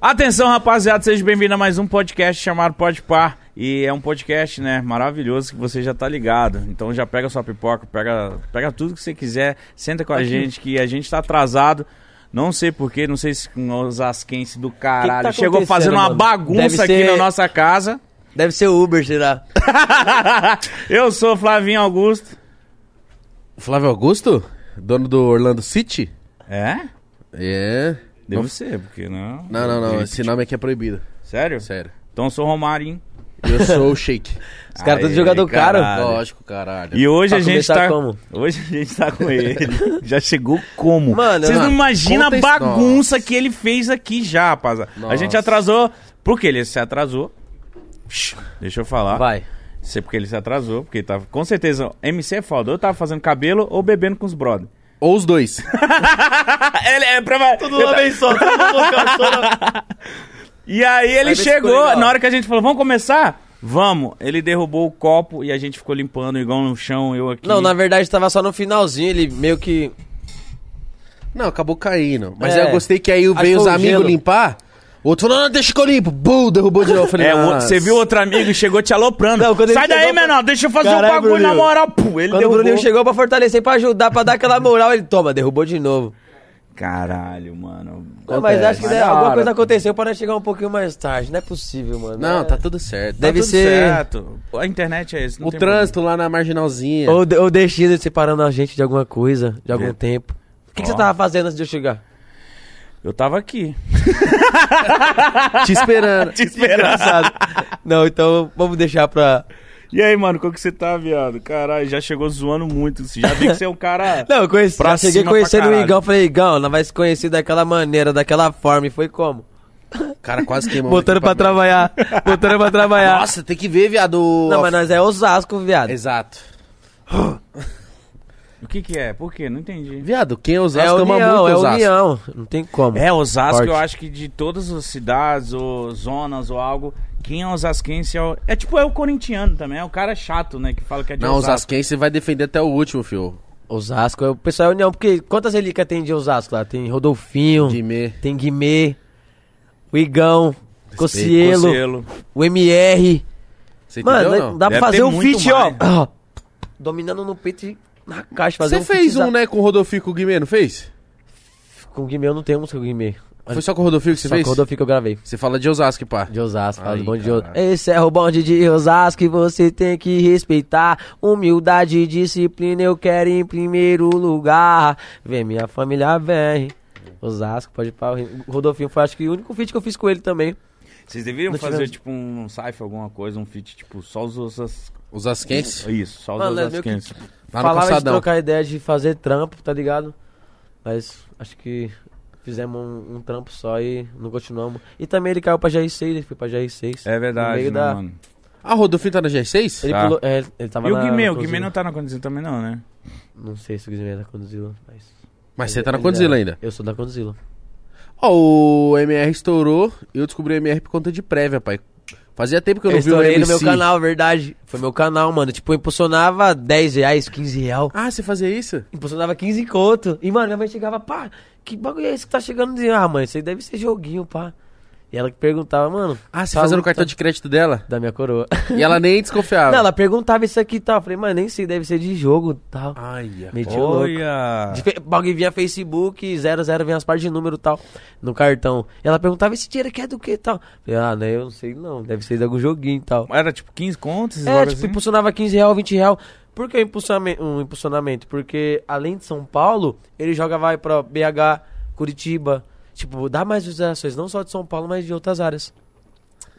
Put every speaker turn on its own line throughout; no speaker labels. Atenção, rapaziada, seja bem-vindo a mais um podcast chamado Pode Par. E é um podcast, né, maravilhoso que você já tá ligado. Então já pega sua pipoca, pega, pega tudo que você quiser, senta com a gente que a gente tá atrasado. Não sei porquê, não sei se com os asquenses do caralho.
tá
Chegou fazendo uma
acontecendo, mano?
bagunça
Deve
aqui
ser-
na nossa casa.
Deve ser o Uber, sei lá.
Eu sou Flavinho Augusto.
Flávio Augusto? Dono do Orlando City?
É?
É.
Devo ser, porque não.
Não, não, não. Esse nome aqui é proibido.
Sério?
Sério.
Então eu sou Romarinho.
Eu sou o Shake.
Os caras tão
Aê,
de jogador caro.
caralho.
Lógico, caralho.
E hoje
É Pra
a gente
começar
tá.
como?
Hoje a gente tá com ele. já chegou como?
Mano,
Vocês não,
não,
imaginam a
conta isso-
bagunça que ele fez aqui já, rapaziada. A
Nossa.
gente atrasou. Por que ele se atrasou? Deixa eu falar.
Vai.
Sei porque ele se atrasou, porque ele tava. Com certeza, MC é foda. Ou tava fazendo cabelo ou bebendo com os brother.
Ou os dois.
ele é pra.
Tudo uma vez só, tudo
E aí ele
Vai ver se ficou
chegou,
legal.
na hora que a gente falou, vamos começar? Vamos. Ele derrubou o copo e a gente ficou limpando igual no chão, eu aqui.
Não, na verdade tava só no finalzinho, ele meio que.
Não, acabou caindo. Mas
É.
eu gostei que aí
Acho que
veio os
foi o
amigos
gelo.
limpar. O outro falou, não, deixa que eu limpo. Bum, derrubou de novo. Eu Falei,
É, o outro-
"Nossa."
você viu outro amigo e chegou te aloprando.
Não, quando ele
Sai daí,
chegou pra-
menor, deixa eu fazer um
Caralho,
bagulho na
Bruninho.
moral. Pum, ele
Quando o
derrubou.
Bruninho chegou pra fortalecer, pra ajudar, pra dar aquela moral, ele toma, derrubou de novo.
Caralho, mano.
Não, mas acho que
Mas
né,
da
alguma
hora.
coisa aconteceu para nós chegar um pouquinho mais tarde. Não é possível, mano.
Não,
É.
tá tudo certo. Tá
Deve um
tudo
ser-
certo.
Certo. A internet é esse. não
O
tem
trânsito lá na marginalzinha.
Ou, de- ou deixei ele separando a gente de alguma coisa, de algum
Vê.
tempo. O que, que
Ó.
você tava fazendo antes de eu chegar?
problema. Eu tava aqui.
Te esperando.
Te esperando.
Engraçado. Não, então vamos deixar pra.
E aí, mano, como que você tá, viado? Caralho, já chegou zoando muito. Já vi que você é um cara.
Não, eu conheci,
Pra
já cheguei
cima pra
conhecendo o
caralho.
Igão. Falei, Igão, nós vai se conhecer daquela maneira, daquela forma. E foi como?
O cara quase queimou.
Botando
aqui
pra trabalhar. Botando pra trabalhar.
Nossa, tem que ver, viado.
Não, mas nós é Osasco, viado.
Exato.
O que que é? Por quê? Não entendi.
Viado, quem é
É
Osasco ama
união,
muito
é
Osasco.
união. Não tem como.
É, Osasco,
Forte.
eu acho que de todas as cidades ou zonas ou algo, quem é osasquense é, o... é tipo é o corintiano também, é o cara chato, né, que fala que é de
Não,
Osasco.
Osasquense vai defender até o último, fio.
Osasco, é- o pessoal é união. Porque quantas relíquias tem de Osasco lá? Tem Rodolfinho,
Guimê.
tem Guimê, o Igão, Cocielo,
Conselho.
o MR.
Você
Mano,
entendeu,
dá pra
não?
Deve ter
fazer um
muito
feat, ó.
mais.
ó, Dominando no peito e na caixa. Fazer
Você fez
featzão.
um, né, com o Rodolfo e o Guimê, não fez?
Com o Guimê, eu não tenho música com o Guimê.
Foi só com o Rodolfo que você
Só
fez?
que o Rodolfinho que eu gravei.
Você fala de Osasco, pá.
De Osasco, fala
Aí,
do bonde de Osasco.
caralho.
Esse é o bonde de Osasco e você tem que respeitar. Humildade e disciplina eu quero em primeiro lugar. Vem minha família, vem. Osasco, pode ir pra... O Rodolfinho foi acho que o único feat que eu fiz com ele também.
Vocês deveriam
Não
fazer
tivemos.
tipo um cipher, alguma coisa, um feat, tipo, só os osas...
Osasquense?
Isso, só os
Mano, é meio que,
osasquenses.
Lá no
Falava de
calçadão.
trocar ideia de fazer trampo, tá ligado? Mas acho que fizemos um, um trampo só e não continuamos. E também ele caiu pra GR6, ele foi pra GR6.
É
No
verdade,
meio
né,
da-
mano.
Ah, o Rodolfinho tá na G6?
Ele
Tá.
pulou, é, ele tava
E o
na-
Guimê?
na
O Guimê
cozinha.
não tá na condição também não, né?
Não sei se o Guimê tá conduzindo, mas...
Mas você tá na
Ele
Condzilla
era.
ainda.
Eu sou da Condzilla.
Ó, o MR estourou e eu descobri o MR por conta de prévia, pai. Fazia tempo que eu
Eu,
não vi o
estourei
MC.
no meu canal, verdade. Foi meu canal, mano. Tipo, eu impulsionava 10 reais, 15 real.
Ah, você fazia isso?
Impulsionava 15 conto. E, mano, minha mãe chegava, pá, que bagulho é esse que tá chegando? Eu dizia, Ah, mãe, isso aí deve ser joguinho, pá. E ela que perguntava, mano.
Ah, você
tá
fazia no
luta-
cartão Ah. de crédito dela?
Da minha coroa.
E ela nem desconfiava.
Não, ela perguntava isso aqui e tal. Eu falei, mano, nem sei, deve ser de jogo e tal.
Ai, a-
Meti o louco.
Olha!
De fe- Alguém vinha Facebook, 00 vinha as partes de número e tal, no cartão. E ela perguntava, esse dinheiro aqui é do que e tal? Falei, ah, né, eu não sei não, deve ser de algum joguinho e tal.
Era tipo 15 contos?
É, tipo, impulsionava 15 real, 20 real. Por que o impulsioname- um impulsionamento? Porque além de São Paulo, ele joga, vai pra BH, Curitiba. Tipo, dá mais visualizações, não só de São Paulo, mas de outras áreas.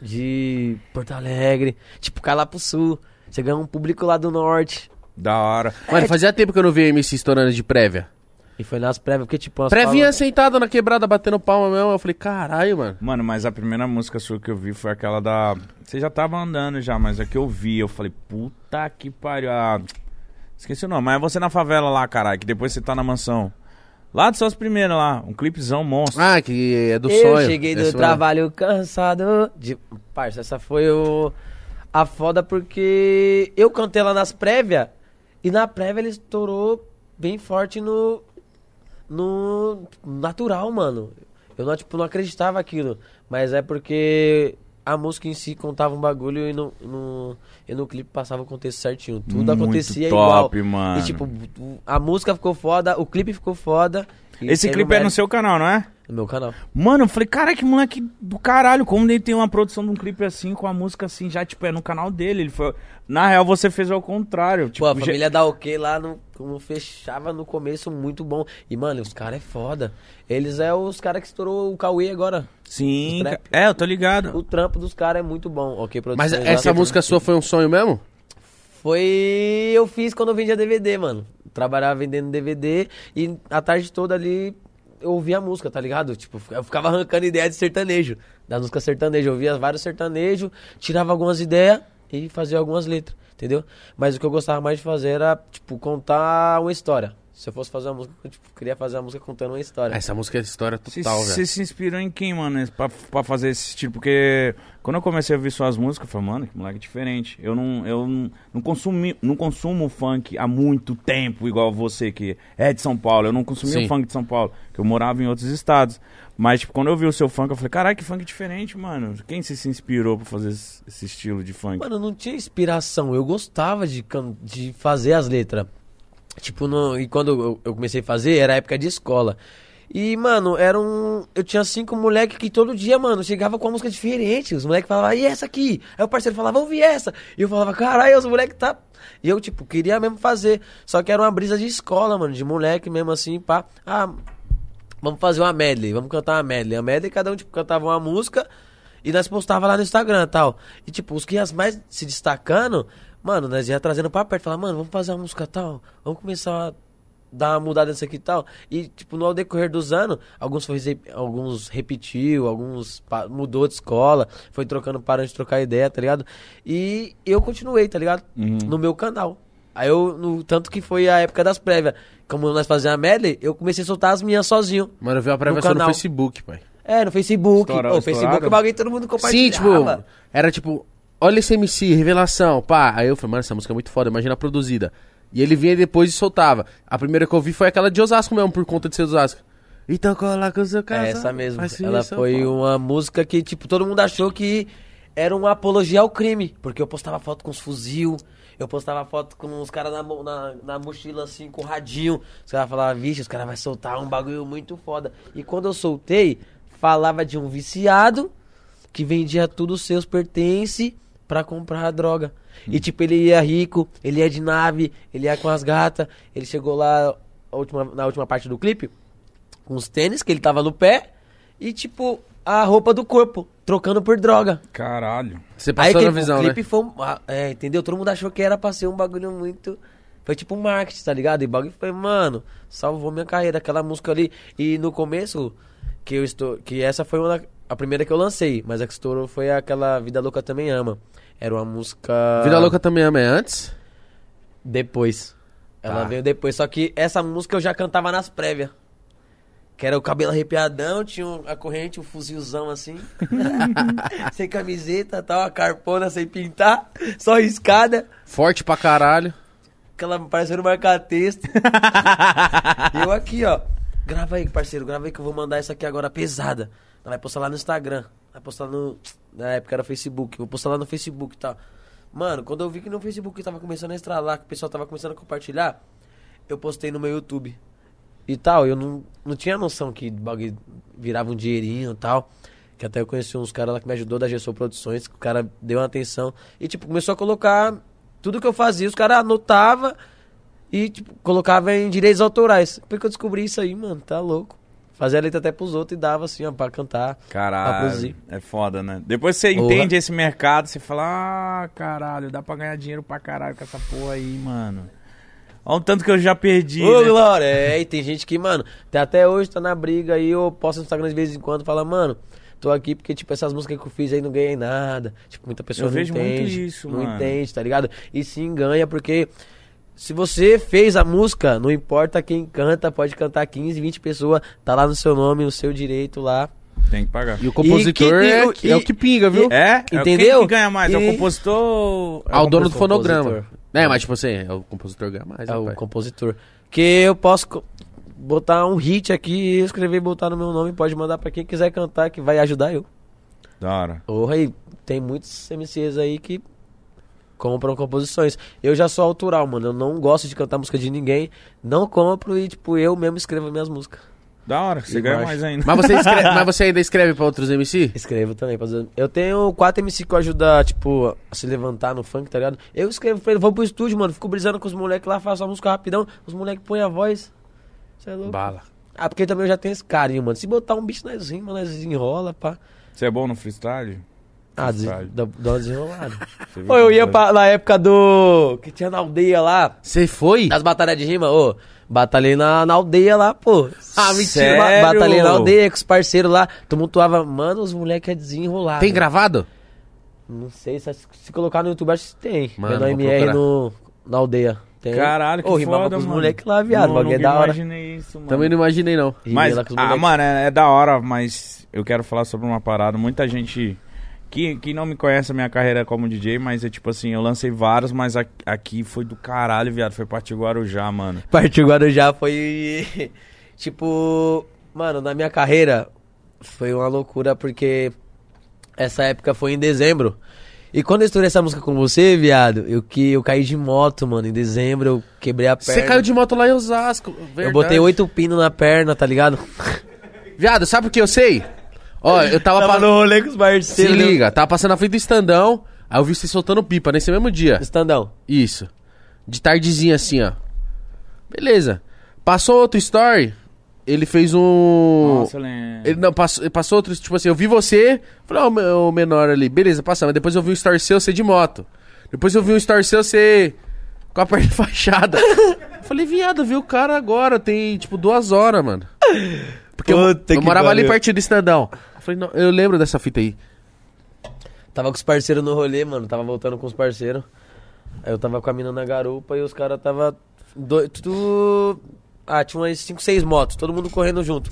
De Porto Alegre, tipo, cai lá pro sul. Você ganha um público lá do norte.
Da hora.
Mano, fazia tempo que eu não vi o MC estourando de prévia.
E foi nas prévias, porque tipo... umas
Previnha
falas-
sentada na quebrada, batendo palma mesmo. Eu falei, caralho, mano.
Mano, mas a primeira música sua que eu vi foi aquela da. Você já tava andando já, mas a que eu vi, eu falei, puta que pariu. Ah, esqueci o nome, mas é você na favela lá, caralho, que depois você tá na mansão. Lá de suas primeiras lá, um clipezão monstro.
Ah, que é do
eu
sonho.
cheguei do
Esse mano.
trabalho cansado. De... Parça, essa foi o... a foda porque eu cantei lá nas prévias e na prévia ele estourou bem forte no. no natural, mano. Eu não, tipo, não acreditava aquilo. Mas é porque a música em si contava um bagulho e no, no, e no clipe passava o contexto certinho. Tudo
Muito
acontecia
top,
igual.
mano.
E tipo, a música ficou foda, o clipe ficou foda. e
Esse
teve
clipe é
uma-
no seu canal, não é?
no meu canal.
Mano, eu falei, cara, que moleque do caralho, como ele tem uma produção de um clipe assim, com a música assim, já, tipo, é no canal dele. Ele foi. Na real, você fez ao contrário. Tipo,
Pô, a
já-
família da OK lá no, como fechava no começo muito bom. E, mano, os caras é foda. Eles é os caras que estourou o Cauê agora.
Sim,
os trap.
ca- é, eu tô ligado.
O trampo dos caras é muito bom. OK
Mas
Produções. lá
essa
no-
música sua foi um sonho mesmo?
Foi. Eu fiz quando eu vendia DVD, mano. Trabalhava vendendo DVD e a tarde toda ali eu ouvia a música, tá ligado? Tipo, eu ficava arrancando ideia de sertanejo. Da música sertanejo. Eu ouvia vários sertanejos, tirava algumas ideias e fazia algumas letras, entendeu? Mas o que eu gostava mais de fazer era, tipo, contar uma história. Se eu fosse fazer uma música, eu tipo, queria fazer uma música contando uma história.
Essa música é história
Você
total, velho.
se inspirou em quem, mano, esse- pra, pra fazer esse estilo? Porque quando eu comecei a ouvir suas músicas, eu falei, mano, que moleque diferente. Eu não, eu não, não, consumi, não consumo funk há muito tempo, igual você, que é de São Paulo. Eu não consumia
Sim.
o funk de São Paulo, que eu morava em outros estados. Mas, tipo, quando eu vi o seu funk, eu falei, caralho, que funk diferente, mano. Quem se, se inspirou pra fazer esse, esse estilo de funk?
Mano, não tinha inspiração. Eu gostava de, can- de fazer as letras. Tipo, não, e quando eu, eu comecei a fazer, era época de escola. E, mano, era um. Eu tinha cinco moleques que todo dia, mano, chegava com uma música diferente. Os moleques falavam, "Ah, e essa aqui? Aí o parceiro falava, ouvi essa. E eu falava, caralho, os moleques tá. E eu, tipo, queria mesmo fazer. Só que era uma brisa de escola, mano, de moleque mesmo assim, pá. Ah, Vamos fazer uma medley, vamos cantar uma medley. A medley, cada um, tipo, cantava uma música e nós postava lá no Instagram e tal. E, tipo, os que iam mais se destacando, mano, nós ia trazendo pra perto. Falava, mano, vamos fazer uma música tal, vamos começar a dar uma mudada nisso aqui e tal. E, tipo, no decorrer dos anos, alguns, foi, rece- alguns repetiu, alguns pa- mudou de escola, foi trocando, parando de trocar ideia, tá ligado? E eu continuei, tá ligado? No meu canal. Aí eu, no, tanto que foi a época das prévias, como nós fazíamos a medley, eu comecei a soltar as minhas sozinho.
Mano, eu vi a prévia
No
só no
canal.
Facebook, pai.
É, no Facebook.
Estoura-
Pô,
estourado?
Facebook, o bagulho todo mundo
Sim, tipo,
compartilhava.
era tipo, olha esse MC, revelação, pá. Aí eu falei, mano, essa música é muito foda, imagina a produzida. E ele vinha depois e soltava. A primeira que eu vi foi aquela de Osasco mesmo, por conta de ser de Osasco. Então cola com o seu casal.
É essa mesmo.
assim,
Ela
São
foi
Paulo.
uma música que, tipo, todo mundo achou que era uma apologia ao crime. Porque eu postava foto com os fuzil, eu postava foto com os caras na, mo- na, na mochila, assim, com o radinho. Os caras falavam, vixe, os caras vão soltar um bagulho muito foda. E quando eu soltei, falava de um viciado que vendia tudo seus pertences pra comprar a droga. E, tipo, ele ia rico, ele ia de nave, ele ia com as gatas. Ele chegou lá a última- na última parte do clipe com os tênis que ele tava no pé e tipo a roupa do corpo trocando por droga.
Caralho.
Você passou
que
na visão,
o clipe
né?
foi, um- ah, é, entendeu? Todo mundo achou que era pra ser um bagulho muito foi tipo um marketing, tá ligado? E o bagulho foi, mano, salvou minha carreira aquela música ali e no começo que eu estou que essa foi uma da- a primeira que eu lancei, mas a que estourou foi aquela Vida Louca também ama. Era uma música
Vida Louca também ama é antes?
depois. Ela
Tá.
veio depois, só que essa música eu já cantava nas prévias. Que era o cabelo arrepiadão, tinha um- a corrente, um fuzilzão assim. sem camiseta, tal, a carpona sem pintar, só riscada.
Forte pra caralho.
Aquela parecendo um marca-texto. E eu aqui, ó. Grava aí, parceiro, grava aí que eu vou mandar isso aqui agora pesada. Ela vai postar lá no Instagram. Vai postar no. Na época era Facebook. Vou postar lá no Facebook e tal. Mano, quando eu vi que no Facebook tava começando a estralar, que o pessoal tava começando a compartilhar, eu postei no meu YouTube. E tal, eu não, não tinha noção que bagulho virava um dinheirinho e tal. Que até eu conheci uns caras lá que me ajudou da Gessou Produções, que o cara deu uma atenção. E, tipo, começou a colocar tudo que eu fazia, os caras anotavam e, tipo, colocava em direitos autorais. Depois que eu descobri isso aí, mano, tá louco. Fazia a letra até pros outros e dava assim, ó, pra cantar. Pra
Caralho,
produzir.
é foda, né? Depois você
Porra.
entende esse mercado, você fala, ah, caralho, dá pra ganhar dinheiro pra caralho com essa porra aí, mano. Olha o tanto que eu já perdi,
Ô,
né?
Glória! É, e tem gente que, mano, até, até hoje tá na briga aí, eu posto no Instagram de vez em quando e fala, mano, tô aqui porque, tipo, essas músicas que eu fiz aí não ganhei nada. Tipo, muita pessoa
Eu
não
vejo muito
entende.
isso,
não
mano.
entende, tá ligado? E sim ganha, porque se você fez a música, não importa quem canta, pode cantar 15, 20 pessoas, tá lá no seu nome, no seu direito lá.
Tem que pagar.
E o compositor
E que-
é,
e-
que- é o que pinga, viu?
e-
É?
Entendeu?
Quem que ganha mais? É o
E-
compositor ou... é
Ah, o dono do
compositor,
fonograma.
compositor.
É, mas tipo assim, é o compositor ganha mais,
É
né,
o
pai?
compositor. Que eu posso. co- botar um hit aqui, escrever e botar no meu nome, pode mandar pra quem quiser cantar, que vai ajudar eu.
Da hora.
Porra, e tem muitos MCs aí que compram composições. Eu já sou autoral, mano. Eu não gosto de cantar música de ninguém. Não compro e, tipo, eu mesmo escrevo minhas músicas.
Da hora, você
E
ganha
mais.
mais ainda.
Mas você, escreve- mas você ainda escreve pra outros MC?
Escrevo também. pra dizer- Eu tenho quatro MC que eu ajudo a, tipo, a se levantar no funk, tá ligado? Eu escrevo pra ele, vou pro estúdio, mano. Fico brisando com os moleques lá, faço a música rapidão. Os moleques põem a voz. Você é louco.
Bala.
Ah, porque também eu já tenho esse carinho, mano. Se botar um bicho nós rima, nós desenrola, pá.
Você é bom no freestyle?
Ah, des...
Verdade.
dá, dá uma desenrolada.
Você viu é?
Ô, eu
que
ia
coisa?
pra, na época do. que tinha na aldeia lá.
Você foi?
Nas batalhas de rima, ô. Batalhei na, na aldeia lá, pô.
Ah, mentira. Sério?
Ba- Batalhei na aldeia com os parceiros lá. Tumultuava. Mano, os moleques é desenrolado.
Tem gravado?
Não sei se, se colocar no YouTube, acho que tem. Mano,
Mano,
no
vou
MR
procurar.
no, na aldeia. Tem.
Caralho, que
Ô, rimava
foda,
com os
mano.
moleques lá, viado.
Não,
o bagulho é
nunca
da hora.
imaginei isso, mano.
Também não imaginei, não.
Rimei
Mas,
lá com os
ah,
moleque.
mano, é, é da hora, mas eu quero falar sobre uma parada. Muita gente que, que não me conhece a minha carreira como DJ, mas é tipo assim, eu lancei vários, mas a- aqui foi do caralho, viado. Foi parte do Guarujá, mano.
Partiu Guarujá foi. tipo. Mano, na minha carreira foi uma loucura porque essa época foi em dezembro. E quando eu estourei essa música com você, viado, eu, que, eu caí de moto, mano. Em dezembro eu quebrei a perna.
Você caiu de moto lá em Osasco. verdade.
Eu botei oito pinos na perna, tá ligado?
Viado, sabe o que eu sei? Ó, eu tava,
Tava
pa-
no né? rolê com os
Se
parceiros.
liga, tava passando na frente do estandão, aí eu vi você soltando pipa nesse mesmo dia.
Estandão.
Isso. De tardezinha assim, ó. Beleza. Passou outro story, ele fez um.
Nossa,
É.
Len-
Ele não, passou, ele passou outro, tipo assim, eu vi você, falei, ó, o me- o menor ali, beleza, passa, mas depois eu vi um story seu, você de moto. Depois eu vi um story seu, você com a perna fachada. Eu falei, viado, eu vi o cara agora, tem tipo duas horas, mano. Porque eu,
Puta
eu
que
morava ali
pariu.
pertinho do estandão. Eu falei, não, eu lembro dessa fita aí.
Tava com os parceiros no rolê, mano. Tava voltando com os parceiros. Aí eu tava com a mina na garupa e os caras tava. doi- Tudo. Ah, tinha umas 5, 6 motos, todo mundo correndo junto.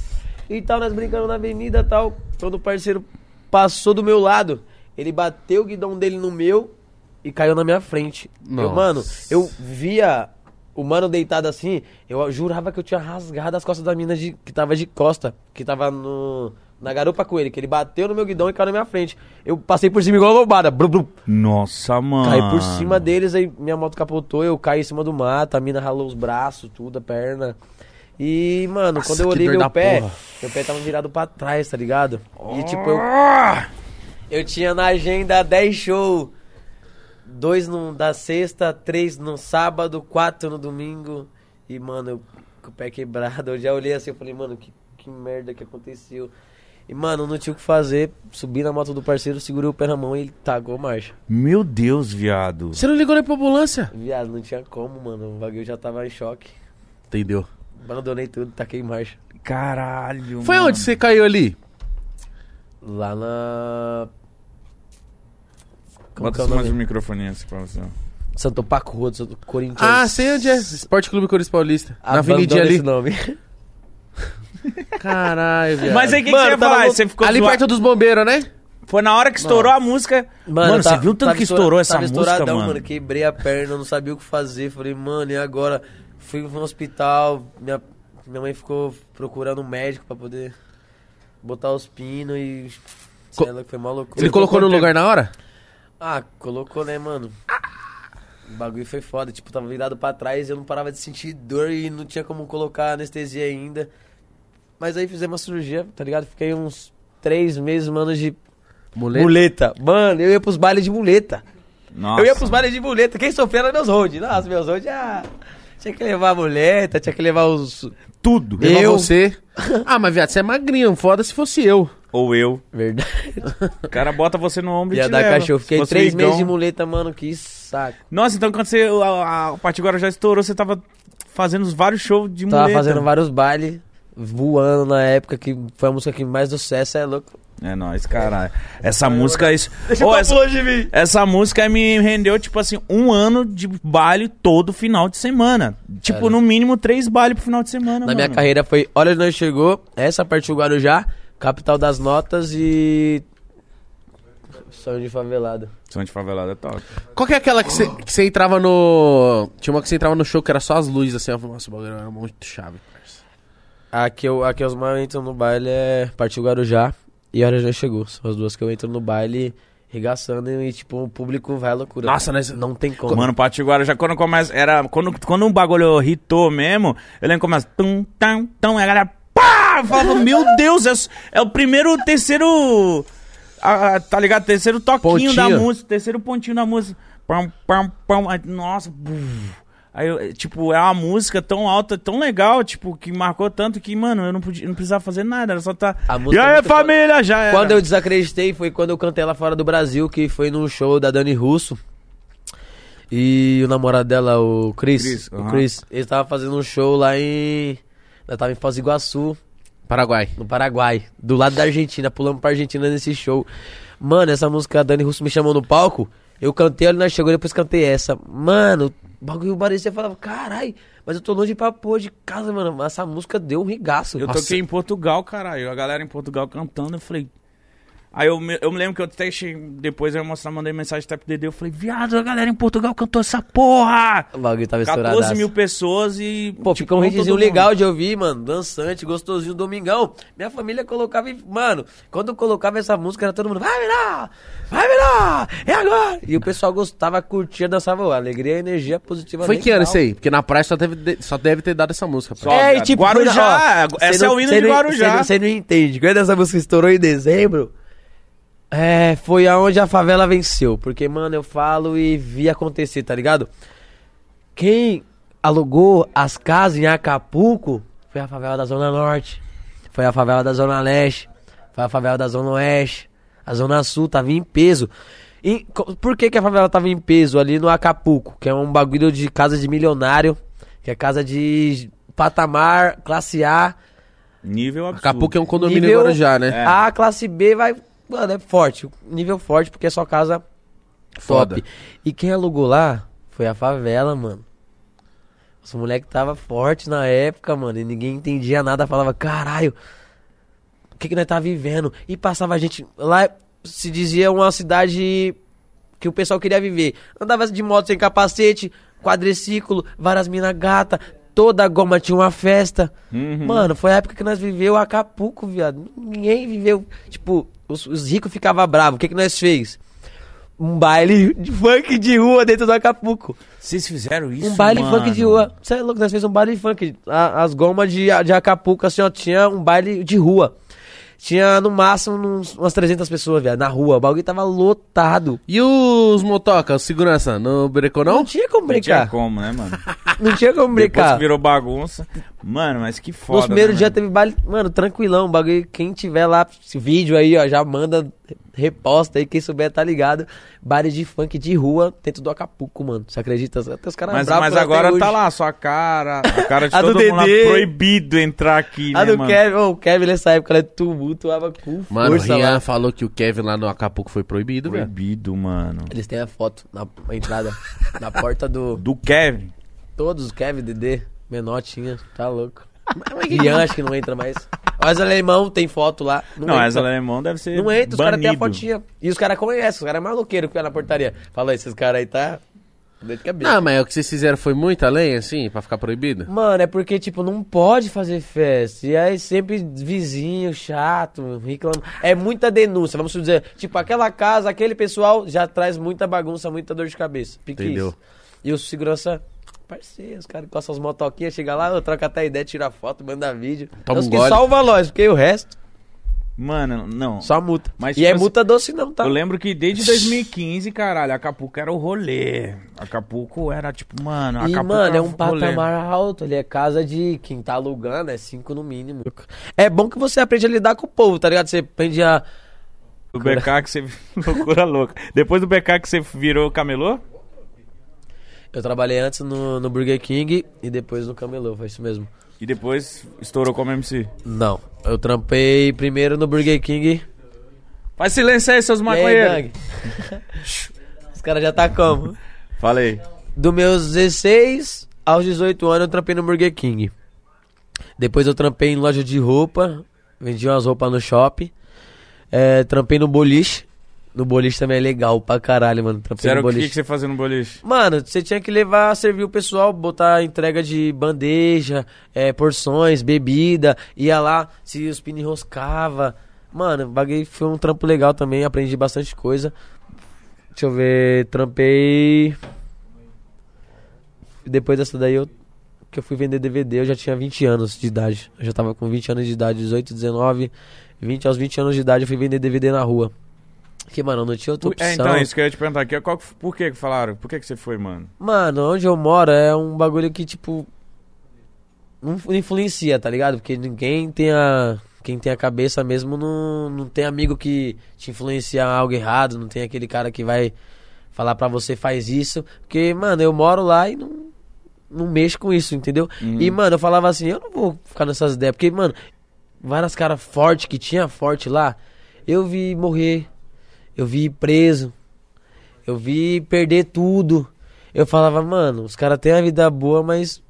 E tal, nós brincando na avenida e tal. Quando o parceiro passou do meu lado, ele bateu o guidão dele no meu e caiu na minha frente. Eu,
Nossa.
mano, eu via o mano deitado assim, eu jurava que eu tinha rasgado as costas da mina de, que tava de costa, que tava no. Na garupa com ele, que ele bateu no meu guidão e caiu na minha frente. Eu passei por cima igual a lombada. Brum, brum.
Nossa, mano.
Caí por
Ah.
cima deles, aí minha moto capotou, eu caí em cima do mato, a mina ralou os braços, tudo, a perna. E, mano,
Nossa,
quando eu
que
olhei
dor
meu
da
pé,
porra.
meu pé tava virado pra trás, tá ligado? E tipo, eu,
Ah!
eu tinha na agenda 10 shows. Dois no, da sexta, três no sábado, quatro no domingo. E, mano, eu com o pé quebrado, eu já olhei assim, eu falei, mano, que, que merda que aconteceu. E, mano, não tinha o que fazer, subi na moto do parceiro, segurei o pé na mão e ele tacou marcha.
Meu Deus, viado.
Você não ligou nem pra ambulância?
Viado, não tinha como, mano. O bagulho já tava em choque.
Entendeu.
Abandonei tudo, taquei marcha.
Caralho.
Foi
mano.
onde você caiu ali?
Lá na. Como que
Bota
é o
só mais um
nome?
microfone assim pra você.
Santo Paco Rua do Santo Corinthians.
Ah, sei onde é. Esporte Clube Cores Paulista. Na
Abandona
avenidinha ali.
Esse nome.
Caralho, viado.
Mas aí o que, que
Mano,
você ia
tava
falar?
no-
Você ficou
ali
zoa-
perto dos bombeiros, né?
Foi na hora que estourou a música. Mano, você
tava-
viu o tanto
tá- tava
que
estoura-
estourou essa
tava
música,
estouradão,
mano?
Quebrei a perna, não sabia o que fazer. Falei, mano, e agora? Fui no hospital, minha, minha mãe ficou procurando um médico pra poder botar os pinos e.
Co-
Sei lá, foi uma loucura.
Ele colocou no
quanto
lugar na hora?
Ah, colocou, né, mano? O bagulho foi foda, tipo, tava virado pra trás e eu não parava de sentir dor e não tinha como colocar anestesia ainda. Mas aí fizemos uma cirurgia, tá ligado? Fiquei uns três meses, mano, de
Mulher.
muleta. Mano, eu ia pros bailes de muleta.
Nossa.
Eu ia pros bailes de muleta. Quem sofreu era meus road. Nossa, meus road, ah... Tinha que levar a muleta, tinha que levar os...
tudo.
Levou
Eu-
você. Ah, mas viado, você é magrinho. Foda se fosse eu.
Ou eu.
Verdade.
O cara bota você no ombro e
Ia
te
dar
leva.
cachorro.
Se
Fiquei
fosse
três
ligão-
meses de muleta, mano, que saco.
Nossa, então quando você, a, a parte agora já estourou, você tava fazendo os vários shows de
Tava
muleta.
fazendo vários bailes, voando na época, que foi a música que mais deu sucesso, é louco.
É nóis, caralho. Essa música... é Isso... Ô, essa,
de mim.
essa música me rendeu, tipo assim, um ano de baile todo final de semana. Tipo,
Cara.
no mínimo, três bailes pro final de semana,
Na
mano.
minha
Uhum.
carreira foi Olha Onde Nós Chegou, essa partiu Guarujá, Capital das Notas e... Sonho de Favelado.
Som de favelada é top.
Qual que é aquela que você que você entrava no. Tinha uma que você entrava no show que era só as luzes, assim. Eu falei, nossa, o bagulho era muito chave, parça.
A que, eu, a que as mais entram no baile é Partiu Guarujá e Hora Já Chegou. São as duas que eu entro no baile regaçando e, tipo, o público vai à loucura.
Nossa, nós-
Não tem como.
Mano, Patiguara já quando começa. Era. Quando, quando um bagulho hitou mesmo, eu lembro que começa. Tum, tam, tam, e a galera. Pá! Eu falava, meu Deus, é, s- é o primeiro, terceiro. a- a- tá ligado? Terceiro toquinho
Pontinho.
da música, terceiro pontinho da música. Pam, pam, pam. aí, Nossa. buf. Aí, eu- é, tipo, é uma música tão alta, tão legal, tipo, que marcou tanto que, mano, eu não, podia, não precisava fazer nada, era só tá.
A
E
música é
aí,
muito
família, já era.
Quando eu desacreditei foi quando eu cantei lá fora do Brasil, que foi num show da Dani Russo. E o namorado dela, o Chris.
Chris,
o
aham.
Chris. Ele tava fazendo um show lá em. Ela tava em Foz do Iguaçu,
Paraguai.
no Paraguai. Do lado da Argentina. Pulamos pra Argentina nesse show. Mano, essa música, a Dani Russo me chamou no palco. Eu cantei, ela chegou, depois cantei essa. Mano, o bagulho parecia. Eu falava, carai, mas eu tô longe pra pôr de casa, mano. Mas Essa música deu um regaço.
Eu
Nossa.
toquei em Portugal, caralho. A galera em Portugal cantando, eu falei. Aí eu, me- eu me lembro que eu até che- depois eu ia mostrar, mandei mensagem até pro Dedê, eu falei, viado, a galera em Portugal cantou essa porra!
O bagulho tava
14
estouradaço.
mil pessoas e.
Pô, ficou um
não
Tipo,
hitzinho
todo mundo.
legal de ouvir, mano. Dançante, gostosinho, domingão. Minha família colocava. e- Mano, quando eu colocava essa música, era todo mundo. Vai virar! Vai virar! É agora! E o pessoal gostava, curtia, dançava. ó, Alegria e energia positiva.
Foi
nem
que ano
final.
isso aí? Porque na praia só, teve de- só deve ter dado essa música. pá.
Só,
É, e
viado.
tipo,
Guarujá,
foi na- ó,
esse
cê
é o hino de
cê
Guarujá.
cê não- Você não, entende. Quando essa música estourou em dezembro, é, foi aonde a favela venceu. Porque, mano, eu falo e vi acontecer, tá ligado? Quem alugou as casas em Acapulco foi a favela da Zona Norte, foi a favela da Zona Leste, foi a favela da Zona Oeste, a Zona Sul tava em peso. E co- por que, que a favela tava em peso ali no Acapulco? Que é um bagulho de casa de milionário, que é casa de patamar, classe A.
Nível absurdo.
Acapulco é um condomínio
Nível- É,
agora já, né?
A, classe B vai. Mano, é forte. Nível forte, porque é só casa
Foda.
top. E quem alugou lá foi a favela, mano. Os moleque tava forte na época, mano. E ninguém entendia nada. Falava, caralho, o que, que nós tá vivendo? E passava a gente. Lá se dizia uma cidade que o pessoal queria viver. Andava de moto sem capacete, quadriciclo, várias mina gata. Toda goma tinha uma festa.
Uhum.
Mano, foi a época que nós viveu Acapulco, viado. Ninguém viveu. Tipo, os, os ricos ficavam bravos. O que, que nós fez? Um baile de funk de rua dentro do Acapulco.
Vocês fizeram isso?
um baile
mano?
funk de rua. Você é louco, nós fez um baile funk. A- as gomas de, de Acapulco, assim, ó, tinha um baile de rua. Tinha no máximo uns- umas 300 pessoas, viado, na rua. O bagulho tava lotado.
E os motoca, os segurança, não brecou não?
Não tinha como
Não tinha
brincar.
como, né, mano?
Não tinha como
Depois
brincar.
que virou bagunça. Mano, mas que foda.
Nos primeiros
né,
dias
mano?
teve baile, mano, tranquilão, bagulho, quem tiver lá, esse vídeo aí, ó, já manda, reposta aí, quem souber tá ligado, baile de funk de rua dentro do Acapulco, mano, você acredita? Até os caras
Mas,
bravos
mas
até
agora
hoje.
tá lá, a sua cara, a cara de
A do
todo mundo lá,
Dedê.
proibido entrar aqui,
Ah,
né,
do
mano?
Kevin, ô, o Kevin nessa época, ele tumultuava com
Mano, o
força
Rian
lá.
falou que o Kevin lá no Acapulco foi proibido, velho.
Proibido, mano.
Eles têm a foto na na entrada, na porta do,
Do Kevin.
todos, os Kevin, Dedê, menor tinha, tá louco. Rian acho que não entra mais. Mas o alemão tem foto lá.
Não,
entra.
essa alemão deve ser.
Não entra, os caras têm a
banido.
fotinha. E os caras conhecem, os caras é maloqueiro que vai na portaria. Fala, esses caras aí tá. Dor de cabeça.
Não, mas é o que vocês fizeram foi muito além, assim, pra ficar proibido?
Mano, é porque, tipo, não pode fazer festa. E aí sempre vizinho, chato, reclama. É muita denúncia, vamos dizer. Tipo, aquela casa, aquele pessoal já traz muita bagunça, muita dor de cabeça. Pique
Entendeu.
isso. E o segurança. Parceiro, os caras encostam as motoquinhas, chega lá, eu troca até ideia, tira foto, manda vídeo. é
Toma
os
um
que
gole.
salva nós, porque o resto,
Mano, não.
só multa.
Mas,
e
tipo
é
assim,
multa doce não, tá?
Eu lembro que desde 2015, caralho, Acapulco era o rolê. Acapulco era tipo, mano,
E,
Acapulco
mano, é
era
um
rolê.
patamar alto, ele é casa de quem tá alugando, é cinco no mínimo. É bom que você aprende a lidar com o povo, tá ligado? Você aprende a.
Do BK que você. Loucura louca. Depois do BK que você virou camelô?
Eu trabalhei antes no, no Burger King e depois no Camelô, foi isso mesmo.
E depois estourou como MC.
Não, eu trampei primeiro no Burger King.
Faz silêncio aí, seus
E aí,
maconheiros.
Dang? Os caras já tá como?
Falei.
Do meus 16 aos 18 anos eu trampei no Burger King. Depois eu trampei em loja de roupa, vendi umas roupas no shopping. É, trampei no boliche, No boliche também é legal pra caralho, mano. Trampei
Sério,
no
o que,
boliche.
que você fazia no boliche?
Mano, você tinha que levar, servir o pessoal, botar entrega de bandeja, é, porções, bebida, ia lá, se os pini enroscava. Mano, baguei, foi um trampo legal também, aprendi bastante coisa. Deixa eu ver, trampei. Depois dessa daí eu que eu fui vender DVD, eu já tinha 20 anos de idade. Eu já tava com 20 anos de idade, 18, 19, 20 aos 20 anos de idade eu fui vender DVD na rua. Que, mano, não tinha outra opção.
É, então, isso que eu ia te perguntar aqui. Qual, que- por que que falaram? Por que que você foi, mano?
Mano, onde eu moro é um bagulho que, tipo. Não influ- influencia, tá ligado? Porque ninguém tem a. Quem tem a cabeça mesmo não, não tem amigo que te influencia a algo errado, não tem aquele cara que vai falar pra você faz isso. Porque, mano, eu moro lá e não, não mexo com isso, entendeu?
Uhum.
E, mano, eu falava assim, eu não vou ficar nessas ideias, porque, mano, várias caras fortes que tinha forte lá, eu vi morrer, eu vi ir preso, eu vi perder tudo. Eu falava, mano, os caras têm a vida boa, mas.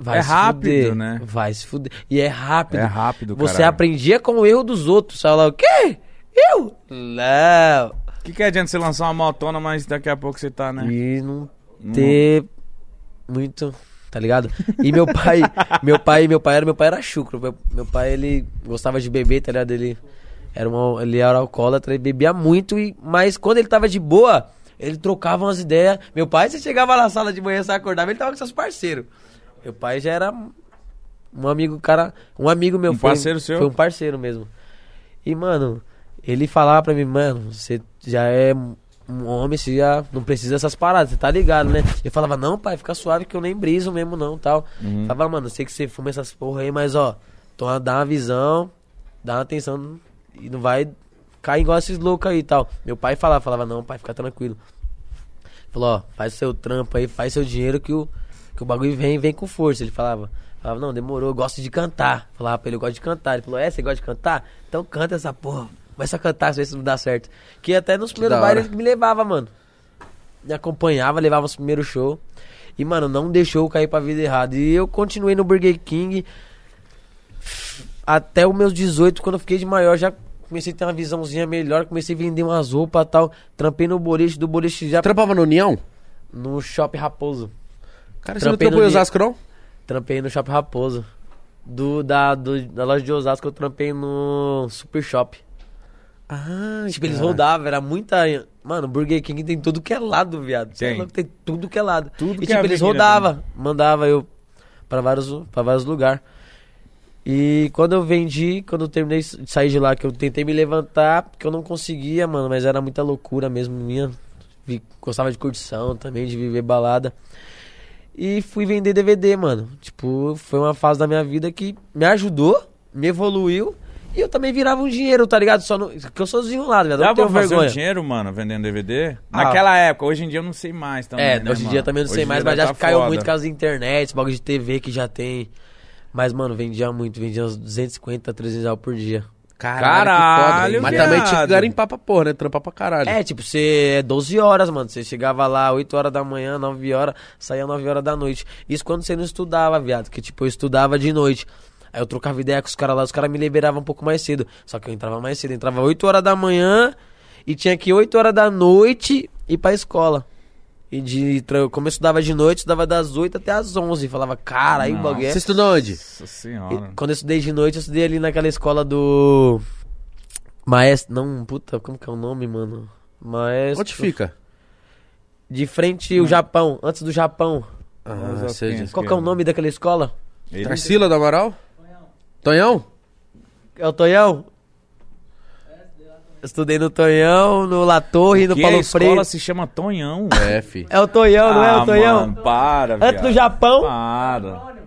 Vai
É
se
rápido,
fuder,
né?
Vai se fuder. E é rápido.
É rápido, cara.
Você aprendia com o erro dos outros. Você falava, o quê? Eu? Não.
O que, que adianta você lançar uma motona, mas daqui a pouco você tá, né?
E não
Não-
ter muito, tá ligado? E meu pai, meu pai, meu pai era, meu pai era chucro. Meu, meu pai ele gostava de beber, tá ligado? Ele era uma, ele era alcoólatra, ele bebia muito e mas quando ele tava de boa, ele trocava umas ideias. Meu pai, você chegava na sala de manhã, você acordava, ele tava com seus parceiros. Meu pai já era um amigo, cara, um amigo meu
Um
foi,
parceiro seu?
foi um parceiro mesmo. E mano, ele falava pra mim, mano, você já é um homem, você já não precisa dessas paradas, você tá ligado, né? Eu falava, não, pai, fica suave que eu nem briso mesmo, não, tal.
Uhum.
Falava, mano, eu sei que você fuma essas porra aí, mas ó, toma, dá uma visão, dá uma atenção e não vai cair igual esses loucos aí e tal. Meu pai falava, falava, não, pai, fica tranquilo. Falou, ó, faz seu trampo aí, faz seu dinheiro que o, que o bagulho vem, vem com força. Ele falava. Falava, não, demorou, eu gosto de cantar. Falava pra ele, eu gosto de cantar. Ele falou, é, você gosta de cantar? Então canta essa porra. Começa a cantar, vê se não dá certo. Que até nos primeiros
da hora.
bailes ele me levava, mano. Me acompanhava, levava os primeiros shows. E, mano, não deixou eu cair pra vida errada. E eu continuei no Burger King até os meus 18, quando eu fiquei de maior, já comecei a ter uma visãozinha melhor, comecei a vender umas roupas e tal. Trampei no boliche, do boliche já
Trampava no União?
no Shopping Raposo.
Cara, você não
Trampei no
trampou em
União.
Osasco, não?
Trampei no Shopping Raposo. Do, da, do- da loja de Osasco, eu trampei no Super Shop.
Ah,
Tipo, eles rodavam, era muita. Mano, Burger King tem tudo que é lado, viado. Cê é
Tem.
louco, Tem tudo que é lado.
Tudo
e,
que é
tipo, eles
avenida
rodavam, mandava eu pra vários, pra vários lugares. E quando eu vendi, quando eu terminei de sair de lá, que eu tentei me levantar, porque eu não conseguia, mano, mas era muita loucura mesmo minha. Vi- Gostava de curtição também, de viver balada. E fui vender DVD, mano. Tipo, foi uma fase da minha vida que me ajudou, me evoluiu. E eu também virava um dinheiro, tá ligado? Só no... Porque eu sou desenrolado, velho. Eu
Dá
não
pra
tenho
fazer um
vergonha.
dinheiro, mano, vendendo DVD?
Ah.
Naquela época, hoje em dia eu não sei mais também.
É,
né,
hoje em
mano?
dia também não
Hoje
sei
em
mais,
dia
mas
deve
já
tá
caiu
foda.
muito por causa da internet, esse bagulho de TV que já tem. Mas, mano, vendia muito, vendia uns 250, 300 reais por dia.
Caralho,
Mas
viado.
também tinha que garimpar pra porra, né? Trampar pra caralho.
É, tipo, você é 12 horas, mano. Você chegava lá 8 horas da manhã, 9 horas, saía 9 horas da noite. Isso quando você não estudava, viado. Que tipo, eu estudava de noite. Aí eu trocava ideia com os caras lá, os caras me liberavam um pouco mais cedo. Só que eu entrava mais cedo, entrava 8 horas da manhã e tinha que 8 horas da noite ir pra escola. E de, tra- como eu estudava de noite, eu estudava das 8 até as 11. Falava, cara, aí o
Nossa.
bagulho é
Você estudou onde?
Nossa
e
senhora.
quando eu estudei de noite, eu estudei ali naquela escola do. Maestro. Não, puta, como que é o nome, mano? Maestro.
Onde fica?
De frente ao Japão, antes do Japão.
Mas
Ah,
eu
sei.
penso.
Qual que é o nome daquela escola?
Ele-
Tarsila do Amaral? Tonhão?
É o Tonhão? Eu Estudei no Tonhão, no La Torre, no
que é a
Paulo
escola
Freire.
se chama Tonhão. Ah,
É, fi.
É o Tonhão, não é o Tonhão?
mano, para,
antes
viado.
do
Ah.
Japão.
Para.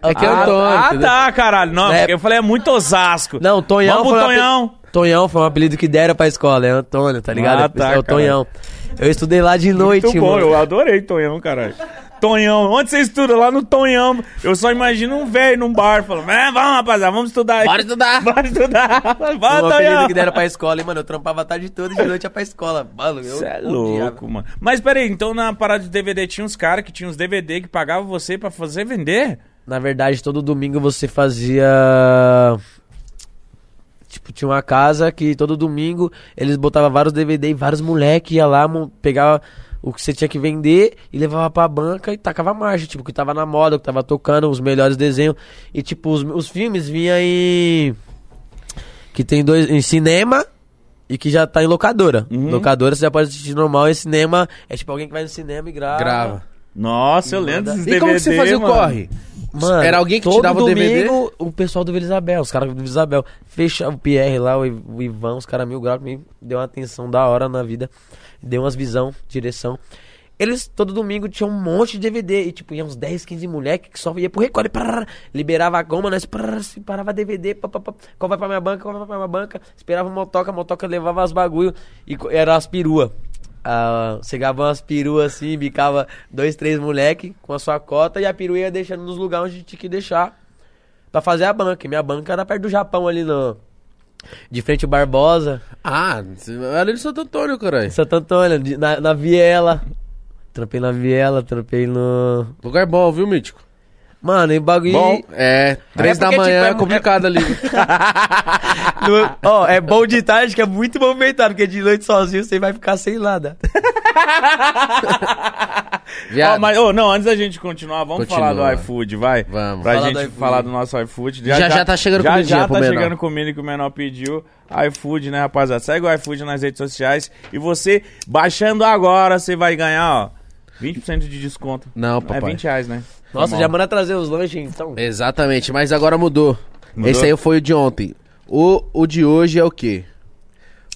É
que é o
Ah,
Antônio,
ah,
entendeu?
tá, caralho. Não,
É.
porque eu falei, é muito Osasco.
Não, Tonhão
Vamos
foi
pro
uma pe-
Tonhão.
Tonhão foi um apelido que deram pra escola, é Antônio, tá ligado?
Ah, tá,
é o
cara.
Tonhão. Eu estudei lá de noite,
Muito bom,
mano.
eu adorei Tonhão, caralho. Tonhão, onde você estuda? Lá no Tonhão. Eu só imagino um velho num bar falando, é, vamos, rapaziada, vamos estudar aí.
Bora estudar!
Bora estudar.
Um
Bora,
apelido
Tonhão.
que deram pra escola, e, mano, eu trampava a tarde toda e de noite ia pra escola. Mano, eu
Você é
odiava.
louco, mano. Mas peraí, então na parada de DVD tinha uns caras que tinham uns DVD que pagavam você pra fazer vender?
Na verdade, todo domingo você fazia. Tipo, Tipo, tinha uma casa que todo domingo eles botavam vários DVD e vários moleque ia lá, mon- pegava o que você tinha que vender e levava pra banca e tacava marcha, tipo, o que tava na moda, o que tava tocando, os melhores desenhos. E tipo, os, os filmes vinha em. Que tem dois. Em cinema e que já tá em locadora.
Uhum.
Locadora você já pode assistir normal e cinema é tipo alguém que vai no cinema e grava.
Grava.
Nossa, eu lembro desses
E
DVD,
como que você fazia
mano.
o corre?
Mano,
Era alguém que te
todo
dava o DVD?
domingo, o pessoal do Vila Isabel, os caras do Vila Isabel. Fecha o Pierre lá, o I- o Ivan, os caras mil graus, me deu uma atenção da hora na vida. Deu umas visão, direção. Eles, todo domingo, tinham um monte de DVD. E, tipo, ia uns 10, 15 moleque que só ia pro Record. e prrr, liberava a goma, nós prrr, se parava DVD. Pá, pá, pá, qual vai pra minha banca, qual vai pra minha banca. Esperava a motoca, a motoca levava as bagulho. E co- era as perua. Ah, chegava umas peruas assim, bicava dois, três moleque com a sua cota e a perua ia deixando nos lugares onde tinha que deixar pra fazer a banca. E minha banca era perto do Japão ali no. De frente ao Barbosa,
Ah, você- era de Santo Antônio, caralho.
em Santo Antônio, de- na, na Viela. Trampei na Viela, trampei no.
Lugar bom, viu, Mítico?
Mano, e bagulho.
Bom, é. Três
É
da
porque,
manhã
tipo,
é
é-
complicado ali.
No- Ó, é bom de tarde que é muito movimentado, porque de noite sozinho você vai ficar sem nada.
Viado.
Ó, mas, ô, não, antes da gente continuar, vamos
Continua.
falar do iFood, vai.
Vamos.
Pra
Falar do
gente
iFood.
falar do nosso iFood.
Já, já tá chegando
já,
comidinha
já
pro
tá
menor.
chegando comida que o menor pediu. iFood, né, rapaziada? Segue o iFood nas redes sociais. E você, baixando agora, você vai ganhar, ó, 20% de desconto.
Não,
É
papai.
20 reais, né?
Nossa,
Tá
já
bom.
manda trazer os lanches então.
Exatamente, mas agora mudou.
Mudou?
Esse aí foi o de ontem. O, o de hoje é o quê?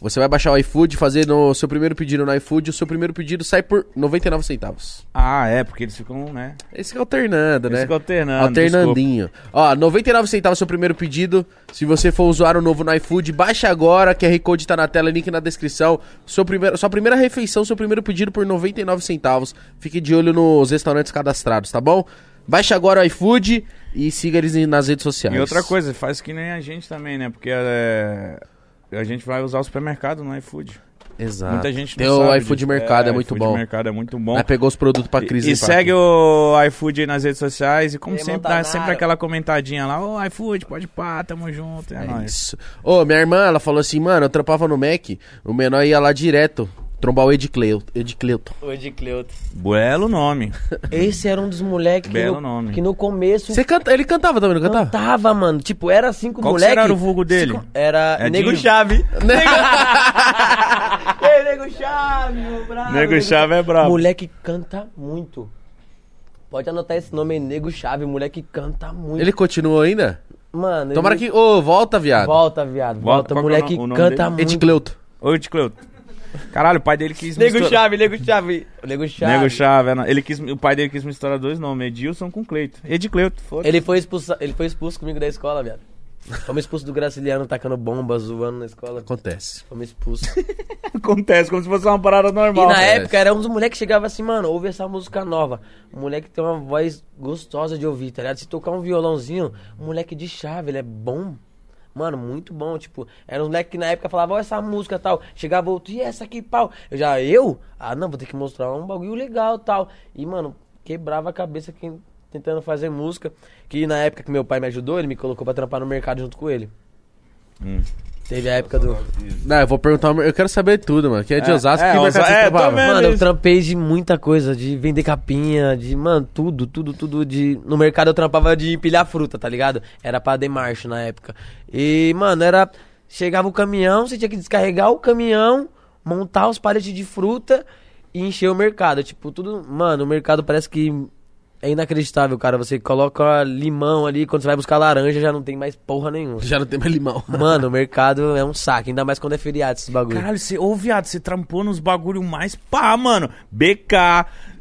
Você vai baixar o iFood, fazer no seu primeiro pedido no iFood, o seu primeiro pedido sai por 99 centavos.
Ah, é, porque eles ficam, né?
Esse que é alternando,
Eles
né?
ficam alternando.
Alternandinho. Ó, 99 centavos seu primeiro pedido. Se você for usuário novo no iFood, baixa agora. QR Code tá na tela, link na descrição. Seu primeiro, sua primeira refeição, seu primeiro pedido por 99 centavos. Fique de olho nos restaurantes cadastrados, tá bom? Baixa agora o iFood e siga eles em- nas redes sociais.
E outra coisa, faz que nem a gente também, né? Porque é, a gente vai usar o supermercado no iFood.
Exato.
Muita gente não
Ah, Tem o
sabe
iFood
disso.
Mercado, é, muito
iFood
bom.
mercado é muito bom.
Aí pegou os produtos pra crise.
E, e segue o iFood aí nas redes sociais. E como
Ei,
sempre, dá
Montanaro.
sempre aquela comentadinha lá. Ô, iFood, pode pá, tamo junto. É, nóis.
Isso. Ô, minha irmã, ela falou assim, mano, eu trampava no Mac, o menor ia lá direto trombar o Ed Cleuton. Ed Cleuton.
Hoje, Cleuto.
Belo nome.
Esse era um dos moleques que,
Belo
no-
nome.
que tá? no começo
Você canta, ele cantava também, não cantava?
cantava, mano. Tipo, era cinco
Qual que
moleque.
será o vulgo dele?
cinco- Era
É
Nego
Dinho?
Chave.
Né?
Nego... Ei, Nego Chave, meu bravo.
Nego Chave é brabo.
Moleque canta muito. Pode anotar esse nome aí, Nego Chave. Moleque canta muito.
Ele continuou ainda?
Mano,
Tomara
ele...
que... Ô, volta, viado.
Volta, viado.
Volta,
Volta.
qual que é o
moleque
no- o nome
canta
dele?
Ed
muito.
Cleuton.
Ô, Tio Cleuto. Caralho, o pai dele quis
Nego
misturar...
Chave, Nego Chave. Nego Chave.
Nego Chave. é, não. Ele quis, o pai dele quis misturar dois nomes, Edilson com Cleito. Ed Cleuto, foda
Ele foi, expulsa... ele foi expulso comigo da escola, viado. Fomos expulso do Graciliano tacando bomba, zoando na escola.
Acontece.
Fomos expulso.
Acontece, como se fosse uma parada
E
normal.
na
é.
época era uns moleques que chegavam assim, mano, ouve essa música nova. O moleque tem uma voz gostosa de ouvir, tá ligado? Se tocar um violãozinho, o moleque de chave, ele é bom. Mano, muito bom, tipo, era uns moleque que na época falava, ó, essa música tal. Chegava outro, e essa aqui, pau. Eu já, eu? Ah, não, vou ter que mostrar um bagulho legal tal. E, mano, quebrava a cabeça quem- tentando fazer música. Que na época que meu pai me ajudou, ele me colocou pra trampar no mercado junto com ele.
Hum.
Teve a época do.
Não, eu vou perguntar, eu quero saber tudo, mano. Que é de
É,
Osasco,
é,
que
Osa-
mercado você
é,
trampava?
também.
Mano, eu
isso.
trampei de muita coisa, de vender capinha, de, mano, tudo, tudo, tudo. De... No mercado eu trampava de empilhar fruta, tá ligado? Era pra demarche na época. E, mano, era. Chegava o caminhão, você tinha que descarregar o caminhão, montar os paletes de fruta e encher o mercado. Tipo, tudo. Mano, o mercado parece que. É inacreditável, cara. Você coloca limão ali, quando você vai buscar laranja, já não tem mais porra nenhuma.
Já não tem mais limão.
Mano, o mercado é um saco, ainda mais quando é feriado esses bagulho.
Caralho, você, ô viado, você trampou nos bagulho mais pá, mano. BK,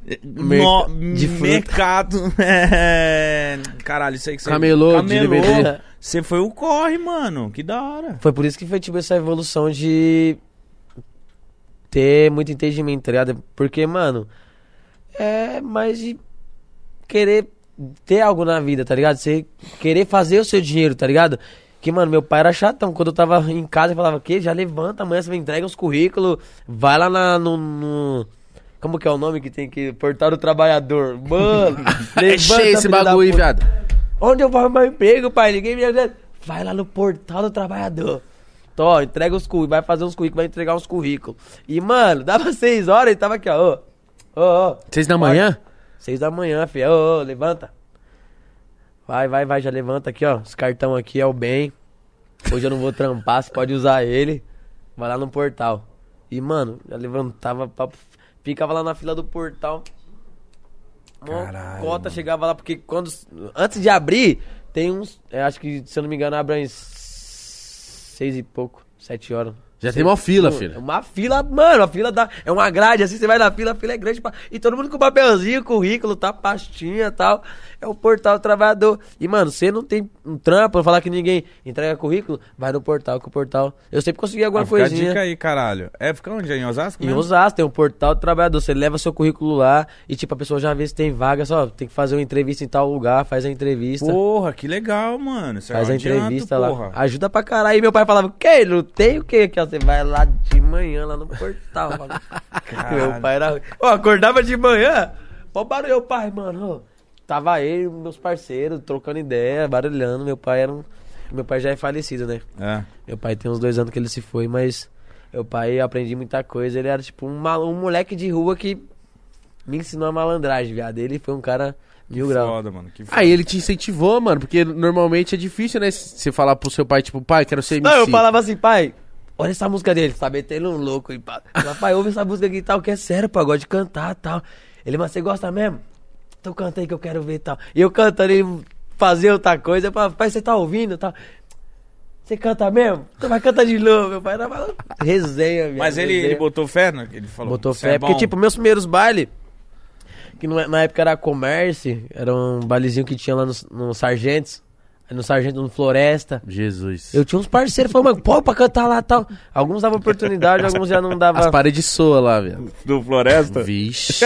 eh,
Merca-
no-
de fruta.
mercado. é, caralho, isso aí que você.
Camelô de DVD.
Você foi o corre, mano. Que da hora.
Foi por isso que foi, tipo, essa evolução de ter muito entendimento, tá ligado? Porque, mano, é mais de querer ter algo na vida, tá ligado? Você querer fazer o seu dinheiro, tá ligado? Que, mano, meu pai era chatão. Quando eu tava em casa, ele falava, que já levanta, amanhã você vai entrega os currículos, vai lá na, no, no- Como que é o nome que tem que... Portal do Trabalhador. Mano,
É
levanta,
cheio esse
filho da
bagulho, hein,
puta.
viado.
Onde eu vou arrumar emprego, pai? Ninguém me ajuda. Vai lá no portal do trabalhador. Ó, entrega os currículos, vai fazer uns currículos, vai entregar uns currículos. E, mano, dava seis horas, ele tava aqui, ó. Ô, ô, ô.
Seis da manhã?
Seis da manhã, filho. Ô, ô, levanta. Vai, vai, vai, já levanta aqui, ó. Esse cartão aqui é o bem. Hoje eu não vou trampar, você pode usar ele. Vai lá no portal. E, mano, já levantava, papo- ficava lá na fila do portal. Mó
Caralho,
cota
mano.
chegava lá, porque quando. Antes de abrir, tem uns. é, acho que, se eu não me engano, abre às seis e pouco, sete horas.
Já
Sei-
tem uma fila,
Pô, É
filho.
uma fila, mano, a fila dá. É uma grade, assim, você vai na fila, a fila é grande. pá, E todo mundo com papelzinho, currículo, tá? Pastinha e tal. É o portal do trabalhador. E, mano, você não tem um trampo, eu falar que ninguém entrega currículo, vai no portal, que o portal. Eu sempre consegui alguma
Ah, fica a
coisinha.
dica aí, caralho. É, fica onde? É Em Osasco?
Em
mesmo?
Osasco tem um portal do trabalhador, você leva seu currículo lá e tipo a pessoa já vê se tem vaga, só tem que fazer uma entrevista em tal lugar, faz a entrevista.
Porra, que legal, mano. Isso é
Faz
um
a
adianto,
entrevista
porra.
lá. Ajuda pra caralho. E meu pai falava, que? Não tem o quê? Que ó, você vai lá de manhã, lá no portal. mano." meu pai era... Ó, acordava de manhã, ó o barulho, Ô, pai, mano. ó. Tava ele, meus parceiros, trocando ideia, barulhando. Meu pai era um... Meu pai já é falecido, né?
É.
Meu pai tem uns dois anos que ele se foi, mas... Meu pai, eu aprendi muita coisa. Ele era tipo um, mal... um moleque de rua que me ensinou a malandragem, viado. Ele foi um cara mil graus.
Foda, mano. Que foda.
Aí ele te incentivou, mano, porque normalmente é difícil, né? Você falar pro seu pai, tipo, pai, quero ser MC.
Não, eu falava assim, pai, olha essa música dele, tá metendo um louco. E pá. Eu falava, pai, ouve essa música aqui e tal, que é sério, pai, eu gosto de cantar e tal. Ele, mas você gosta mesmo? Então canta aí que eu quero ver e tal. E eu cantando, ele fazia outra coisa, eu falava, pai, você tá ouvindo e tal. Você canta mesmo? Então vai cantar de novo, meu pai. Era uma resenha, velho.
Mas ele,
resenha.
ele botou fé, né? Ele falou.
é, Botou
"Cê
fé.
é
porque,
bom."
tipo, meus primeiros bailes, que não é- na época era comércio, era um bailezinho que tinha lá nos no Sargentos, aí no Sargento, no Floresta.
Jesus.
Eu tinha uns parceiros falando, mano, pô, pra cantar lá e tal. Alguns davam oportunidade, alguns já não
As
davam.
paredes soam lá, velho.
do Floresta.
Vixe.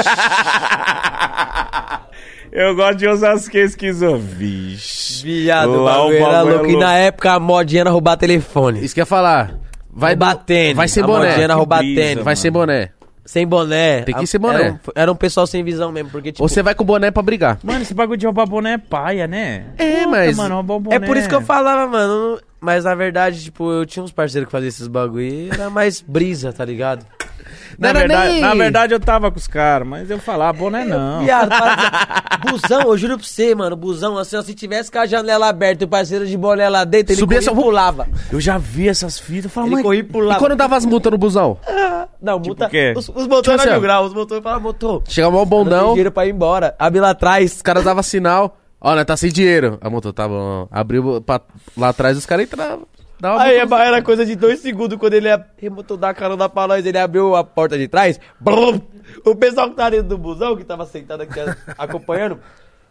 Eu gosto de Osasquense que zoam. Vixe.
Viado,
Lá o
bagulho era
bagulho é
louco. E
louco.
na época a modinha era roubar telefone.
Isso que eu ia falar. Vai do-
roubar tênis.
Vai sem
a
boné.
modinha era Tipo-
Que
roubar
brisa,
tênis.
Vai sem boné.
Sem boné.
Tem que
A-
ir sem boné.
Era um, era um pessoal sem visão mesmo, porque tipo.
Ou você vai com boné pra brigar.
Mano, esse bagulho de roubar boné é paia, né?
É,
Puta,
mas-
Mano, roubar boné.
É por isso que eu falava, mano. Mas na verdade, tipo, eu tinha uns parceiros que faziam esses bagulho e era mais brisa, tá ligado?
Na
Não era
verdade,
nem-
na verdade, eu tava com os caras, mas eu falar boné
Ah.
não.
Viado, para- busão, eu juro pra você, mano, busão, assim, ó, se tivesse com a janela aberta e o parceiro de boné lá dentro, ele
Subia
corria
só-
e pulava.
Eu já vi essas fitas. Eu falava,
Ele
mano.
corria e
E
pulava.
quando dava as multas no busão?
Não, multa.
o quê?
Os, os motores
assim,
eram
ó.
mil graus, os motores falaram, motor.
Chegava mal
Tipo, Não tem
bondão,
dinheiro pra ir embora. Abre lá atrás.
os caras davam sinal. Ó, nós tá sem dinheiro. A moto tá bom. Abriu pra- lá atrás, os caras entravam. Dava
Aí
multa.
era coisa de dois segundos quando ele ia- remotou da carona pra nós, ele abriu a porta de trás. blum, o pessoal que tava dentro do busão, que tava sentado aqui a- acompanhando,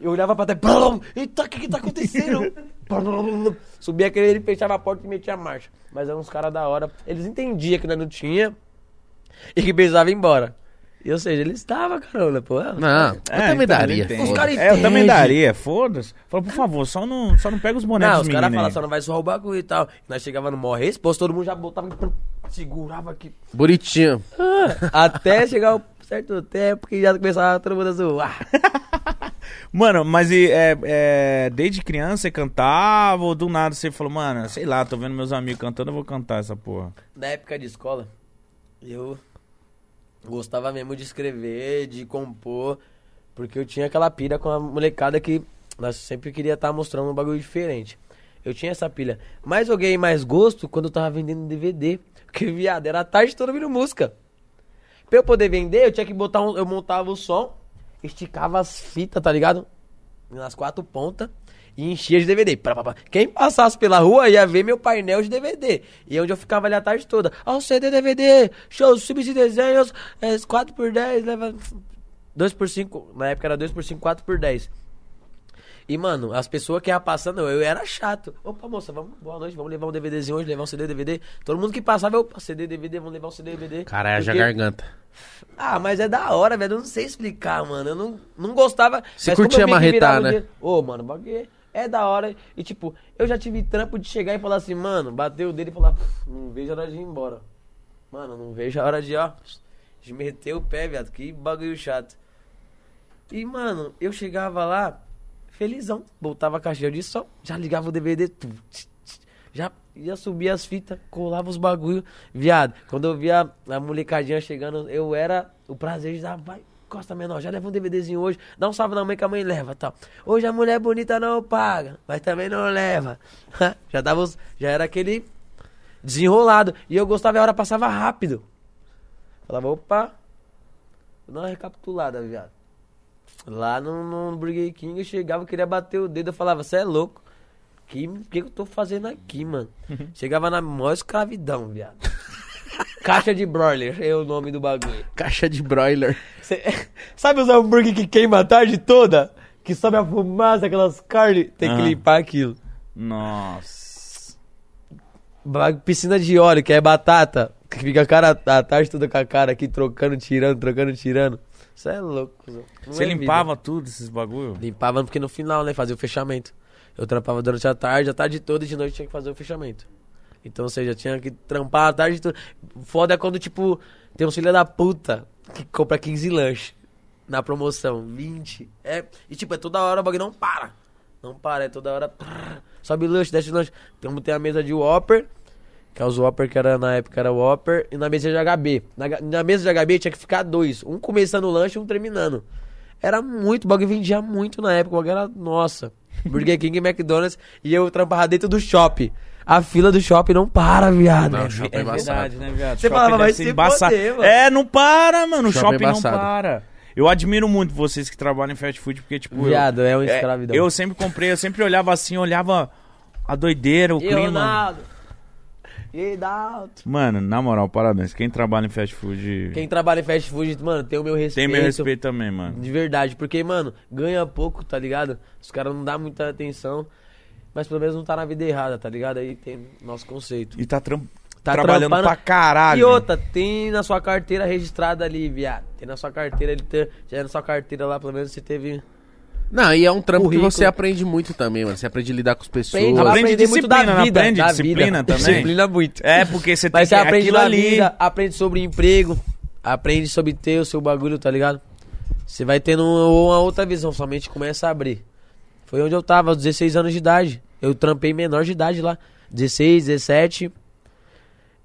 eu olhava pra trás. blum, Eita, o que que tá acontecendo? Blum, Subia aquele, ele fechava a porta e metia a marcha. Mas eram uns caras da hora. Eles entendiam que nós não tinha e que precisava ir embora. E, ou seja, eles estavam carona, pô.
Não, eu
É,
também
então,
daria.
ele
Os
entende.
cara
É, eu também
entende.
daria, foda-se. Fala, por favor, só não, só não pega os bonés
Não,
dos
os caras
meninos
falam,
aí.
só não vai surrar o bagulho e tal. Nós chegava no maior resposta, todo mundo já botava, e segurava aqui.
Bonitinho.
Ah.
Até chegar um certo tempo que já começava todo mundo a zoar.
Mano, mas e, é, é, desde criança você cantava ou do nada você falou, mano, sei lá, tô vendo meus amigos cantando, eu vou cantar essa porra.
Na época de escola, eu gostava mesmo de escrever, de compor, porque eu tinha aquela pilha com a molecada que nós sempre queria estar mostrando um bagulho diferente. Eu tinha essa pilha. Mas eu ganhei mais gosto quando eu tava vendendo DVD. Porque, viado, era a tarde toda ouvindo música. Pra eu poder vender, eu tinha que botar um. Eu montava o som, esticava as fitas, tá ligado? Nas quatro pontas e enchia de DVD. Pá, pá, pá. Quem passasse pela rua ia ver meu painel de DVD. E é onde eu ficava ali a tarde toda. Ó, o CD DVD, shows, subs e desenhos, é, 4x10, leva. 2x5, na época era 2x5, 4x10. E, mano, as pessoas que iam passando, eu era chato. Opa, moça, vamos, boa noite, vamos levar um DVDzinho hoje, levar um CD, DVD. Todo mundo que passava, eu, CD, DVD, vamos levar um CD, DVD.
Caralho, já
Porque-
garganta.
ah, mas é da hora, velho. Eu não sei explicar, mano. Eu não, não gostava.
Se
mas como
curtia
eu vi que
marretar,
virava o
né?
dia- Ô, mano, o bagulho é da hora. E, tipo, eu já tive trampo de chegar e falar assim, mano, bateu o dedo e falar, "Pff, não vejo a hora de ir embora. Mano, não vejo a hora de, ó, de meter o pé, viado. Que bagulho chato. E, mano, eu chegava lá, felizão. Voltava a caixinha de som, já ligava o DVD. tu, tch, tch. já ia subir as fitas, colava os bagulho. Viado, quando eu via a molecadinha chegando, eu era o prazer de dar, vai, Costa Menor, já leva um DVDzinho hoje, dá um salve na mãe que a mãe leva, tal. Hoje a mulher bonita não paga, mas também não leva. já dava os- já era aquele desenrolado. E eu gostava, e a hora passava rápido. Falava, opa, vou dar uma recapitulada, viado. Lá no, no Burger King eu chegava, queria bater o dedo, eu falava, você é louco. O que, que eu tô fazendo aqui, mano? Chegava na maior escravidão, viado. Caixa de broiler é o nome do bagulho.
Caixa de broiler.
Cê- sabe os hambúrguer que queima a tarde toda? Que sobe a fumaça, aquelas carnes. Tem que
Ah.
limpar aquilo.
Nossa.
Ba- Piscina de óleo, que é batata. Que fica a, cara, a tarde toda com a cara aqui, trocando, tirando, trocando, tirando. Isso é louco. cuzão. Não
Você
é vida.
limpava tudo esses bagulho?
Limpava porque no final, né? Fazia o fechamento. Eu trampava durante a tarde, a tarde toda e de noite tinha que fazer o fechamento. Então, ou seja, tinha que trampar a tarde toda. Foda é quando, tipo, tem uns filha da puta que compra 15 lanches na promoção. 20. É, e, tipo, é toda hora o bagulho não para. Não para, é toda hora. prrr, Sobe lanche, desce lanche. Então tem a mesa de Whopper, que é os Whopper que era na época era Whopper, e na mesa de HB. Na, ga- na mesa de HB tinha que ficar dois, um começando o lanche e um terminando. Era muito, o bagulho vendia muito na época, o bagulho era, nossa, Burger King e McDonald's, e eu trampava dentro do shopping. A fila do shopping não para, viado.
Não,
É-
o shopping
é
é embaçado.
Verdade, né, viado?
Você
Shopping
falava,
deve
vai
ser
se
embaça-
foder, mano.
É, não para, mano. O
Shopping
shopping, não
embaçado.
para. Eu admiro muito vocês que trabalham em fast food, porque, tipo. eu-
Viado, é uma
é,
escravidão.
eu sempre comprei, eu sempre olhava assim, olhava a doideira, o
E aí,
clima.
Ronaldo? E aí, Dalton?
Mano, na moral, parabéns. Quem trabalha em fast food
Quem trabalha em fast food, mano, tem o meu respeito.
tem meu respeito também, mano.
De verdade, porque, mano, ganha pouco, tá ligado? Os caras não dão muita atenção, mas pelo menos não tá na vida errada, tá ligado? Aí tem nosso conceito.
E tá, tram-
Tá
trabalhando
trampando-
pra caralho.
E outra, tem na sua carteira registrada ali, viado. Tem na sua carteira, ele tem, já é na sua carteira lá, pelo menos você teve.
Não, e é um trampo que
Currículo.
você aprende muito também, mano. Você aprende a lidar com as pessoas.
Aprende,
Aprende
aprende muito da
disciplina, não
vida,
aprende
da
disciplina
vida.
também?
Disciplina muito.
É, porque você tem
Mas
que
você aprende
aquilo
na
ali.
vida, aprende sobre emprego, aprende sobre ter o seu bagulho, tá ligado? Você vai tendo um- uma outra visão, sua mente começa a abrir. Foi onde eu tava, aos 16 anos de idade. Eu trampei menor de idade lá. 16, 17,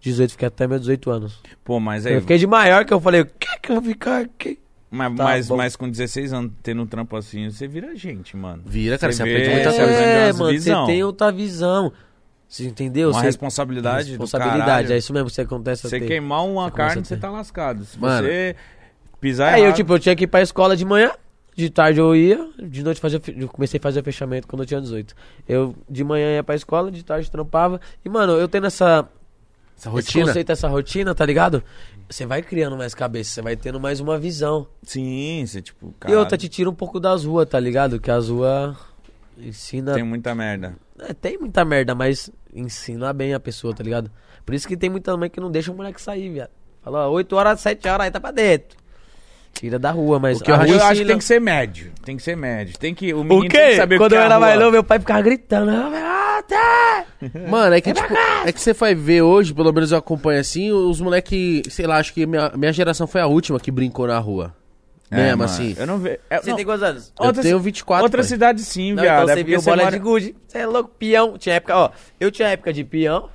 18, fiquei até meus 18 anos.
Pô, mas aí.
Eu fiquei de maior que eu falei, o que que eu vou ficar aqui?
Mas,
Tá
mas,
bom.
mas com 16 anos tendo um trampo assim, você vira gente, mano.
Vira, cara,
Você
você aprende
vê-
muita
tá
coisa.
sabendo
é,
das
mano,
visão.
você tem outra visão. Você entendeu?
Uma
Você-
responsabilidade, do
responsabilidade,
caralho.
é isso mesmo que acontece.
Você
ter.
queimar uma
Você começa
carne,
a
você
ter.
tá lascado. Se
Mano.
você pisar
Aí eu,
errado-
tipo, eu tinha que ir pra escola de manhã, de tarde eu ia, de noite fazia, fe- eu comecei a fazer o fechamento quando eu tinha 18. Eu de manhã ia pra escola, de tarde trampava. E, mano, eu tendo essa,
Essa
esse
rotina.
conceito, essa rotina, tá ligado? Você vai criando mais cabeça, você vai tendo mais uma visão.
Sim, você, tipo,
E
cara,
outra, te tira um pouco das ruas, tá ligado? Que as ruas ensina...
um
tem muita merda.
É, tem muita merda, mas ensina bem a pessoa, tá ligado? Por isso que tem muita mãe que não deixa o moleque sair, viado. Fala, ó, 8 horas, 7 horas, aí tá pra dentro. Tira da rua, mas...
O que eu
a
Eu,
rua
acho-
acho que
ensina.
tem que ser médio. Tem que ser médio. Tem que, o menino
O
tem que
quê?
saber
Quando
o que
eu
é a
era
rua.
mais novo, meu pai ficava gritando. "Ah, Velato!"
Mano, é que, tipo, é que você vai ver hoje, pelo menos eu acompanho assim, os moleque, sei lá, acho que minha, minha geração foi a última que brincou na rua.
É,
Mesmo,
mano,
assim.
Eu não vejo... é,
Você
não,
tem quantos anos?
Eu
outra
tenho
ci-
24,
Outra
pai.
cidade sim,
Não,
viado.
então
é
você
porque
viu
você
bola
mora-
de gude. Você é louco, peão. Tinha época, ó. Eu tinha época de peão.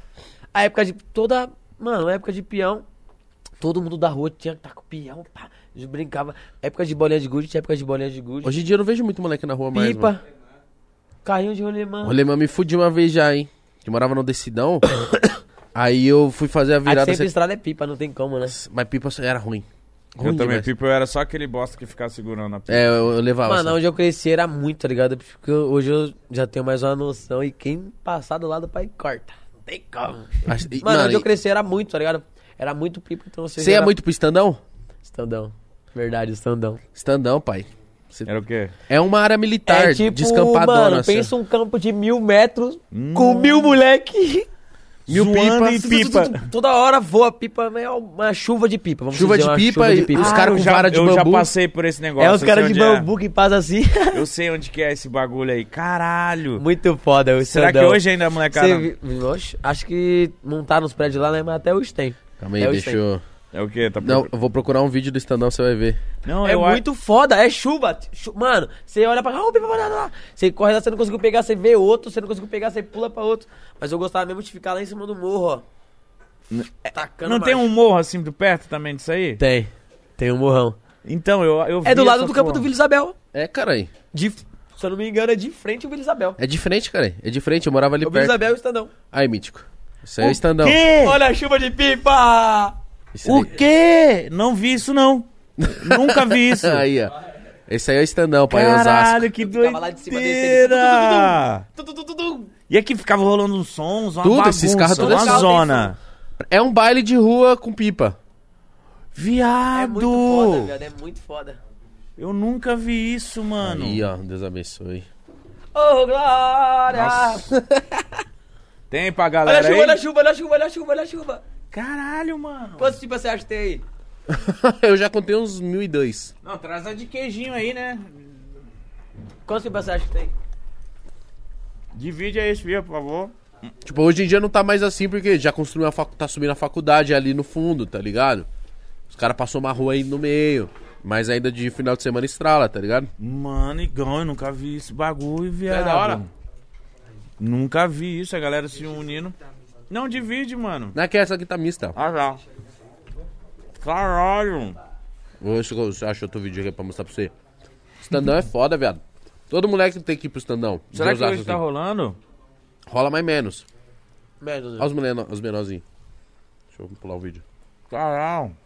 A época de toda... Mano, época de peão. Todo mundo da rua tinha que estar com peão. Pá. A gente brincava. Época de bolinha de gude. Tinha época de bolinha de gude.
Hoje em dia eu não vejo muito moleque na rua
é
mais.
Pipa.
mano.
Carrinho de rolemã.
O Alemão me fudiu uma vez já, hein? Eu morava no Decidão. aí eu fui fazer a
A que
virada.
sempre
Você...
estrada é pipa, não tem como, né?
Mas pipa só- era ruim. ruim
Eu também,
demais.
Pipo, eu era só aquele bosta que ficava segurando a pipa.
É, eu, eu levava.
Mano,
assim.
onde eu cresci era muito, tá ligado? Porque eu- hoje eu já tenho mais uma noção e quem passar do lado, o pai corta. Não tem como.
Acho- e-
Mano,
mano,
onde eu
e-
cresci era muito, tá ligado? Era muito pipa, então você.
Você ia
era...
muito pro estandão?
Estandão. Verdade, estandão.
Estandão, pai. Você-
Era o quê?
É uma área militar, descampadona.
tipo, mano,
assim.
pensa um campo de mil metros
Hum.
com mil moleque.
Mil
Zoando
pipas.
e pipa.
Toda hora voa pipa, é uma chuva de pipa. Vamos
Chuva
dizer,
de
uma
pipa
chuva
e
de pipa.
os caras
Ah, eu
com assim,
já-
vara de
Eu já
bambu.
passei por esse negócio.
é os
eu
caras
sei
de
onde é.
bambu que passam assim.
Eu sei onde que é esse bagulho aí. Caralho.
muito foda. O
Será que
estandão.
hoje é, ainda, molecada?
Você vi- Oxe, acho que montaram os prédios lá, né? Mas até hoje tem.
Calma aí,
É o
deixa eu.
É o quê? Tá
Não,
procurando-
eu vou procurar um vídeo do Estandão, você vai ver.
Não,
É
eu a-
muito foda, é chuva. Chu- Mano, você olha pra cá, "Ah, o pipa vai lá". você corre lá, você não conseguiu pegar, você vê outro, você não conseguiu pegar, você pula pra outro. Mas eu gostava mesmo de ficar lá em cima do morro, ó. Tacando
Não tem
macho.
um morro assim do perto também disso aí?
Tem. Tem um morrão.
Então, eu, eu
É
vi
do lado
essa
do campo
porra.
do Vila Isabel.
É, caralho.
De, se eu não me engano, é de frente o Vila Isabel.
É diferente, cara. É diferente, eu morava ali
O Vila
perto.
Isabel e o Estandão.
Aí, mítico. Isso aí é o Estandão.
Quê?
Olha a chuva de pipa!
Esse
O
daí-
quê? Não vi isso, não. Nunca vi isso.
Aí, ó. Esse aí é o Estandão, pai, Osasco.
Caralho, que
Ficava lá de cima dele,
doideira!
Tu, tu, tu, tu, tu.
E aqui ficava rolando uns sons, uma
Tudo,
bagunça,
esses carros, tudo assim.
uma
esses
têm
carros
zona.
É um baile de rua com pipa.
É
Viado!
muito foda, viado, é muito foda.
eu nunca vi isso, mano.
Aí, ó, Deus abençoe.
Ô, Glória!
Tem pra
Olha a
galera
chuva, olha a
aí?
chuva, olha a chuva, olha a chuva, olha a chuva.
Caralho, mano.
Quantos pipas você acha que tem aí?
eu já contei uns mil e dois.
Não, traz a de queijinho aí, né?
Quantos pipas você acha que tem?
Divide aí esse dia, por favor.
Tipo, hoje em dia não tá mais assim porque já construiu a facu... tá subindo a faculdade ali no fundo, tá ligado? Os caras passou uma rua aí no meio. Mas ainda de final de semana estrala, tá ligado?
Mano, igual, eu nunca vi esse bagulho, viado.
É da hora?
Nunca vi isso, a galera se unindo. Não, divide, mano.
Não é que essa aqui tá mista.
Ah, tá. Caralho.
Vou ver se eu se eu acho outro vídeo aqui pra mostrar pra você. Estandão é foda, viado. Todo moleque tem que ir pro estandão.
Será
Deus
que
acha,
hoje tá
assim.
rolando?
Rola mais menos.
Merda, né?
Olha os, menor, os menorzinhos. Deixa eu pular o vídeo.
Caralho.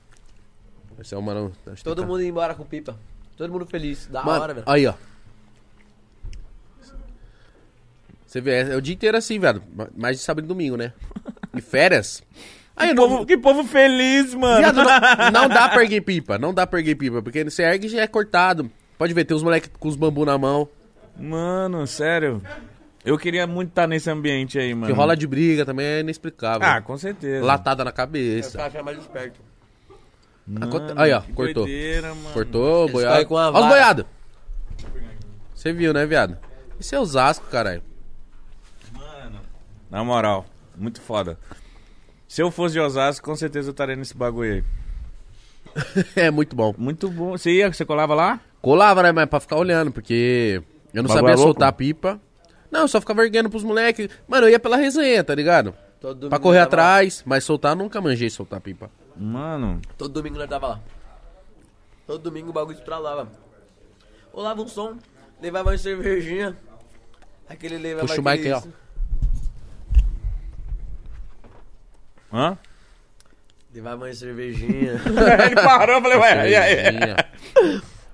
Esse é o mano. acho que
Todo
tá-
mundo indo embora com pipa. Todo mundo feliz. Da
Mano,
hora, velho.
Aí, ó. Você vê, é o dia inteiro assim, velho. Ma- Mais de sábado e domingo, né? E férias? Aí, não,
Povo- que povo feliz, mano.
viado, não, não dá pra erguer pipa. Não dá pra erguer pipa. Porque você ergue e já é cortado. Pode ver, tem os moleques com os bambu na mão.
Mano, sério. Eu queria muito estar nesse ambiente aí, mano.
Que rola de briga também é inexplicável.
Uhum. Ah, com certeza.
Latada na
É, Os
cabeça.
caras ficam mais espertos.
Mano,
Aconte- aí, ó,
que
cortou.
doideira, mano.
Cortou,
saem
boiado.
com a
Olha os
vara.
boiados. Você viu, né, viado? Isso é Osasco, caralho.
Mano, na moral, muito foda. Se eu fosse de Osasco, com certeza eu estaria nesse bagulho aí.
é muito bom.
Muito bom. Você ia, você colava lá?
Colava, né? Mas pra ficar olhando, porque eu não
Bagulho é
sabia
louco?
soltar a pipa. Não, eu só ficava erguendo pros moleques. Mano, eu ia pela resenha, tá ligado?
Todo domingo
Pra correr
nós tava
atrás, mas soltar, eu nunca manjei soltar pipa.
Mano,
lá. Todo domingo nós tava lá. Todo domingo o bagulho estralava. Rolava um som, levava uma cervejinha. Aquele levava
Puxa o mic aí, ó.
aquele-
hã?
Levava uma cervejinha.
Ele parou, eu falei,
É,
ué, e aí?
Resenha.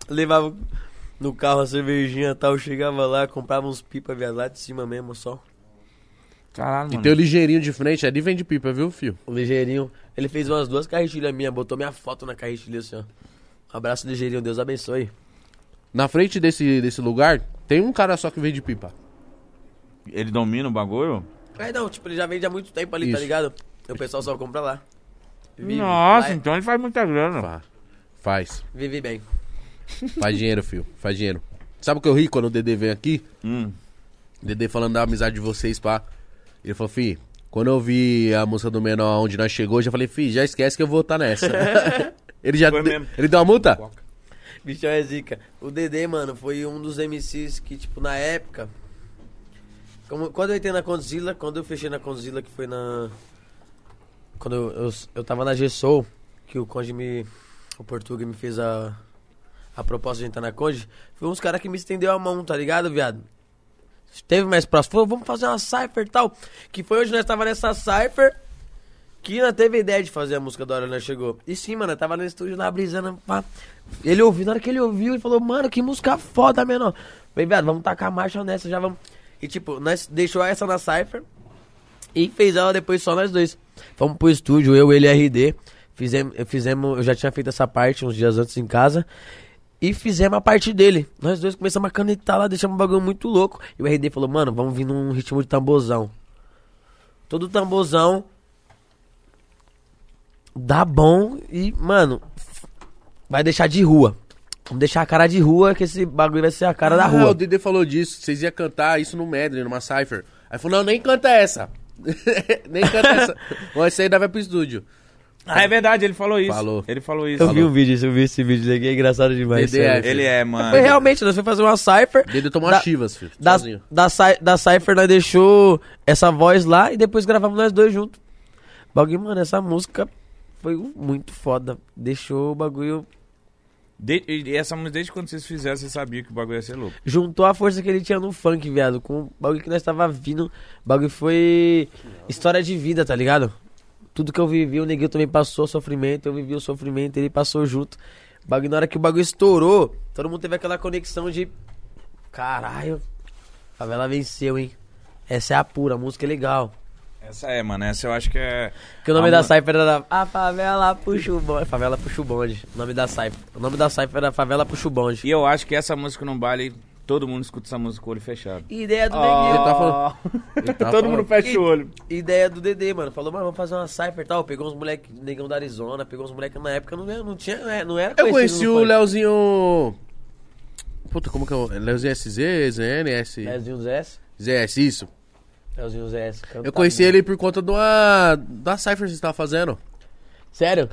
levava no carro a cervejinha e tal. Chegava lá, comprava uns pipa, viado, lá de cima mesmo só.
Caralho,
E
mano.
tem o ligeirinho de frente, ali vende pipa, viu, fio?
O Ligeirinho, ele fez umas duas carretilhas minhas, botou minha foto na carretilha assim, ó. Um abraço, Ligeirinho, Deus abençoe.
Na frente desse, desse lugar, tem um cara só que vende pipa.
Ele domina o bagulho?
É, não, tipo, ele já vende há muito tempo ali, tá
Isso.
ligado? E o pessoal só compra lá. Vive,
Nossa,
lá é-
então ele faz muita grana.
Fa- Faz.
Vive bem.
Faz dinheiro, fio. Faz dinheiro. Sabe o que eu ri quando o Dedê vem aqui?
Hum.
Dedê falando da amizade de vocês, pá. Ele falou, fi, quando eu vi a música do menor onde nós chegou, eu já falei, fi, já esquece que eu vou estar nessa. ele já.
Foi
de-
mesmo.
Ele deu uma multa?
Bichão é zica. O Dedê, mano, foi um dos MCs que, tipo, na época. Como, quando eu entrei na Condzilla, quando eu fechei na Condzilla, que foi na. Quando eu, eu, eu tava na GSOL, que o Conde me. O Portuga me fez a. A proposta de entrar na Conde. Foi uns caras que me estendeu a mão, tá ligado, viado? Teve mais próximo. Falou, vamos fazer uma cypher e tal. Que foi hoje nós tava nessa cypher. Que nós teve a ideia de fazer a música da hora que nós chegou. E sim, mano, eu tava no estúdio lá brisando. Pá. Ele ouviu, na hora que ele ouviu, ele falou, mano, que música foda, menor. Falei, viado, vamos tacar a marcha nessa, já vamos. E tipo, nós deixou essa na Cypher e fez ela depois só nós dois. Fomos pro estúdio, eu, ele e RD. Fizemos, eu, fizemos, eu já tinha feito essa parte uns dias antes em casa. E fizemos a parte dele. Nós dois começamos a canetar lá, deixamos um bagulho muito louco. E o RD falou, mano, vamos vir num ritmo de tamborzão. Todo tamborzão, dá bom e, mano, vai deixar de rua. Vamos deixar a cara de rua, que esse bagulho vai ser a cara da
Ah,
rua.
O Dedê falou disso. Vocês iam cantar isso no medley, numa cypher. Aí falou, não, nem canta essa. nem canta essa. Bom, essa aí ainda vai pro estúdio.
Ah, é verdade, ele falou isso.
Falou.
Ele falou isso.
Eu vi um vídeo, eu vi esse vídeo aqui, é engraçado demais.
DDF.
sério.
Ele é, mano.
Foi realmente, nós fomos fazer uma cypher.
Dedo tomou
Da-
as chivas, filho.
Da,
sozinho.
da, cy- da Cypher nós deixou essa voz lá e depois gravamos nós dois juntos. Bagulho, mano, essa música foi muito foda. Deixou o bagulho.
De- e e essa música, desde quando vocês fizeram, vocês sabiam que o bagulho ia ser louco.
Juntou a força que ele tinha no funk, viado, com o bagulho que nós tava vindo. O bagulho foi história de vida, tá ligado? Tudo que eu vivi, o Neguinho também passou sofrimento, eu vivi o sofrimento, ele passou junto. O Bagulho, na hora que o bagulho estourou, todo mundo teve aquela conexão de. Caralho, a favela venceu, hein? Essa é a pura, a música é legal.
Essa é, mano. Essa eu acho que é.
Que o nome
Ah,
da
mano.
Cypher era A Favela Puxa o Bonde. Favela Puxa o Bonde. O nome da Cypher. O nome da Cypher era Favela Puxa o Bonde.
E eu acho que essa música no baile, todo mundo escuta essa música com o olho fechado.
Ideia do
Ele
Neguinho.
tá falando. Ele tá
todo
falando.
mundo fecha o olho.
Ideia do Dedê, mano. Falou, mano, vamos fazer uma Cypher e tal. Pegou uns moleque negão da Arizona, pegou uns moleque na época, não, não tinha, não era- não era
Eu
conhecido
conheci
no
o
funk.
Leozinho. Puta, como que é o. Leozinho SZ, ZN, S.
Leozinho ZS.
ZS, isso.
Leozinho ZS.
Eu conheci ele por conta de uma. Da Cypher que você tava fazendo.
Sério?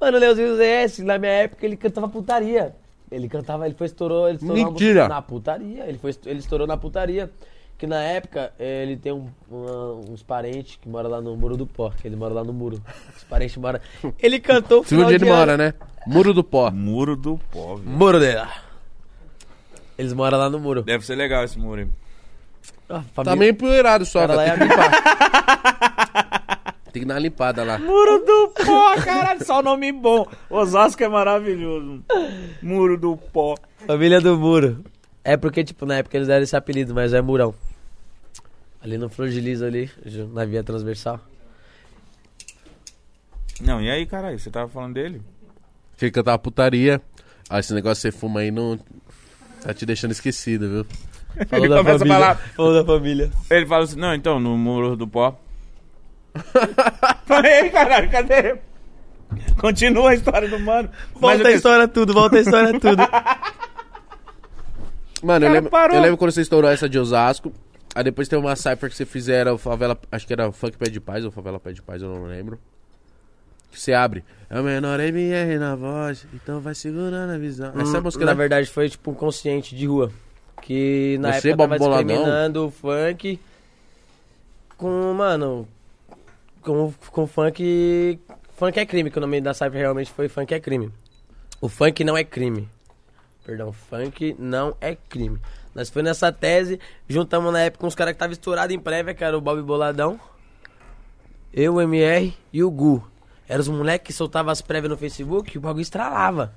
Mano, o Leozinho ZS, na minha época, ele cantava putaria. Ele cantava, ele foi estourou, ele estourou na-
Mentira.
na putaria. Ele, foi, est- ele estourou na putaria. Que na época eh, ele tem um- uma- uns parentes que moram lá no Muro do Pó, que ele mora lá no muro. Os parentes moram. Ele cantou o
Você viu
final
onde
de
ele mora,
ano.
né? Muro do Pó.
Muro do pó, velho.
Muro dela. Eles moram lá no muro.
Deve ser legal esse muro aí.
Ah,
Tá
família-
meio empoeirado só,
Cara, lá
velho.
é
Tem que limpar. Tem que dar uma limpada lá.
Muro do pó, caralho, só nome bom. Osasco é maravilhoso. Muro do pó.
Família do Muro. É porque, tipo, na época eles deram esse apelido, mas é Murão. Ali no Flor de Lis, ali, ju- na via transversal.
Não, e aí, caralho, você tava falando dele?
Tinha que cantar tá putaria. Ah, esse negócio que você fuma aí não. Tá te deixando esquecido, viu?
Falou
Ele
da
começa a
família.
falar.
Falou da família.
Ele fala assim, não, então, no muro do pó. Falei, caralho, cadê? Continua a história do mano. Mas
Volta a
eu-
história tudo, volta a história tudo.
Mano, eu
Cara,
lembro,
parou.
eu lembro quando você estourou essa de Osasco. Aí depois tem uma cypher que você fizeram, favela, acho que era Funk Pé de Paz ou Favela Pé de Paz, eu não lembro. Que você abre. É o menor MR na voz, então vai segurando a visão. Essa é a música,
Hum, na
né?
verdade, foi tipo um consciente de rua. Que na
Você,
época tava
Bob Boladão?
discriminando o funk com, mano. Com, com funk. Funk é crime, que o nome da Cypher realmente foi Funk é crime. O funk não é crime. Perdão, funk não é crime. Nós foi nessa tese, juntamos na época uns caras que tava estourado em prévia, que era o Bob Boladão, eu, o MR e o Gu. Eram os moleques que soltavam as prévias no Facebook e o bagulho estralava.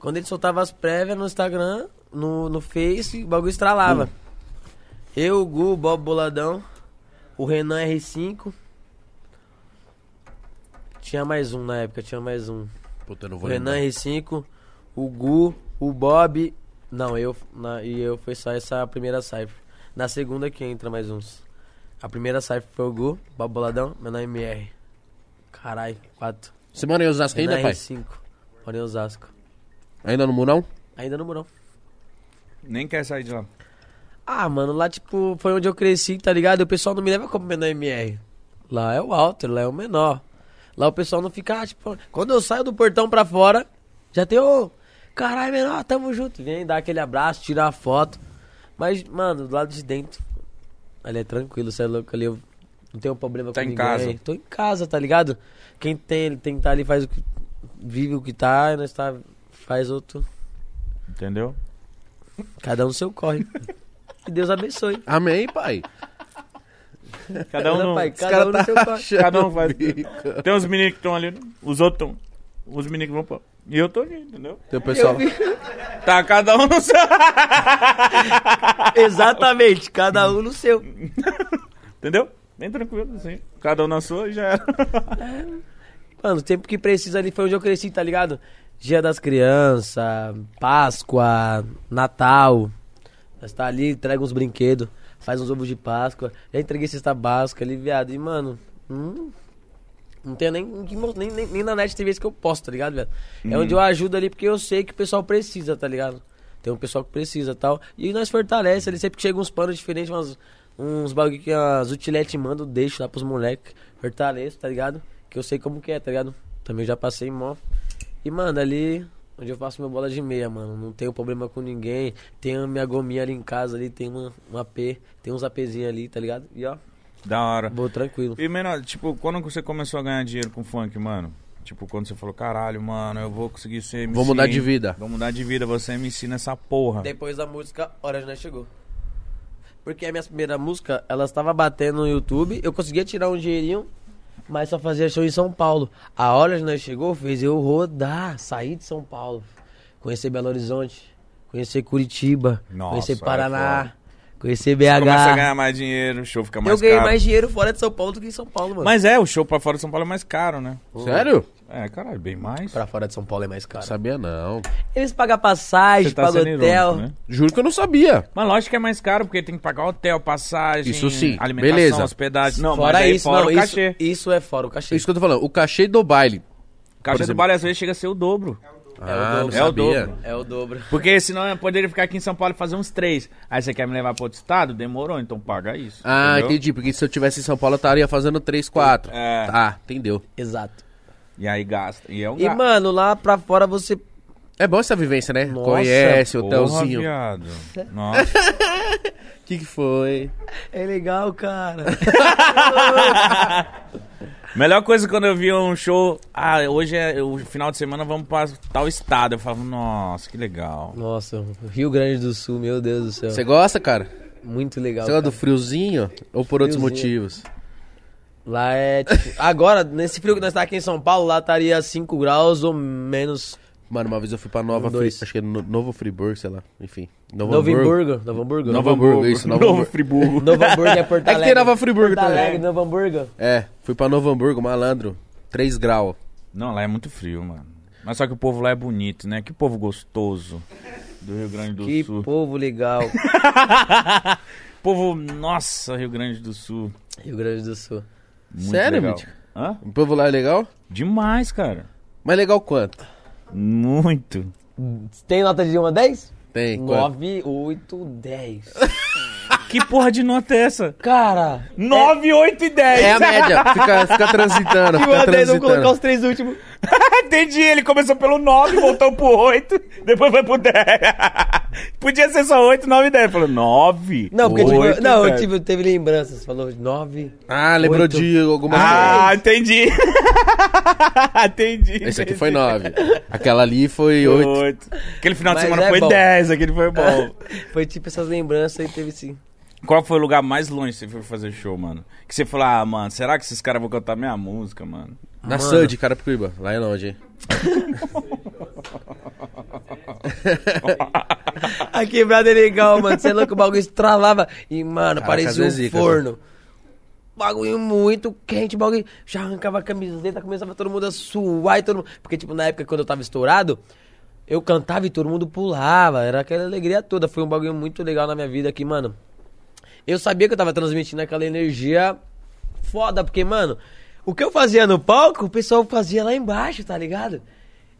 Quando ele soltava as prévias no Instagram, no, no Face, o bagulho estralava. Eu, o Gu, o Bob Boladão, o Renan R5. Tinha mais um na época, tinha mais um.
Puta, eu não
O
vou
Renan
lembrar.
R5, o Gu, o Bob. Não, eu. na- e eu foi só essa primeira cypher. Na segunda que entra mais uns. A primeira cypher foi o Gu, Bob Boladão, meu nome é MR. Caralho, 4.
Você mora em Osasco ainda,
Renan
pai?
R5, mora em Osasco.
Ainda no Murão?
Ainda no Murão.
Nem quer sair de lá.
Ah, mano, lá tipo, foi onde eu cresci, tá ligado? E O pessoal não me leva como menor MR. Lá é o Walter, lá é o menor. Lá o pessoal não fica, ah, tipo, quando eu saio do portão pra fora, já tem o. Caralho, menor, tamo junto. Vem dar aquele abraço, tirar a foto. Mas, mano, do lado de dentro, ali é tranquilo, você é louco ali. Eu não tenho problema
Tá
com
em
ninguém.
casa.
Tô em casa, tá ligado? Quem tem, ele tem que tá ali, faz o que. Vive o que tá, e nós tá. Faz outro.
Entendeu?
Cada um no seu corre. que Deus abençoe.
Amém, pai.
Cada um.
Não,
não-
pai,
Os
cada
caras
um
tá
no seu quarto.
achando
Cada um faz-
bico.
Tem os meninos que estão ali, os outros estão. Os meninos que vão pra. E eu tô aqui, entendeu?
Tem o Então, pessoal.
Tá, cada um no seu.
Exatamente, cada um no seu.
Entendeu? Bem tranquilo, assim. Cada um na sua e já era.
Mano, o tempo que precisa ali foi onde eu cresci, tá ligado? Dia das Crianças, Páscoa, Natal. Nós tá ali, entrega uns brinquedos, faz uns ovos de Páscoa. Já entreguei cesta básica ali, viado. E, mano, hum, não tenho nem, em que mo- nem, nem, nem na net tem vezes que eu posto, tá ligado, viado? É onde eu ajudo ali porque eu sei que o pessoal precisa, tá ligado? Tem um pessoal que precisa e tal. E nós fortalece ali, sempre que chega uns panos diferentes, umas, uns bagulho que as utiletes mandam, deixo lá pros moleques. Fortaleço, tá ligado? que eu sei como que é, tá ligado? Também já passei mó. E, mano, ali onde eu faço minha bola de meia, mano. Não tenho problema com ninguém. Tem a minha gominha ali em casa, ali tem uma, um AP, tem uns APzinhos ali, tá ligado? E ó,
Da hora.
vou tranquilo.
E, menor, tipo, quando que você começou a ganhar dinheiro com funk, mano? Tipo, quando você falou, caralho, mano, eu vou conseguir ser MC.
Vou mudar de vida.
Vou mudar de vida, você é MC nessa porra.
Depois da música, Horas Né chegou. Porque a minha primeira música, ela estava batendo no YouTube, eu conseguia tirar um dinheirinho, mas só fazia show em São Paulo. A Horas Né chegou fez eu rodar, sair de São Paulo, conhecer Belo Horizonte, conhecer Curitiba,
Nossa, é
conhecer
foda.
Paraná, conhecer
Você Começa a
BH.
ganhar mais dinheiro, o show fica mais
Eu ganhei
caro.
mais dinheiro fora de São Paulo do que em São Paulo, mano.
Mas é, o show pra fora de São Paulo é mais caro, né?
Sério?
É, caralho, bem mais.
Pra fora de São Paulo é mais caro.
Sabia não.
Eles pagam passagem, pagam
sendo
hotel.
irônico, né?
Juro que eu não sabia.
Mas lógico que é mais caro, porque tem que pagar hotel, passagem,
Isso sim,
alimentação,
beleza.
hospedagem. Não,
fora
mas aí
isso,
fora
não,
o
isso,
cachê.
isso é fora o cachê.
Isso que eu tô falando. O cachê do baile.
O cachê do
exemplo.
baile às vezes chega a ser o dobro.
É o
Ah, não
dobro.
É o
sabia.
dobro.
É o dobro.
Porque senão eu poderia ficar aqui em São Paulo e fazer uns três. Aí você quer me levar pra outro estado? Demorou, então paga isso.
Ah,
entendeu?
entendi. Porque se eu tivesse em São Paulo, eu estaria fazendo 3, 4.
É.
Tá, entendeu.
Exato.
E aí gasta. E é um
E,
gasto.
mano, lá pra fora você.
É bom essa vivência, né?
Nossa,
Conhece,
Porra,
hotelzinho.
viado. Nossa.
O que, que foi?
É legal, cara.
Melhor coisa quando eu vi um show. Ah, hoje é o final de semana, vamos pra tal estado. Eu falava, nossa, que legal.
Nossa, Rio Grande do Sul, meu Deus do céu.
Você gosta, cara?
Muito legal.
Você gosta
cara.
do friozinho? Ou por outros
Friozinho.
motivos?
Lá é. Tipo, agora, nesse frio que nós tá aqui em São Paulo, lá estaria 5 graus ou menos.
Mano, uma vez eu fui pra Nova
Um, dois.
Friburgo. Acho que é no- Novo Friburgo, sei lá. Enfim. Novo
Novo
Hamburgo.
Hamburgo. Novo Hamburgo.
Novo é Hamburgo, isso. Novo,
Novo
Hamburgo.
Friburgo.
Novo Hamburgo é Porto
É que
Alegre.
tem Nova Friburgo
Porto Tá Alegre, né?
também.
Novo Hamburgo.
É, fui pra Novo Hamburgo, malandro. 3 graus.
Não, lá é muito frio, mano. Mas só que o povo lá é bonito, né? Que povo gostoso do Rio Grande do
Que
Sul.
povo legal.
Povo, nossa, Rio Grande do Sul.
Rio Grande do Sul.
Muito
Sério,
legal.
Mítico?
Hã?
O povo lá é legal?
Demais, cara.
Mas legal quanto?
Muito.
Tem nota de 1 a 10?
Tem, quanto?
9, 8, 10.
Que porra de nota é essa?
Cara,
9, 8 e 10.
É a média. Fica, fica transitando,
e o
fica
André não colocar
transitando.
os três últimos.
Entendi, ele começou pelo 9, voltou pro 8, depois foi pro 10. Podia ser só 8, 9 e 10. Falou 9.
Não, porque tipo,
oito,
não, eu
dez.
tive, teve lembranças. Falou 9.
Ah, lembrou
Oito.
de alguma coisa.
Ah, entendi. entendi.
Esse aqui foi 9. Aquela ali foi 8.
Oito. Aquele final
Mas
de semana
é
foi
bom.
10, aquele foi bom.
Foi tipo essas lembranças e teve sim.
Qual foi o lugar mais longe que você foi fazer show, mano? Que você falou, ah, mano, será que esses caras vão cantar minha música, mano?
Na
Mano.
Sud, Carapicuíba. Lá é longe, hein?
A quebrada é legal, mano. Você é louco, o bagulho estralava. E, mano,
Caraca,
parecia um
às vezes zica,
forno. Bagulho muito quente, bagulho. Já arrancava a camiseta, começava todo mundo a suar e todo mundo. Porque, tipo, na época quando eu tava estourado, eu cantava e todo mundo pulava. Era aquela alegria toda. Foi um bagulho muito legal na minha vida aqui, mano. Eu sabia que eu tava transmitindo aquela energia foda, porque, mano, o que eu fazia no palco, o pessoal fazia lá embaixo, tá ligado?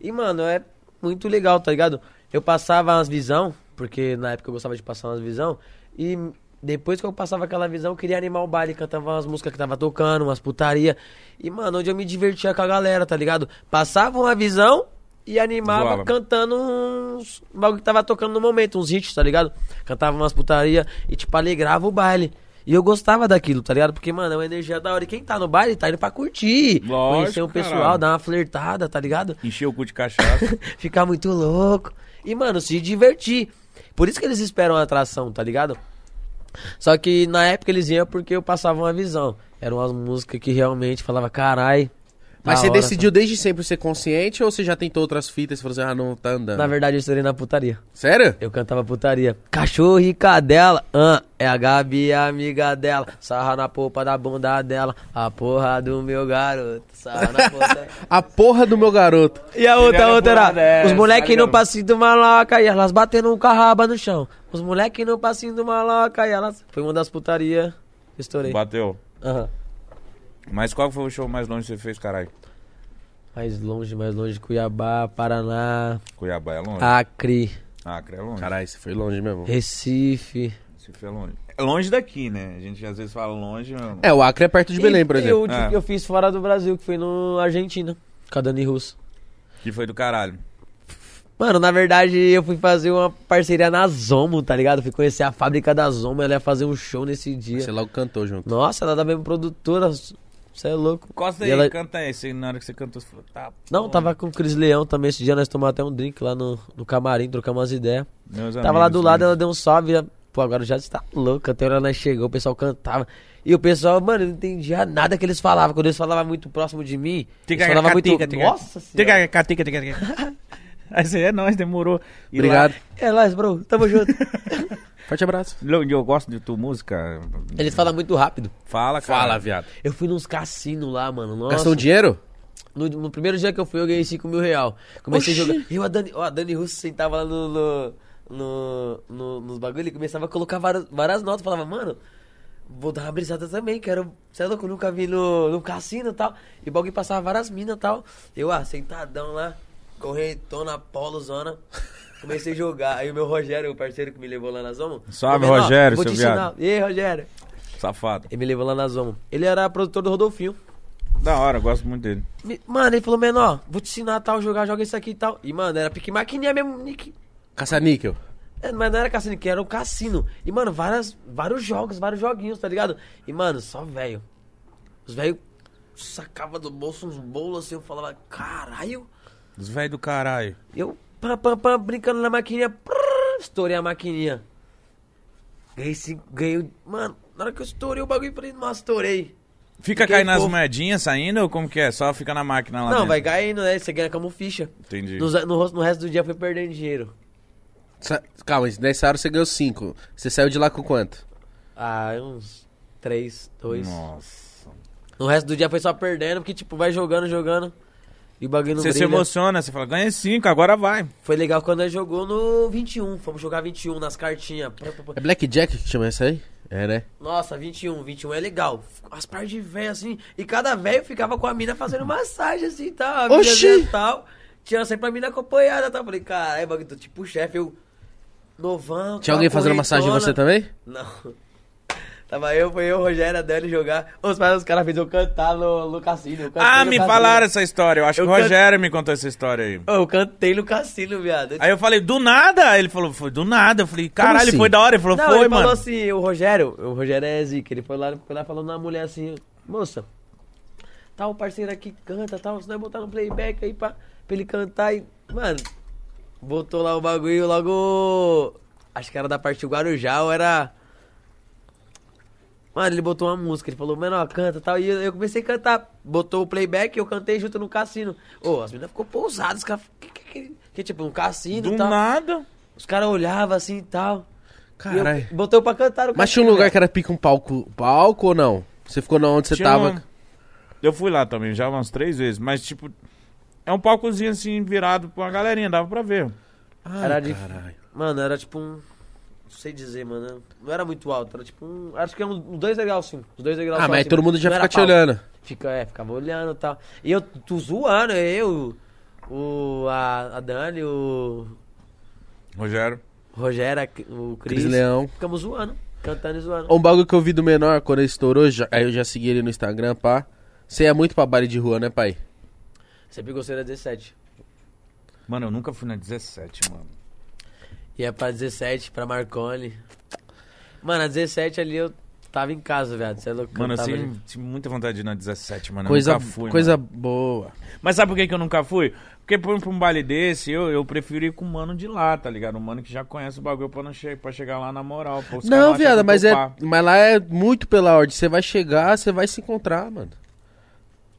E, mano, é muito legal, tá ligado? Eu passava umas visão, porque na época eu gostava de passar umas visão, e depois que eu passava aquela visão, eu queria animar o baile, cantava umas músicas que tava tocando, umas putaria. E, mano, onde eu me divertia com a galera, tá ligado? Passava uma visão e animava
Zoava.
cantando uns bagulho que tava tocando no momento, uns hits, tá ligado? Cantava umas putaria e, tipo, alegrava o baile. E eu gostava daquilo, tá ligado? Porque, mano, é uma energia da hora. E quem tá no baile tá indo pra curtir.
Lógico,
conhecer o pessoal,
caralho.
dar uma flertada, tá ligado?
Encheu o cu de cachaça.
Ficar muito louco. E, mano, se divertir. Por isso que eles esperam a atração, tá ligado? Só que na época eles iam porque eu passava uma visão. Era uma música que realmente falava, carai.
Mas
da
você
hora,
decidiu desde sempre ser consciente ou você já tentou outras fitas e falou assim, ah, não tá andando?
Na verdade, eu estourei na putaria.
Sério?
Eu cantava putaria. Cachorro e cadela, ah, é a Gabi a amiga dela. Sarra na polpa da bunda dela, a porra do meu garoto. Sarra na porra.
A porra do meu garoto.
E a outra, a outra
porra
era.
dessa,
Os moleque
cara.
no passinho do maloca e elas batendo um carraba no chão. Os moleque no passinho do maloca e elas. Foi uma das putaria. que Estourei.
Bateu.
Aham.
Mas qual foi o show mais longe que você fez, caralho?
Mais longe, mais longe. Cuiabá, Paraná,
Cuiabá é longe?
Acre, Ah.
Acre é longe.
Caralho, você foi longe mesmo.
Recife.
Se for longe. É longe daqui, né? A gente às vezes fala longe. mas-
É, o Acre é perto de Belém, por
E
exemplo.
Eu,
É.
eu fiz fora do Brasil, que foi no Argentina, com a Dani Russo.
Que foi do caralho.
Mano, na verdade, eu fui fazer uma parceria na Zomo, tá ligado? Fui conhecer a fábrica da Zomo, ela ia fazer um show nesse dia.
Você logo cantou junto.
Nossa, ela da mesma produtora. Você é louco.
Costa
E
aí,
ela-
canta aí. Você- na hora que você cantou, você falou, tá.
Não,
porra,
tava com o Cris Leão também esse dia, nós tomamos até um drink lá no, no camarim, trocamos umas ideias.
meus
Tava lá do
amigos,
lado,
né?
ela deu um salve. ela- Pô, agora já está louca. Até hora nós chegou, o pessoal cantava. E o pessoal, mano, eu não entendia nada que eles falavam. Quando eles falavam muito próximo de mim, eles
Tica,
falavam muito.
tica, tica.
Nossa senhora.
Tica, tica, tica, tica, tica. Aí você é nóis, demorou. E
Obrigado.
É nóis, bro. Tamo junto.
Forte abraço.
lá- Eu, eu gosto de tua música.
eles falam muito rápido.
Fala, cara.
Fala, viado.
Eu fui nos cassinos lá, mano. Nossa.
Gastou um dinheiro?
No, no primeiro dia que eu fui, eu ganhei 5 mil real. Comecei a
Oxi.
jogar. Eu, a Dani, ó, a Dani Russo sentava lá no, no, no- no- nos bagulho e começava a colocar várias, várias notas. Falava, mano, vou dar uma brisada também, quero. Você é louco, eu nunca vi no, no cassino e tal. E o bagulho passava várias minas e tal. Eu, ah, sentadão lá, corretona, polo, zona. Comecei a jogar. Aí o meu Rogério, o parceiro que me levou lá na Zomo.
Salve,
falou, "Menor,
Rogério,
vou
seu
te
viado."
ensinar. E aí, Rogério?
Safado.
Ele me levou lá na Zomo. Ele era produtor do Rodolfinho.
Da hora, eu gosto muito dele.
Me- Mano, ele falou, menor, vou te ensinar a tal, jogar, joga isso aqui e tal. E, mano, era pique maquininha mesmo, Nick.
Caça-níquel.
É, Mas não era cassino, que era um cassino. E, mano, várias, vários jogos, vários joguinhos, tá ligado? E, mano, só velho. Os velho sacava do bolso uns bolos assim, eu falava, caralho.
Os velhos do caralho.
Eu, pam, pam, pam, brincando na maquininha, prrr, estourei a maquininha. Ganhei cinco, ganhei. Mano, na hora que eu estourei o bagulho, falei, nossa, estourei.
Fica
Fiquei
caindo nas
fofo.
moedinhas saindo ou como que é? Só fica na máquina lá
não,
dentro?
vai caindo, né? Você ganha como ficha.
Entendi.
Nos- No, ro- no resto do dia foi perdendo dinheiro.
Sa- Calma, nessa hora você ganhou 5. Você saiu de lá com quanto?
Ah, uns três, dois.
Nossa.
O resto do dia foi só perdendo, porque, tipo, vai jogando, jogando. E o bagulho não
Você se
brilha.
emociona, você fala, ganha cinco, agora vai.
Foi legal quando nós jogou no 21. Fomos jogar 21 nas cartinhas. Pá, pá, pá.
É Blackjack que chama essa aí? É, né?
Nossa, 21, 21 é legal. As partes de véio, assim. E cada velho ficava com a mina fazendo massagem, assim, e tal. A mina
Oxi!
vendo e tal. Tinha sempre a mina acompanhada, tá? Falei, caralho, bagulho, tô tipo chefe, eu... Novão, tá
Tinha alguém fazendo massagem em você
também?
também?
Não. Tava eu, foi eu, o Rogério, a Dani jogar. Os, pais- os caras fez eu cantar no, no cassino. eu cantei
Ah,
no
me
cassino.
falaram essa história. Eu acho
Eu
que o
can-
Rogério me contou essa história aí.
Eu cantei no cassino, viado.
Aí eu falei, do nada? Ele falou, foi do nada. Eu falei, caralho,
assim?
foi da hora. Ele falou,
não,
foi,
ele
mano.
falou assim, o Rogério, o Rogério é zica, ele foi lá, foi lá falando na mulher assim, moça, tá o parceiro aqui que canta, tal, se nós botar no playback aí pra, pra ele cantar e, mano, botou lá o bagulho logo, acho que era da parte do Guarujá, ou era... Mano, ele botou uma música, ele falou, menor, canta e tal. E eu, eu comecei a cantar. Botou o playback e eu cantei junto no cassino. Ô, as meninas ficou pousadas, os caras. Que, que, que- que, tipo, um cassino
do
e tal.
nada?
Os caras olhavam assim e tal. E eu
Caralho.
Botei pra cantar no
Mas tinha um lugar que era pica um palco, palco ou não? Você ficou na onde você
Tinha
tava?
um- Eu fui lá também, já umas três vezes. Mas, tipo, é um palcozinho assim, virado pra uma galerinha, dava pra ver.
Ai,
Era de-
caralho.
Mano, era tipo um. Não sei dizer, mano. né? Não era muito alto, era tipo um. Acho que é um, uns dois degraus sim. Uns dois degraus
Ah,
só,
mas aí
assim,
todo mundo já
não era
fica te
pau.
olhando.
Fica, é, ficava olhando e tal. E eu, tu zoando, eu, o. A, a Dani, o.
Rogério.
Rogério, o Cris.
Cris Leão.
Ficamos zoando, cantando e zoando.
Um bagulho que eu vi do menor quando ele estourou, já- aí eu já segui ele no Instagram, pá. Você é muito pra baile de rua, né, pai?
Sempre gostei da 17.
Mano, eu nunca fui na 17, mano.
Ia pra 17, pra Marconi. Mano, a 17 ali eu tava em casa, viado. Você é louco.
Mano, assim- eu
cantava ali.
sempre tive muita vontade de ir na 17, mano. Eu
coisa
nunca fui,
coisa boa.
Mas sabe por que, que eu nunca fui? Porque pra, um- pra um baile desse, eu, eu prefiro ir com um mano de lá, tá ligado? Um mano que já conhece o bagulho pra, não che pra chegar lá na moral. pô, os caras
não,
lá
viada,
tentam
mas, é,
topar.
mas lá é muito pela ordem. Você vai chegar, você vai se encontrar, mano.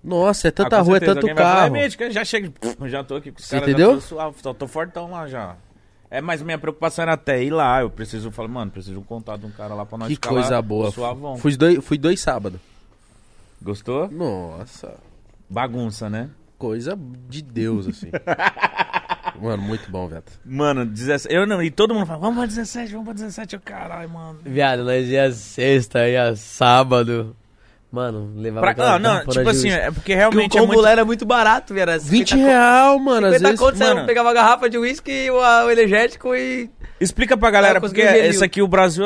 Nossa, é tanta
Ah, com
rua,
certeza,
é tanto
alguém vai falar,
carro.
"É, Mitch, que eu já chego, pum, já tô aqui com os
Você
caras.
entendeu?
Já tô, suave, tô, tô fortão lá já. É, mas minha preocupação era até ir lá. Eu preciso, eu falo, mano, preciso de um contato de um cara lá pra nós
que
ficar
coisa
lá,
boa.
Suavão.
Fui dois, fui dois sábados.
Gostou?
Nossa,
Bagunça, né?
coisa de Deus, assim. mano, muito bom, viado.
Mano, 17. Eu não, e todo mundo fala, vamos pra 17, vamos pra 17. Eu, caralho, mano.
Viado, nós ia sexta, ia sábado. Mano,
Tá
levava
Pra,
então
aquela
não, não,
tampona
tipo
justa.
assim, é porque
Porque o
realmente é
combo
muito.
lá era muito barato, viado. era
20
50
real, mano, às
50
vezes.
conto, você
mano.
pegava uma garrafa de uísque, o, o energético e
Explica pra galera,
Ah,
porque
conseguiu ver
esse
mil.
aqui o Brasil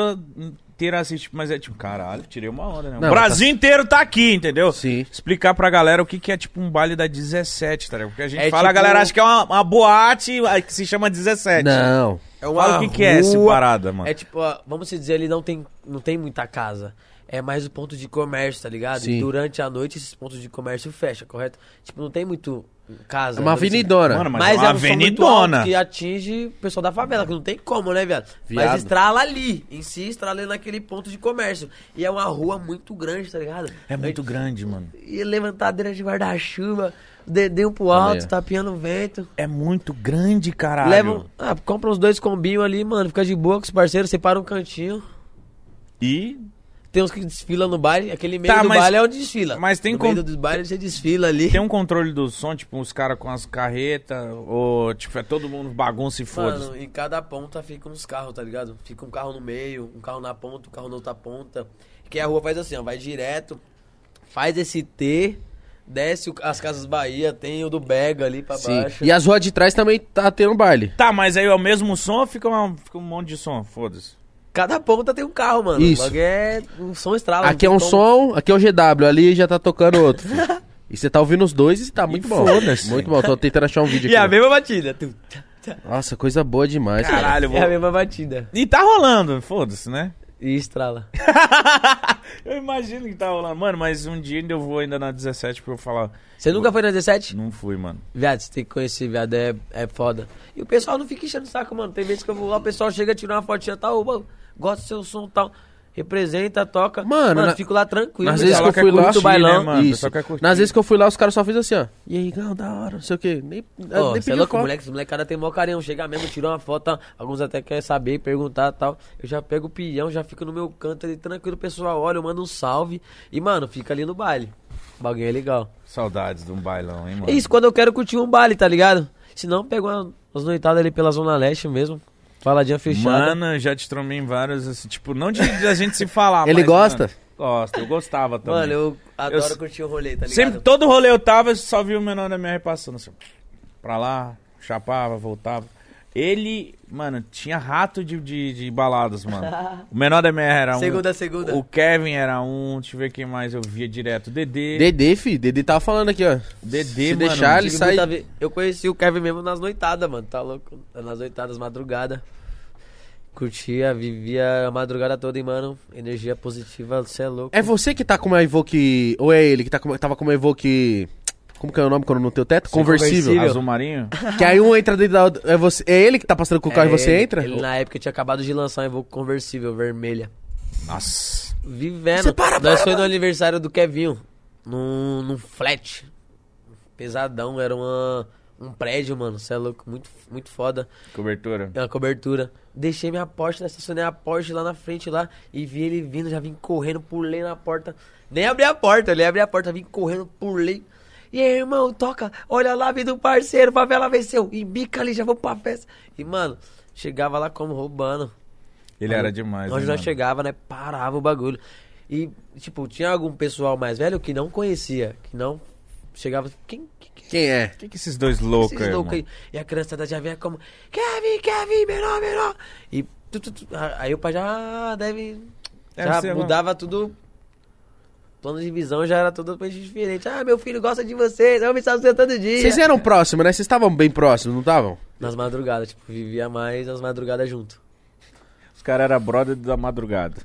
inteiro assiste, mas é tipo, caralho, tirei uma hora, né?
Não,
o Brasil inteiro tá aqui, entendeu?
Sim.
Explicar pra galera o que, que é tipo um baile da 17, tá ligado? Porque a gente
É
fala, a
tipo-
galera acha que é uma, uma boate ah, que se chama 17.
Não.
É
Fala o que, que é essa
rua-
parada, mano.
É tipo, ó, vamos se dizer, ele não tem, não tem muita casa. É mais o ponto de comércio, tá ligado?
Sim.
E durante a noite esses pontos de comércio fecham, correto? Tipo, não tem muito casa.
É uma
por exemplo.
avenidona.
Mano, mas,
Mas,
é uma
é um som muito alto
avenidona.
que atinge o pessoal da favela, que não tem como, né, viado?
Viado.
Mas estrala ali, em si, estrala naquele ponto de comércio. E é uma rua muito grande, tá ligado?
É muito grande, mano.
E levantadeira de guarda-chuva, dedinho pro
Olha
alto,
aí.
tapeando o vento.
É muito grande, caralho.
Leva, ah, compra uns dois combinhos ali, mano, fica de boa com os parceiros, separa um cantinho.
E
Tem uns que desfilam no baile, aquele meio
Tá,
do
mas-
baile é onde desfila.
mas tem
no
com-
meio do baile você desfila ali.
tem um controle do som, tipo, os caras com as carretas, ou tipo, é todo mundo bagunça e um foda-se.
Mano, em cada ponta fica uns carros, tá ligado? Fica um carro no meio, um carro na ponta, um carro na outra ponta. Que a rua faz assim, ó, vai direto, faz esse T, desce o- as Casas Bahia, tem o do Bega ali pra
Sim.
baixo.
E as ruas de trás também tá tendo baile.
Tá, mas aí é o mesmo som ou fica, uma- fica um monte de som? Foda-se.
Cada ponta tem um carro, mano.
Isso.
Logo é um som
Ah,
estrala.
Aqui é um
Então,
som, aqui é o GW, ali já tá tocando outro. filho. E você tá ouvindo os dois e tá muito bom.
foda-se.
Muito bom, tô tentando achar um vídeo
E é a
né?
aqui.
mesma batida. tu, tá, tá.
Nossa, coisa boa demais, cara.
Caralho,
É a
vou...
mesma batida.
E tá rolando, foda-se, né?
E estrala.
Eu imagino que tá rolando. Mano, mas um dia ainda eu vou ainda na 17 pra eu falar.
Você nunca foi na 17?
Não fui, mano.
Viado, você tem que conhecer, viado, é, é foda. E o pessoal não fica enchendo o saco, mano. Tem vezes que eu vou lá, o pessoal chega, tira uma fotinha e tal, ô, mano, gosto do seu som e tal. Representa, toca.
Mano,
mano
na-
fico lá tranquilo.
Nas
viado.
vezes que eu
quer
fui lá,
curtir,
muito
né,
bailão.
mano? O
Isso.
pessoal quer curtir.
Nas vezes que eu fui lá, os caras só fizeram assim, ó. E aí, Gal, da hora, não sei o quê. Nem,
Ó,
nem
você é
pediu
louco,
foto.
moleque, os molecada tem maior carinho. Chega mesmo, tirou uma foto, tá? alguns até querem saber, perguntar e tal. Eu já pego o pião, já fico no meu canto ali, tranquilo, o pessoal olha, eu mando um salve. E, mano, fica ali no baile. O bagulho é legal.
Saudades de um bailão, hein, mano?
É isso, quando eu quero curtir um baile, tá ligado? Se não, pego uma- umas noitadas ali pela Zona Leste mesmo. Faladinha fechada.
Mano, eu já te tromei em vários, assim, tipo, não de, de a gente se falar,
Ele
mas,
gosta?
mano, gosta, eu gostava também.
Mano, eu adoro
Eu-
curtir o rolê, tá ligado?
Sempre, todo rolê eu tava, eu só via o menor da minha repassando, assim, pra lá, chapava, voltava. Ele, mano, tinha rato de, de, de baladas, mano. O menor da minha era um.
Segunda, segunda.
O Kevin era um, deixa eu ver quem mais eu via direto. Dedê.
Dedê, fi, Dedê tava falando aqui, ó.
Dedê,
Se
mano.
deixar, ele
Tive
sai...
muita ve- Eu conheci o Kevin mesmo nas noitadas, mano. Tá louco? Nas noitadas, madrugada. Curtia, vivia a madrugada toda, e, mano. Energia positiva, você é louco.
É você que tá com uma Evoque... Ou é ele que tá com... tava com uma Evoque... Como que é o nome quando não tem o teto? Conversível.
conversível.
Azul marinho.
Que aí um entra dentro da outra. É, você, é ele que tá passando com o carro
É,
e você
ele-
entra?
Ele, na época, tinha acabado de lançar um Evoque conversível vermelha.
Nossa.
Vivendo. Nós foi no aniversário do Kevinho. Num, num flat. Pesadão, era uma, um prédio, mano. Você é louco, muito, muito foda.
Cobertura.
É uma cobertura. Deixei minha Porsche, né? estacionei a Porsche lá na frente lá e vi ele vindo, já vim correndo, pulei na porta. Nem abri a porta, ele abri a porta, vim correndo, pulei. E aí, irmão, toca, olha lá, vida do parceiro, favela venceu. E bica ali, já vamos pra festa. E, mano, chegava lá como roubando.
Ele era demais.
Onde
né,
nós
mano?
chegava, né? Parava o bagulho. E, tipo, tinha algum pessoal mais velho que não conhecia, que não chegava. Quem, quem, quem
Quem é?
O que, que esses dois loucos
esses
aí,
loucos
mano?
aí. E a criançada já vinha como, Kevin, Kevin, menor, menor. E tu, tu, tu. A- aí o pai já "Ah, deve.
Deve
já
ser, mano.
mudava tudo. Plano de visão já era totalmente diferente. Ah, meu filho gosta de vocês, eu me sabe todo dia.
Vocês eram próximos, né? Vocês estavam bem próximos, não estavam?
Nas madrugadas, tipo, vivia mais as madrugadas junto.
Os caras eram brother da madrugada.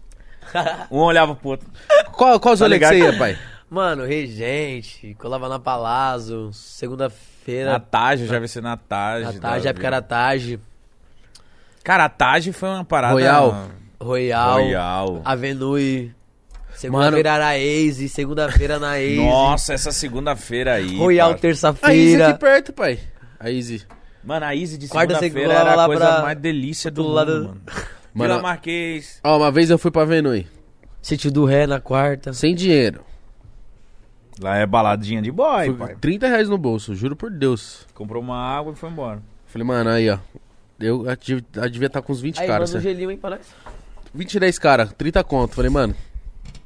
Um olhava pro outro.
Qual, qual os
Tá
rolês que você
ligado?
ia, pai?
Mano, regente, colava na Palazzo, segunda-feira.
Na Taja, já vi você na Taja.
Na tarde,
da-
época era tarde.
Cara, a Taja foi uma parada.
Royal.
Royal.
Royal.
Avenue. Segunda-feira era Ace, segunda-feira na Ace.
Nossa, essa segunda-feira aí. cara.
Royal
A Izzy aqui
terça-feira.
perto, pai. A Izzy.
Mano, a Easy de
Quarta,
segunda-feira
segunda,
era
lá
a coisa
pra-
mais delícia do
pro
mundo,
lado-
mano.
Mano,
Vila Marquês.
ó, uma vez eu fui pra Venue,
Sítio do Ré na quarta.
sem dinheiro.
Lá é baladinha de boy,
Fui-
pai.
30 reais no bolso, juro por Deus.
Comprou uma água e foi embora.
Falei, mano, aí, ó. Eu eu devia- eu devia estar com uns 20
Aí,
caras,
manda um
né?
gelinho aí pra nós.
20 e 10 caras, 30 conto. Falei, mano,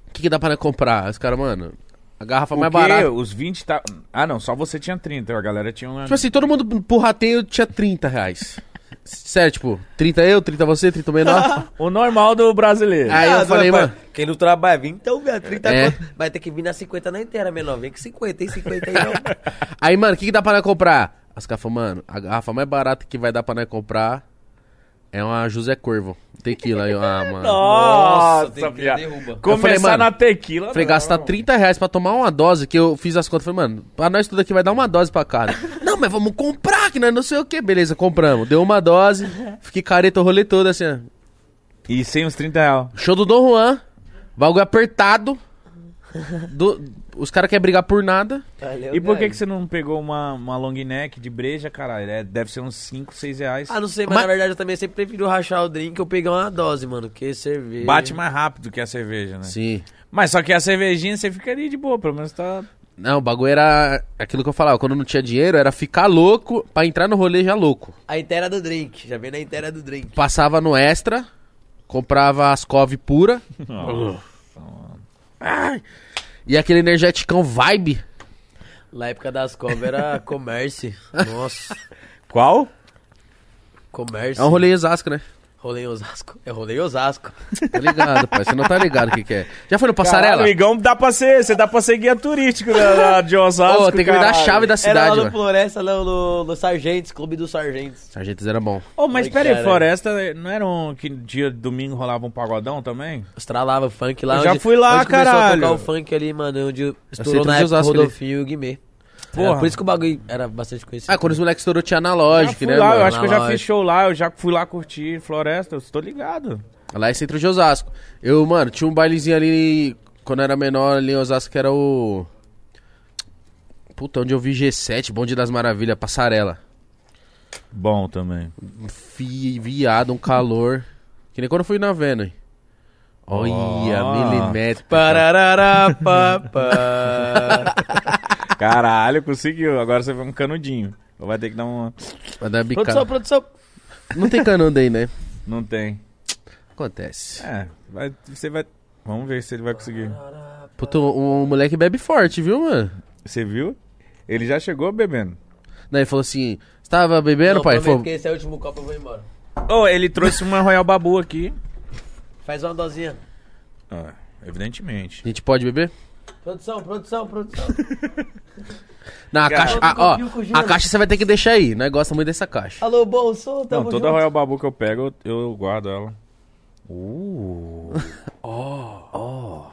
o que, que dá pra nós comprar? Os caras, mano, a garrafa mais
Porque
barata.
Os 20 tá.
assim,
Ah, não, só você tinha 30. A galera tinha uma.
Tipo assim, todo mundo pro rateio tinha 30 reais. Sério, tipo, 30 eu, 30 você, 30 menor.
O normal do brasileiro.
Aí eu falei,
pai,
mano.
Quem não trabalha, vem então, velho, 30
É.
conto. Vai ter que vir na 50 na inteira, menor. Vem com 50, hein? 50 aí não.
Aí, mano, o que, que dá pra nós comprar? As caras falaram, mano, a garrafa mais barata que vai dar pra nós comprar é uma José Corvo. Tequila. Aí eu, ah, mano.
Nossa,
tem que
viado.
derruba. Eu
Começar
falei, mano,
na tequila.
Falei,
não.
gastar 30 reais pra tomar uma dose, que eu fiz as contas. Falei, mano, pra nós tudo aqui vai dar uma dose pra cada. não, mas vamos comprar, que nós não sei o que. Beleza, compramos. Deu uma dose, fiquei careta o rolê todo, assim, ó.
E sem os 30 reais.
Show do Dom Juan, bagulho apertado. do- os caras querem brigar por nada.
Valeu,
E por que,
velho.
que você não pegou uma, uma long neck de breja, caralho? É, deve ser uns 5, 6 reais.
Ah, não sei, mas,
Mas-
na verdade eu também sempre prefiro rachar o drink eu pegar uma dose, mano, que cerveja.
Bate mais rápido que a cerveja, né?
Sim.
Mas só que a cervejinha você fica ali de boa, pelo menos tá.
Não, o bagulho era aquilo que eu falava, quando não tinha dinheiro, era ficar louco pra entrar no rolê já louco.
A inteira do drink, já vem na inteira do drink.
Passava no extra, comprava as cove pura Uhum. e aquele energeticão vibe.
Na época das covas era comércio. Nossa,
Qual?
comércio.
É um rolê em Osasco, né?
Rolê em Osasco. É rolê em Osasco.
Tá ligado, pai. Você não tá ligado o que, que é. Já foi no passarela?
Caralho, Igão, dá pra ser, você dá pra ser guia turístico da, da, de Osasco.
Ô, tem que me dar a
caralho.
chave
era
da
lá
cidade,
no
mano.
Floresta, lá no, no Sargentes, Clube dos Sargentes.
Sargentos era bom.
Ô, Oh, mas
Ai,
pera aí,
caralho.
Floresta, não era um que dia de domingo rolava um pagodão também?
Estralava o funk lá.
Eu já fui lá,
onde começou a
caralho.
tocar o funk ali, mano, onde
sei
estourou
tudo
na época
de
o
Osasco ali.
Rodolfinho e o Guimê. Era
Porra.
por isso que o bagulho era bastante conhecido.
Ah, quando os moleques estourou tinha
Já
analógico,
fui
né,
lá,
mano?
eu acho que eu já fiz
Analógico.
show lá, eu já fui lá curtir Floresta, eu estou ligado.
Lá é centro de Osasco. Eu, mano, tinha um bailezinho ali quando eu era menor ali em Osasco que era o. Puta, onde eu vi G7, Bonde das Maravilhas, passarela. Um
Bom também.
Fi, viado, um calor. Que nem quando eu fui na Venom. Olha,
Ó.
milimétrico.
Pararará, pá, pá.
Caralho, conseguiu. Agora você vai um canudinho. Vai ter que dar um, uma.
Vai
produção,
dar bicada.
produção.
Não tem canudo aí, né?
Não tem.
Acontece.
É, vai- você vai. Vamos ver se ele vai conseguir.
Puta, o, o moleque bebe forte, viu, mano?
Você viu? Ele já chegou bebendo.
Daí ele falou assim: Você tava bebendo,
Não,
pai? Ele
prometo
falou,
que esse é o último copo, eu vou embora.
Ô, Oh, ele trouxe uma Royal Babu aqui.
Faz uma dosinha.
Ah, evidentemente.
A gente pode beber?
Produção, produção, produção.
Não, a
Cara,
caixa.
eu
ah, ó,
confio com o
a
Júnior.
caixa você vai ter que deixar aí, né? Gosta muito dessa caixa.
Alô, Bolson,
Não,
tamo
toda
é
junto.
um
Royal Babu que eu pego, eu, eu guardo ela. Uh. oh,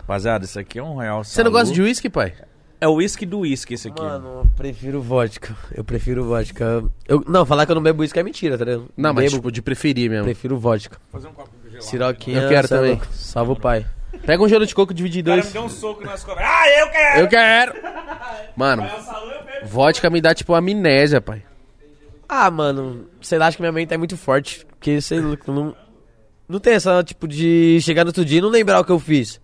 Rapaziada, isso aqui é um Royal
Você
Tá
não gosta de uísque, pai?
É o uísque do uísque, esse aqui.
Mano, eu prefiro vodka. Eu prefiro vodka. Eu, não, falar que eu não bebo isso que é mentira, tá ligado?
Não, mas
bebo,
tipo, de preferir mesmo.
prefiro vodka.
Fazer um copo de gelado.
Siroquinha,
Eu quero
cê é
também.
louco. Salva o pai.
Pega um gelo de coco dividido em dois.
deu um soco nas costas. Ah, eu quero! É
Eu quero! Mano, vodka me dá tipo amnésia, pai.
Ah, mano, sei lá, acho que minha mente é muito forte. Porque, sei lá, não, não tem essa, tipo, de chegar no outro dia e não lembrar o que eu fiz.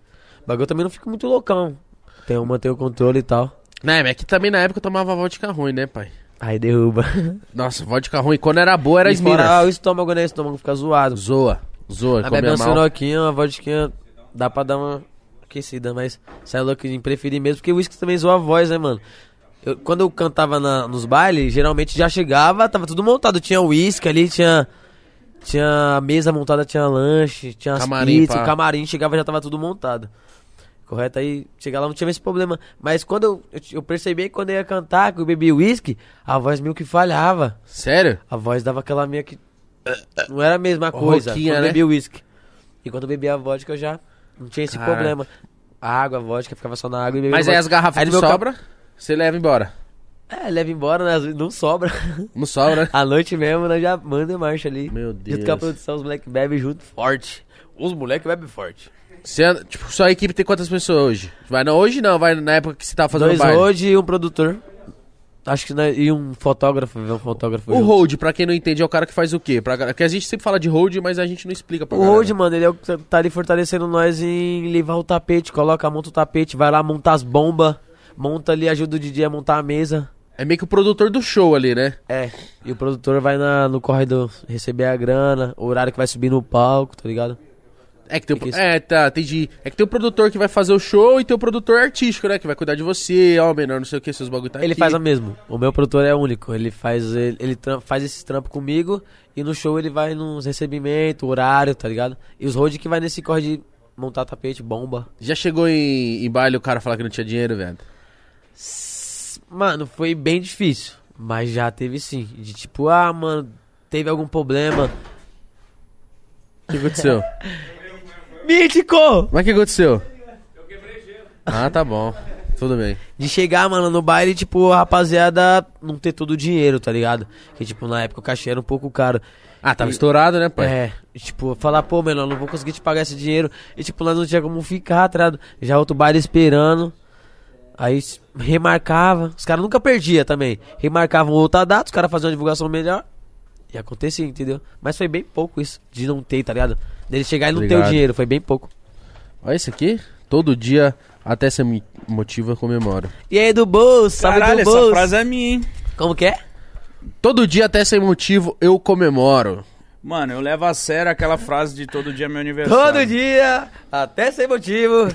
O bagulho também não fica muito loucão. Tem um manter o controle e tal.
Né, mas é que também na época eu tomava vodka ruim, né, pai?
Aí derruba.
Nossa, vodka ruim quando era boa era
E fora o
Smirnoff.
estômago, né? O estômago fica zoado.
Zoa, zoa,
Mas bebe
comia
uma
mal.
Tá siroquinha, uma vodquinha, dá pra dar uma aquecida, mas sai louco em preferir mesmo, porque o uísque também zoa a voz, né, mano? Eu- quando eu cantava na- nos bailes, geralmente já chegava, tava tudo montado. Tinha uísque ali, tinha. Tinha a mesa montada, tinha lanche, tinha as
Camarim,
pizzas,
pá.
o camarim chegava já tava tudo montado. Correto? Aí chegar lá não tinha esse problema. Mas quando eu, eu, eu percebi que quando eu ia cantar, que eu bebi uísque, a voz meio que falhava.
Sério?
A voz dava aquela meio que. Não era a mesma coisa
Rouquinha,
quando
né?
eu bebia o uísque. E quando eu bebia a vodka, eu já não tinha esse
Caralho.
problema. A água, a vodka, ficava só na água e bebia
Mas aí
vodka.
as garrafas
Aí
que
no meu
sobra, você leva embora.
É, leva embora, né? Às vezes Não sobra.
Não sobra, né?
à noite mesmo, nós já manda em marcha ali.
Meu
Junto
Deus.
com a produção, os moleques bebem junto forte. Os moleques bebem forte.
Você anda- tipo, sua equipe tem quantas pessoas hoje? Vai não, hoje não, vai na época que você tava fazendo
Dois
baile.
hoje e um produtor. Acho que nós- e um fotógrafo, um fotógrafo.
O
junto.
hold, pra quem não entende, é o cara que faz o quê? Pra... gal- Porque a gente sempre fala de hold, mas a gente não explica pra
O
galera.
Road, mano, ele é o que tá ali fortalecendo nós em levar o tapete, coloca, monta o tapete, vai lá, monta as bombas, monta ali, ajuda o DJ a montar a mesa.
É meio que o produtor do show ali, né?
É, e o produtor vai na, no corredor receber a grana, o horário que vai subir no palco, tá ligado?
É que tem o,
Que que
pro-
é
é, tá, entendi. É que tem o produtor que vai fazer o show e tem o produtor artístico, né? Que vai cuidar de você, ó, menor, não sei o que, seus bagulho tá
Ele
aqui.
faz a mesmo. O meu produtor é único. Ele faz ele, ele tram- faz esse trampo comigo e no show ele vai nos recebimentos, horário, tá ligado? E os road que vai nesse corre de montar tapete, bomba.
Já chegou em, em baile o cara falar que não tinha dinheiro, velho?
Mano, foi bem difícil, mas já teve sim. De tipo, ah, mano, teve algum problema.
O que aconteceu?
Mítico!
Mas o que aconteceu? Eu quebrei gelo. Ah, tá bom. Tudo bem.
De chegar, mano, no baile, tipo, a rapaziada não ter todo o dinheiro, tá ligado? Que, tipo, na época o cachê era um pouco caro.
Ah, tava
E-
estourado, né, pai?
É, e, tipo, falar, pô, menor, não vou conseguir te pagar esse dinheiro. E, tipo, nós não tinha como ficar, tá ligado? Já outro baile esperando. Aí s- remarcava. Os caras nunca perdia também. Remarcavam outra data, os caras faziam uma divulgação melhor. E acontecia, entendeu? Mas foi bem pouco isso, de não ter, tá ligado? Dele chegar e não ter
Obrigado.
o dinheiro, foi bem pouco.
Olha isso aqui. Todo dia, até se me motiva, eu comemoro.
E aí, do bolso, sabe
Caralho,
do
essa
bolso?
frase é minha, hein?
Como que é?
Todo dia, até sem motivo, eu comemoro.
Mano, eu levo a sério aquela frase de todo dia é meu aniversário.
Todo dia, até sem motivo,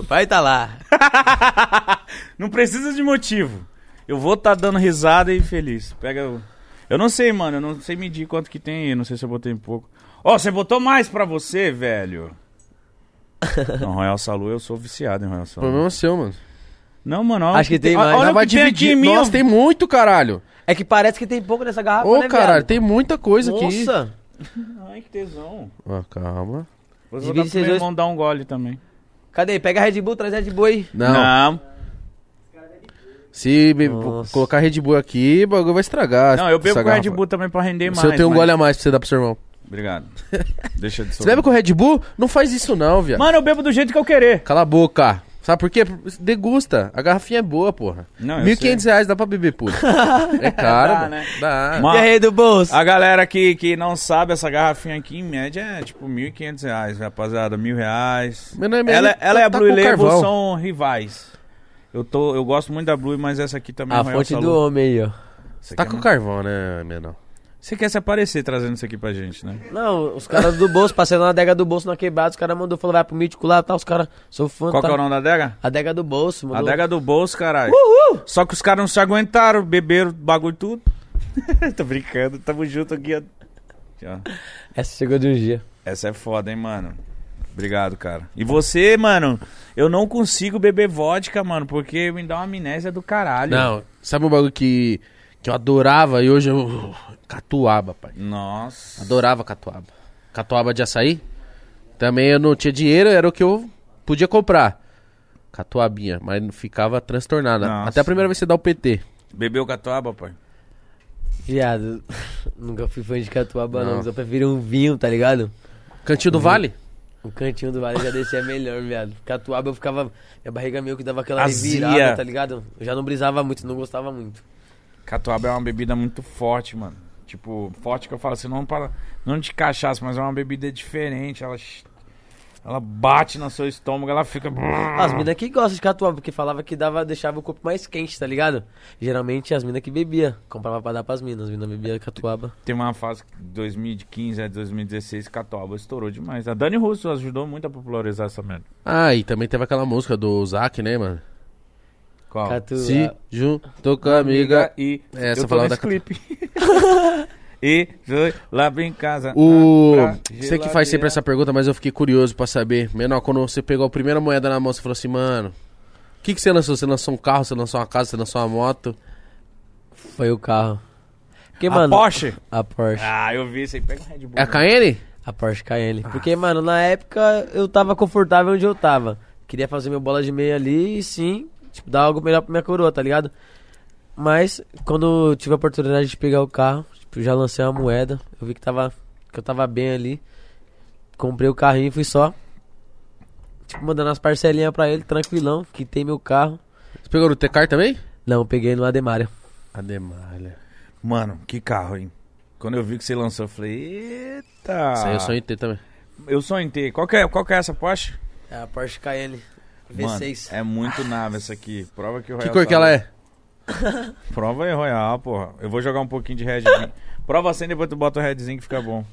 o pai tá lá.
Não precisa de motivo. Eu vou estar dando risada e feliz. Pega o... Eu não sei, mano. Eu não sei medir quanto que tem aí. Não sei se eu botei um pouco. Ó, você botou mais pra você, velho. Não, Royal Salu, eu sou viciado em Royal
O
Salu.
problema é seu, mano.
Não, mano. olha
Acho que
o
tem mais.
Olha
Ainda
o que tem aqui em mim.
Nossa,
ó. Tá
tem muito, caralho.
É que parece que tem pouco nessa garrafa,
Ô,
né,
caralho,
viado?
tem muita coisa aqui.
Nossa.
Ai, que tesão.
Ó, calma.
Vou
Divide
dar pro
vocês
meu
dois.
irmão dar um gole também.
Cadê? Pega a Red Bull, traz a Red Bull aí.
Não, se be-
Nossa.
colocar Red Bull aqui, o bagulho vai estragar.
Não, eu bebo
essa
com Red
garrafa.
Bull também pra render mais.
Se eu tenho um
mas-
gole a mais pra você dar pro seu irmão.
Obrigado. Deixa de
Você bebe com Red Bull? Não faz isso não, viado.
Mano, eu bebo do jeito que eu querer.
Cala a boca. Sabe por quê? Degusta. A garrafinha é boa, porra.
Não, eu
1.500 reais dá pra beber, puta. É caro,
Dá,
mano.
né?
Dá.
Mas-
E aí, do bolso?
A galera que, que não sabe, essa garrafinha aqui, em média, é tipo 1.500 reais, rapaziada. Mil reais.
Mas não é mesmo,
Ela, ela e a
tá
Blue
com
Label
carvão.
são rivais. Eu, tô, eu gosto muito da Blue, mas essa aqui também
A
é Royal
fonte
Salud.
do homem aí, ó.
Você,
Tá
quer,
com carvão, né, menor?
você quer se aparecer trazendo isso aqui pra gente,
Tá.
né?
Não, os caras do bolso, passei na adega do bolso na quebrada, os caras mandou, falou, vai pro mítico lá, tá? Os caras, sou fã,
Qual
tá?
que é o nome da adega?
Adega do bolso, mandou.
Adega do bolso, caralho. Só que os caras não se aguentaram, beberam o bagulho tudo. tô brincando, tamo junto aqui. ó. Aqui, ó.
Essa chegou de um dia.
Essa é foda, hein, mano. Obrigado, cara. E você, mano, eu não consigo beber vodka, mano, porque me dá uma amnésia do caralho.
Não, sabe um bagulho que, que eu adorava e hoje eu... Catuaba, pai.
Nossa.
Adorava catuaba. Catuaba de açaí? Também eu não tinha dinheiro, era o que eu podia comprar. Catuabinha, mas não ficava transtornada.
Nossa.
Até a primeira vez que você dá o PT.
Bebeu catuaba, pai?
Viado, nunca fui fã de catuaba, não.
Não.
mas Eu prefiro um vinho, tá ligado?
Cantinho do Vale?
O cantinho do vale já descia é melhor, viado. Catuaba eu ficava. Minha barriga meio que dava aquela
Azia.
revirada, tá ligado? Eu já não brisava muito, não gostava muito.
Catuaba é uma bebida muito forte, mano. Tipo, forte que eu falo assim, não, para, não de cachaça, mas é uma bebida diferente. Ela, ela bate no seu estômago, ela fica.
As minas que gostam de catuaba, porque falava que dava, deixava o corpo mais quente, tá ligado? Geralmente as minas que bebia, comprava pra dar pras minas, as minas bebia catuaba.
Tem uma fase que 2015 a 2016, catuaba estourou demais. A Dani Russo ajudou muito a popularizar essa merda.
Ah, e também teve aquela música do Zac, né, mano?
Qual?
Catuaba.
Se junto com a amiga.
e
É,
eu
você
tô
falava
nesse
da
clipe. e foi lá bem em casa.
O.
Ah, pra
Você que faz sempre
geladeira.
essa pergunta, mas eu fiquei curioso pra saber. Menor, quando você pegou a primeira moeda na mão, você falou assim, mano. O que, que você lançou? Você lançou um carro, você lançou uma casa, você lançou uma moto?
Foi o carro. Porque,
a
mano.
Porsche.
A Porsche.
Ah, eu vi isso aí. Pega o Red Bull. né?
É a Cayenne?
A Porsche KL. Porque, mano, na época eu tava confortável onde eu tava. Queria fazer meu bola de meia ali e sim, tipo, dar algo melhor pra minha coroa, tá ligado? Mas quando eu tive a oportunidade de pegar o carro, tipo, já lancei uma moeda, eu vi que tava que eu tava bem ali. Comprei o carrinho e fui só tipo mandando as parcelinhas pra ele, tranquilão, que tem meu carro.
Você pegou no Tecar também?
Não, eu peguei no Ademário.
Ademalha.
Mano, que carro, hein? Quando eu vi que você lançou, eu falei, eita.
Isso aí eu sonhei ter também.
Eu só entrei. Qual que é, qual que é essa Porsche?
É a Porsche KL
Mano, é muito nave essa aqui. Prova que o
Que
Royal
cor que
sabe.
ela é?
Prova aí, Royal, porra. Eu vou jogar um pouquinho de Red Bull. Prova assim, depois tu bota o Redzinho que fica bom.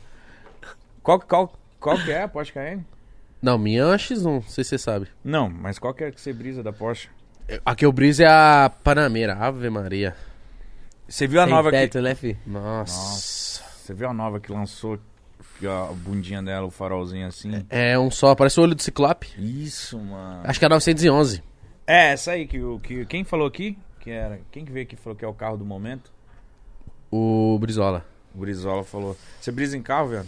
Qual, qual, qual que é a Porsche Cayenne?
Não, minha é uma X1, não sei se você sabe.
Não, mas qual que é que você brisa da Porsche?
A que eu briso é a Panameira, Ave Maria.
Você viu é a
Sem
nova
teto,
que...
né, fi?
Nossa.
Você viu a nova que lançou que a bundinha dela, o farolzinho assim?
É um só, parece o olho do Ciclope.
Isso, mano.
Acho que é 911.
É, essa aí que o que quem falou aqui, que era, quem que veio aqui e falou que é o carro do momento?
O Brizola.
O Brizola falou. Você brisa em carro, velho?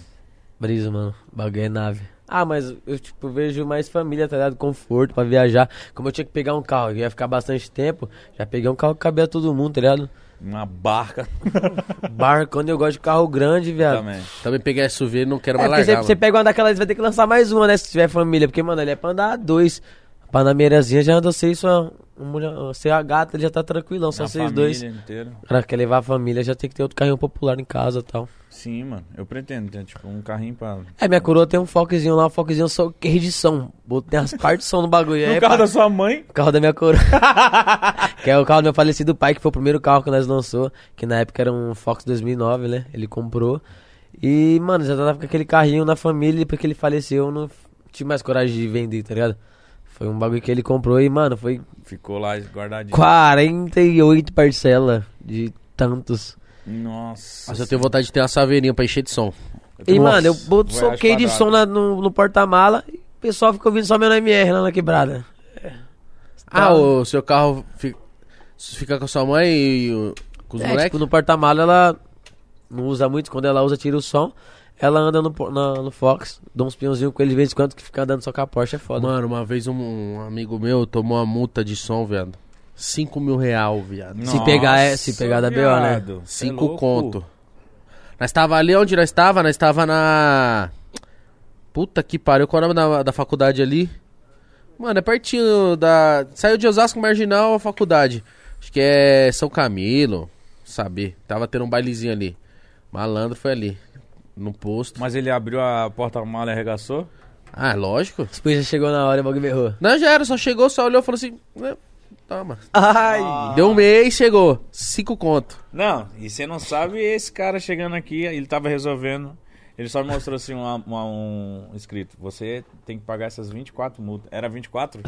Brisa, mano. Bagulho é nave. Ah, mas eu, tipo, vejo mais família, tá ligado? Conforto pra viajar. Como eu tinha que pegar um carro, que ia ficar bastante tempo, já peguei um carro que cabia todo mundo, tá ligado?
Uma barca
Barco, quando eu gosto de carro grande, viado.
também.
Também peguei SUV e não quero
É,
mais
porque
largar.
você,
mano.
você pega uma daquelas, vai ter que lançar mais uma, né? Se tiver família. Porque, mano, ele é pra andar dois. A Panameirazinha já andou seis, só. um mulher- Você e a gata, ele já tá tranquilão, só
Na
vocês
família
dois.
inteira.
Cara, quer levar a família, já tem que ter outro carrinho popular em casa e tal.
Sim, mano. Eu pretendo ter tipo um carrinho pra
É, minha coroa tem um foquezinho lá, um foquezinho só que de som. Botei as partes de som no bagulho. aí,
No carro
É, pá,
da sua mãe?
o carro da minha coroa. que é o carro do meu falecido pai, que foi o primeiro carro que nós lançou. Que na época era um Fox 2009, né? Ele comprou. E, mano, já tava com aquele carrinho na família. E porque ele faleceu, eu não tive mais coragem de vender, tá ligado? Foi um bagulho que ele comprou e, mano, foi
Ficou lá guardadinho.
48 parcelas de tantos.
Nossa.
Nossa, eu tenho vontade de ter uma saveirinha pra encher de som.
E,
Nossa,
mano, eu bot-
Voyage
soquei de
quadrado.
som na- no, no porta-mala e o pessoal fica ouvindo só meu MR lá na quebrada.
Ah, o seu carro fi- fica com a sua mãe e o- com os
É,
moleques?
tipo, no porta-mala ela não usa muito, quando ela usa, tira o som. Ela anda no, por- na- no Fox, dá uns peãozinhos com ele de vez em quando, que fica andando só com a Porsche é foda.
Mano, uma vez um, um amigo meu tomou uma multa de som, viado. 5 mil real, viado.
Se pegar é- se pegar da BO, né?
viado. Cê é
Cinco
louco.
conto. Nós tava ali onde nós tava, nós tava na. Puta que pariu, qual é o nome da, da faculdade ali? Mano, é pertinho da. Saiu de Osasco Marginal a faculdade. Acho que é São Camilo, saber. Tava tendo um bailezinho ali. Malandro foi ali. No posto.
Mas ele abriu a porta-mala e arregaçou?
Ah, lógico.
Os polícia chegou na hora e o bagulho berrou.
Não, já era, só chegou, só olhou e falou assim. "Né, Toma.
Ai!
Ah.
Deu um mês, chegou. Cinco conto.
Não, e você não sabe esse cara chegando aqui, ele tava resolvendo. Ele só me mostrou assim uma- uma- um escrito. Você tem que pagar essas 24 multas. Era 24?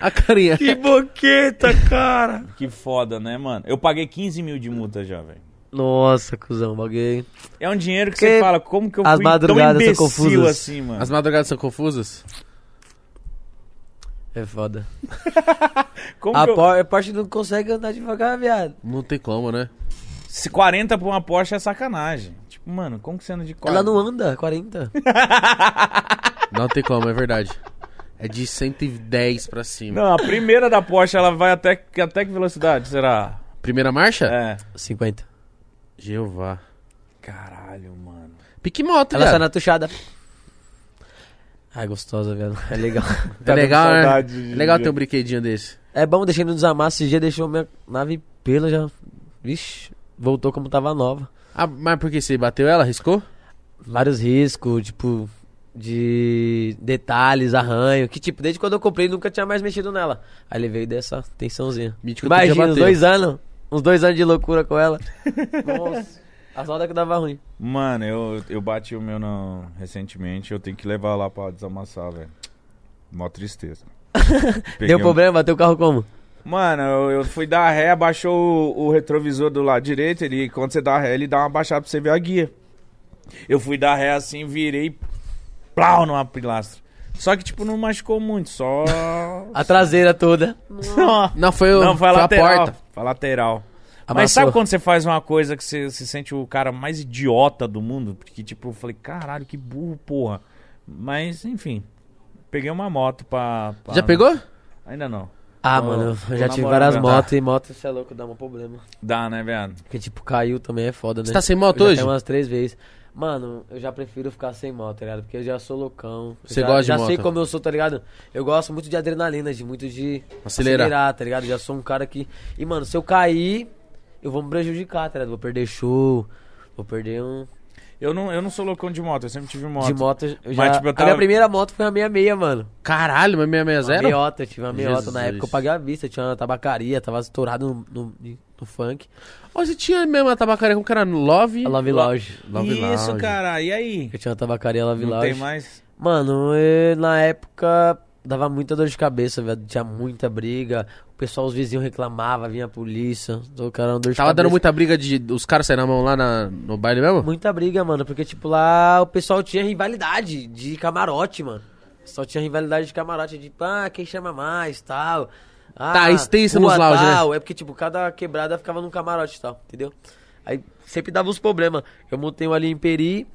A carinha.
boqueta, cara!
Que foda, né, mano? Eu paguei 15 mil de multa já, velho.
Nossa, cuzão, bagulho.
É um dinheiro que,
Que
você fala, como que eu
as
fui
madrugadas
tão imbecil
são confusas.
assim, mano?
As madrugadas são confusas?
É foda.
Como
A,
que eu...
Por- a Porsche não consegue andar devagar, viado.
Não tem como, né?
Se 40 pra uma Porsche é sacanagem. Tipo, mano, como que você anda de 40?
Ela não anda, 40.
Não tem como, é verdade. É de 110 pra cima.
Não, a primeira da Porsche, ela vai até, que- até que velocidade será?
Primeira marcha?
É.
50.
Jeová.
Caralho, mano.
Pique moto,
Ela
viado. É
sai na tuchada. Ai, gostosa, viado. É legal.
É legal, né?
saudade de-
É legal ter um brinquedinho desse.
É bom, deixei no desamasso. Esse dia deixou minha nave pela já. Vixe, voltou como tava nova.
Ah, mas por que você bateu ela? Riscou?
Vários riscos, tipo, de detalhes, arranho. Que, tipo, desde quando eu comprei, nunca tinha mais mexido nela. Aí ele veio dessa tensãozinha.
Mítico tu já
Imagina,
bateu.
uns dois anos. Uns dois anos de loucura com ela. Nossa, as rodas que dava ruim.
Mano, eu, eu bati o meu no... recentemente, eu tenho que levar lá pra desamassar, velho. Mó tristeza. Peguei
Deu
um-
problema, bateu o carro como?
Mano, eu, eu fui dar ré, abaixou o, o retrovisor do lado direito, ele, quando você dá ré, ele dá uma baixada pra você ver a guia. Eu fui dar ré assim, virei, plau numa pilastra. Só que, tipo, não machucou muito, só...
A traseira toda.
Só-
Não, foi, o,
Não, foi a
a
lateral.
porta.
Foi a lateral. Mas
Amassou.
sabe quando você faz uma coisa que você se sente o cara mais idiota do mundo? Porque, tipo, eu falei, caralho, que burro, porra. Mas, enfim, peguei uma moto pra. pra-
Já pegou?
Ainda não.
Ah,
Tô-
mano,
tô
eu já tive
namorando,
várias
né?
motos e moto, você é louco, dá um problema.
Dá, né, velho?
Porque, tipo, caiu também é foda, né?
Você tá sem moto
Eu já
hoje?
caí umas três vezes. Mano, eu já prefiro ficar sem moto, tá ligado? Porque eu já sou loucão. Eu
Você
já,
gosta de
Já sei
moto?
como eu sou, tá ligado? Eu gosto muito de adrenalina, de muito de
Acelerar.
tá ligado? Já sou um cara que... E, mano, se eu cair, eu vou me prejudicar, tá ligado? Vou perder show, vou perder um...
Eu não, eu não sou loucão de moto, eu sempre tive moto.
De moto, eu já...
tipo, eu
A
tava-
minha primeira moto foi uma 66, mano.
Caralho, mas 660?
Uma meiota, eu tive uma meiota. Na
Jesus.
época eu paguei à vista, eu tinha uma tabacaria, tava estourado no, no- no funk.
Ó, você tinha mesmo a tabacaria como que era? Love?
A Love Lounge.
Love
Isso,
Lounge.
cara, e aí?
Eu tinha uma tabacaria Love
Não
Lounge.
tem mais?
Mano, eu, na época dava muita dor de cabeça, velho. Tinha muita briga. O pessoal, os vizinhos reclamavam, vinha a polícia. O cara era uma dor de
Tava
cabeça.
dando muita briga de os caras saírem na mão lá na- no baile mesmo?
Muita briga, mano, porque, tipo, lá o pessoal tinha rivalidade de camarote, mano. Só tinha rivalidade de camarote, de, ah, quem chama mais, tal. Ah,
Tá, isso tem isso nos
rua
lounge, né?
tal. É porque, tipo, cada quebrada ficava num camarote e tal, entendeu? Aí sempre dava uns problemas. Eu montei um ali em Peri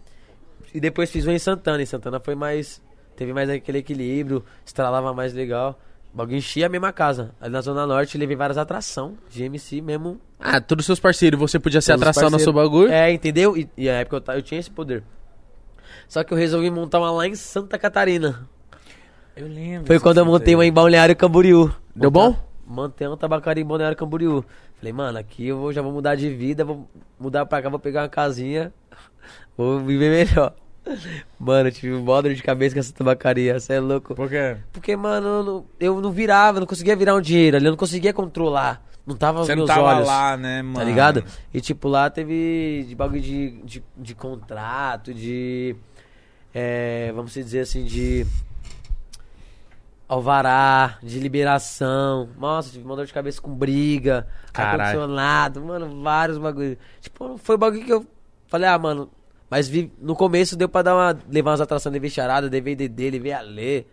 e depois fiz um em Santana. Em Santana foi mais... Teve mais aquele equilíbrio, estralava mais legal. O bagulho enchia a mesma casa. Ali na Zona Norte levei várias atração de MC mesmo
Ah, todos seus parceiros, você podia ser
Todos os
atração no seu
parceiros.
bagulho.
É, entendeu? E, e a época eu, ta- eu tinha esse poder. Só que eu resolvi montar uma lá em Santa Catarina.
Eu lembro.
Foi quando eu montei uma em Balneário Camboriú.
Deu
Montar-
bom?
Montei uma tabacaria em Balneário Camboriú. Falei, mano, aqui eu vou- já vou mudar de vida, vou mudar pra cá, vou pegar uma casinha, vou viver melhor. Mano, eu tive um mó dor de cabeça com essa tabacaria, você é louco.
Por quê?
Porque, mano, eu não, eu não virava, não conseguia virar um dinheiro ali, eu não conseguia controlar. Não tava
Você não
nos meus
tava
olhos.
lá, né, mano?
Tá ligado? E tipo, lá teve de bagulho de, de, de contrato, de. é, vamos dizer assim, de. Alvará, de liberação. Nossa, tive uma dor de cabeça com briga,
Caralho.
ar-condicionado, mano, vários bagulhos. Tipo, foi o bagulho que eu falei, ah, mano. Mas vi, no começo deu pra dar uma, levar umas atrações, levei charada, levei DD, levei Alê.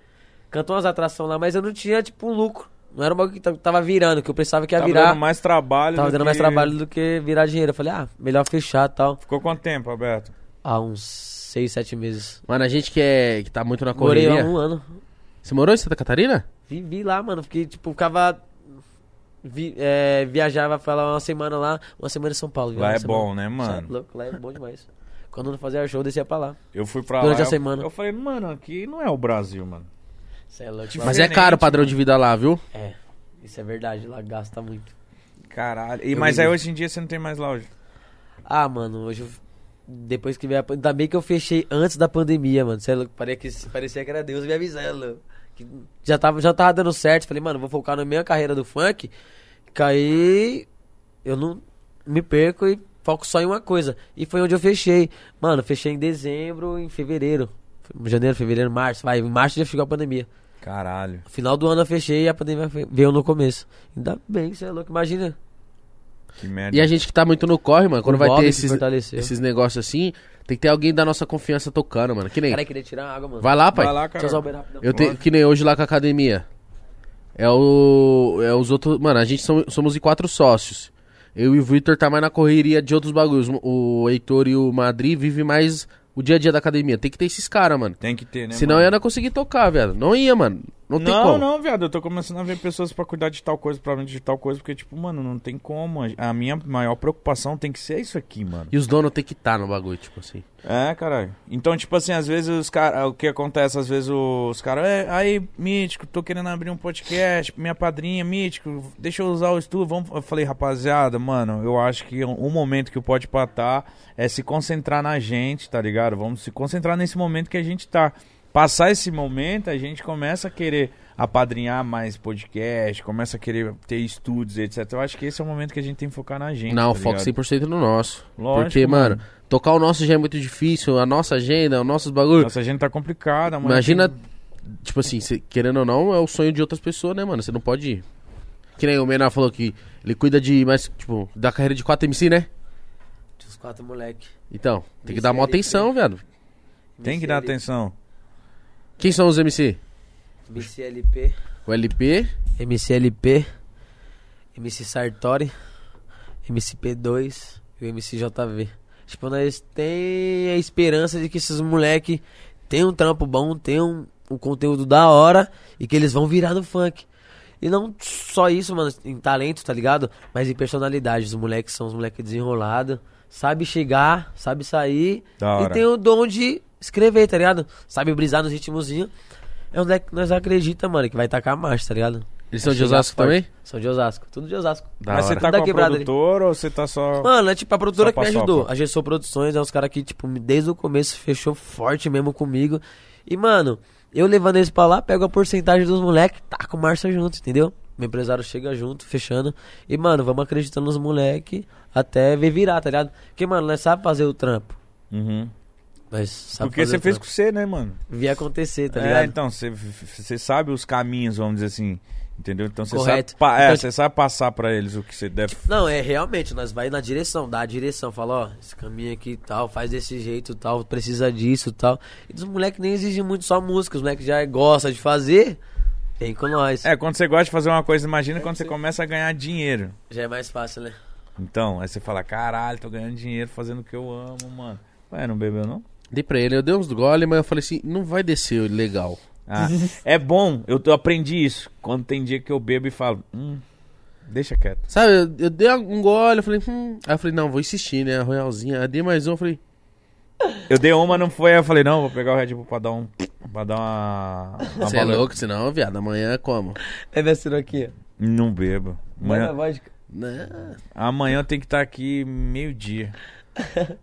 Cantou umas atrações lá, mas eu não tinha, tipo, um lucro. Não era um bagulho que t- tava virando, que eu pensava que ia
Tava
virar.
dando mais trabalho.
Tava
do
dando mais
que-
trabalho do que virar dinheiro. Eu falei, ah, melhor fechar e tal.
Ficou quanto tempo, Alberto?
Há uns seis, sete meses.
Mano, a gente que, é, que tá muito na
Morei lá
correria.
um ano.
Você morou em Santa Catarina?
Vivi lá, mano. Fiquei, tipo, ficava. Vi, é, viajava, falava uma semana lá, uma semana em São Paulo.
Lá é
Uma semana.
bom, né,
Cê é
mano?
louco, lá é bom demais. Quando eu não fazia show, eu descia pra lá.
Eu fui pra
Durante
lá.
a
eu-
semana.
Eu falei, mano, aqui não é o Brasil, mano.
Cê é louco.
Tipo-
lá-
Mas é caro o padrão de vida lá, viu?
É, isso é verdade, lá gasta muito.
Caralho. E,
Eu
mas
me
aí
lembro.
hoje em dia você não tem mais lounge.
Ah, mano, hoje. eu- Depois que veio a. pan- Ainda bem que eu fechei antes da pandemia, mano. Sei lá, parecia que, parecia que era Deus me avisando. Que já, tava, já tava dando certo. Falei, mano, vou focar na minha carreira do funk. Caí. Eu não me perco e foco só em uma coisa. E foi onde eu fechei. Mano, fechei em dezembro, em fevereiro. Janeiro, fevereiro, março. Vai, em março já chegou a pandemia.
Caralho.
Final do ano eu fechei e a pandemia fe- veio no começo. Ainda bem, você é louco. Imagina.
Que merda.
E a gente que tá muito no corre, mano, quando
É O
vai
Bob
ter
que
esses,
fortaleceu.
esses negócios assim, tem que ter alguém da nossa confiança tocando, mano. Que nem.
Cara, é queria tirar água, mano.
Vai lá, pai.
Vai lá, cara.
Deixa eu só operar
Então,
rapidão.
Eu tenho que nem hoje lá com a academia. É o. É os outros. Mano, a gente som- somos em quatro sócios. Eu e o Vitor tá mais na correria de outros bagulhos. O Heitor e o Madri vivem mais o dia a dia da academia. Tem que ter esses caras, mano.
Tem que ter, né?
Senão
mano?
eu não ia conseguir tocar, velho. Não ia, mano. Não tem
não,
como.
não, viado. Eu tô começando a ver pessoas pra cuidar de tal coisa, pra mim de tal coisa, porque, tipo, mano, não tem como. A minha maior preocupação tem que ser isso aqui, mano.
E os donos tem que estar no bagulho, tipo assim.
É, caralho. Então, tipo assim, às vezes os caras. O que acontece? Às vezes os caras. É, aí, Mítico, tô querendo abrir um podcast. Minha padrinha, Mítico, deixa eu usar o estúdio. Vamos... Eu falei, rapaziada, mano, eu acho que um, um momento que o Pode Patar é se concentrar na gente, tá ligado? Vamos se concentrar nesse momento que a gente tá. Passar esse momento, a gente começa a querer apadrinhar mais podcast, começa a querer ter estúdios, etc. Eu acho que esse é o momento que a gente tem que focar na gente.
não,
tá
foco
ligado?
100% é no nosso.
Lógico,
Porque, mano, tocar o nosso já é muito difícil. A nossa agenda, os nossos bagulhos.
Nossa, a gente tá complicada, mano.
Imagina, tipo assim, cê- querendo ou não, é o sonho de outras pessoas, né, mano? Você não pode ir. Que nem o Menor falou que ele cuida de mais, tipo, da carreira de 4 MC, né?
Tinha uns quatro moleque.
Então, tem que dar uma
né?
atenção, velho.
Tem que dar atenção.
Quem são os MC?
MCLP.
O LP,
MCLP. MC Sartori. MCP2 e o MCJV. Tipo, nós tem a esperança de que esses moleque tem um trampo bom, tem um, um conteúdo da hora e que eles vão virar no funk. E não só isso, mano, em talento, tá ligado? Mas em personalidade. Os moleques são os moleques desenrolados. Sabe chegar, sabe sair.
Da hora.
E tem o dom de escrever, um tá ligado? Sabe brisar nos ritmozinhos. É onde é que nós acredita, mano, que vai tacar marcha, tá ligado?
Eles são de
chegar
Osasco
forte.
também?
São de Osasco, tudo de Osasco.
Da
Mas você
hora.
tá
Dá
com a
quebrada ali.
produtora ou você tá só.
Mano, é tipo a produtora
Só
que me
paçoca.
ajudou. A Gessou Produções é uns caras que, tipo, me- desde o começo fechou forte mesmo comigo. E, mano, eu levando eles pra lá, pego a porcentagem dos moleques, taco o Marcia junto, entendeu? Meu empresário chega junto, fechando. E, mano, vamos acreditando nos moleques até ver virar, tá ligado? Porque, mano, nós sabe fazer o trampo.
Uhum.
Mas sabe
Porque
fazer
você
o
fez com
trampo.
você, né, mano?
Vi acontecer, tá ligado?
é, então, você- você sabe os caminhos, vamos dizer assim. Entendeu? Então você sabe,
Correto.
pa- é,
Então,
você sabe passar pra eles o que você deve.
Não, é realmente, nós vai na direção, dá a direção, fala, ó, esse caminho aqui e tal, faz desse jeito e tal, precisa disso e tal. E dos moleques nem exigem muito só música, os moleques já gosta de fazer, vem com nós.
É, quando você gosta de fazer uma coisa, imagina quando você começa a ganhar dinheiro.
Já é mais fácil, né?
Então, aí você fala, caralho, tô ganhando dinheiro fazendo o que eu amo, mano. Ué, não bebeu, não?
Dei pra ele, eu dei uns gole, mas eu falei assim, não vai descer legal.
Ah, é bom, eu, eu aprendi isso. Quando tem dia que eu bebo e falo, hum, deixa quieto.
Sabe, eu, eu dei um gole, eu falei, hum. Aí eu falei, não, vou insistir, né? A Royalzinha. Aí dei mais um, eu falei,
Eu dei uma, não foi, aí eu falei, não, vou pegar o Red Bull pra dar um. pra dar uma. uma
você é
valor-
louco, senão, viado, amanhã como?
É minha siroquinha.
Não bebo. Amanhã,
vodka.
Né?
amanhã eu tenho que estar aqui meio-dia.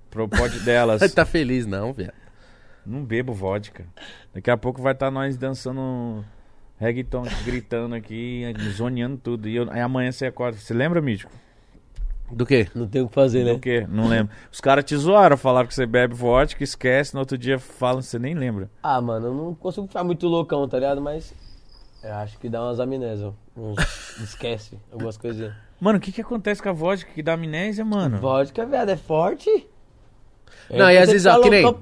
Pro pote delas.
Tá feliz, não, viado.
Não bebo vodka. Daqui a pouco vai estar nós dançando reggaeton, gritando aqui, zoneando tudo. E eu- aí amanhã você acorda. Você lembra, Mítico?
Do quê?
Não tem o que fazer,
Do
né?
quê? Não lembro. Os caras te zoaram, falaram que você bebe vodka, esquece, no outro dia falam, você nem lembra.
Ah, mano, eu não consigo ficar muito loucão, tá ligado? Mas eu acho que dá umas amnésias, uns... esquece algumas coisinhas.
Mano, o que que acontece com a vodka que dá amnésia, mano?
Vodka, viado, é forte. É, tá
Não, e às vezes, ó, que nem-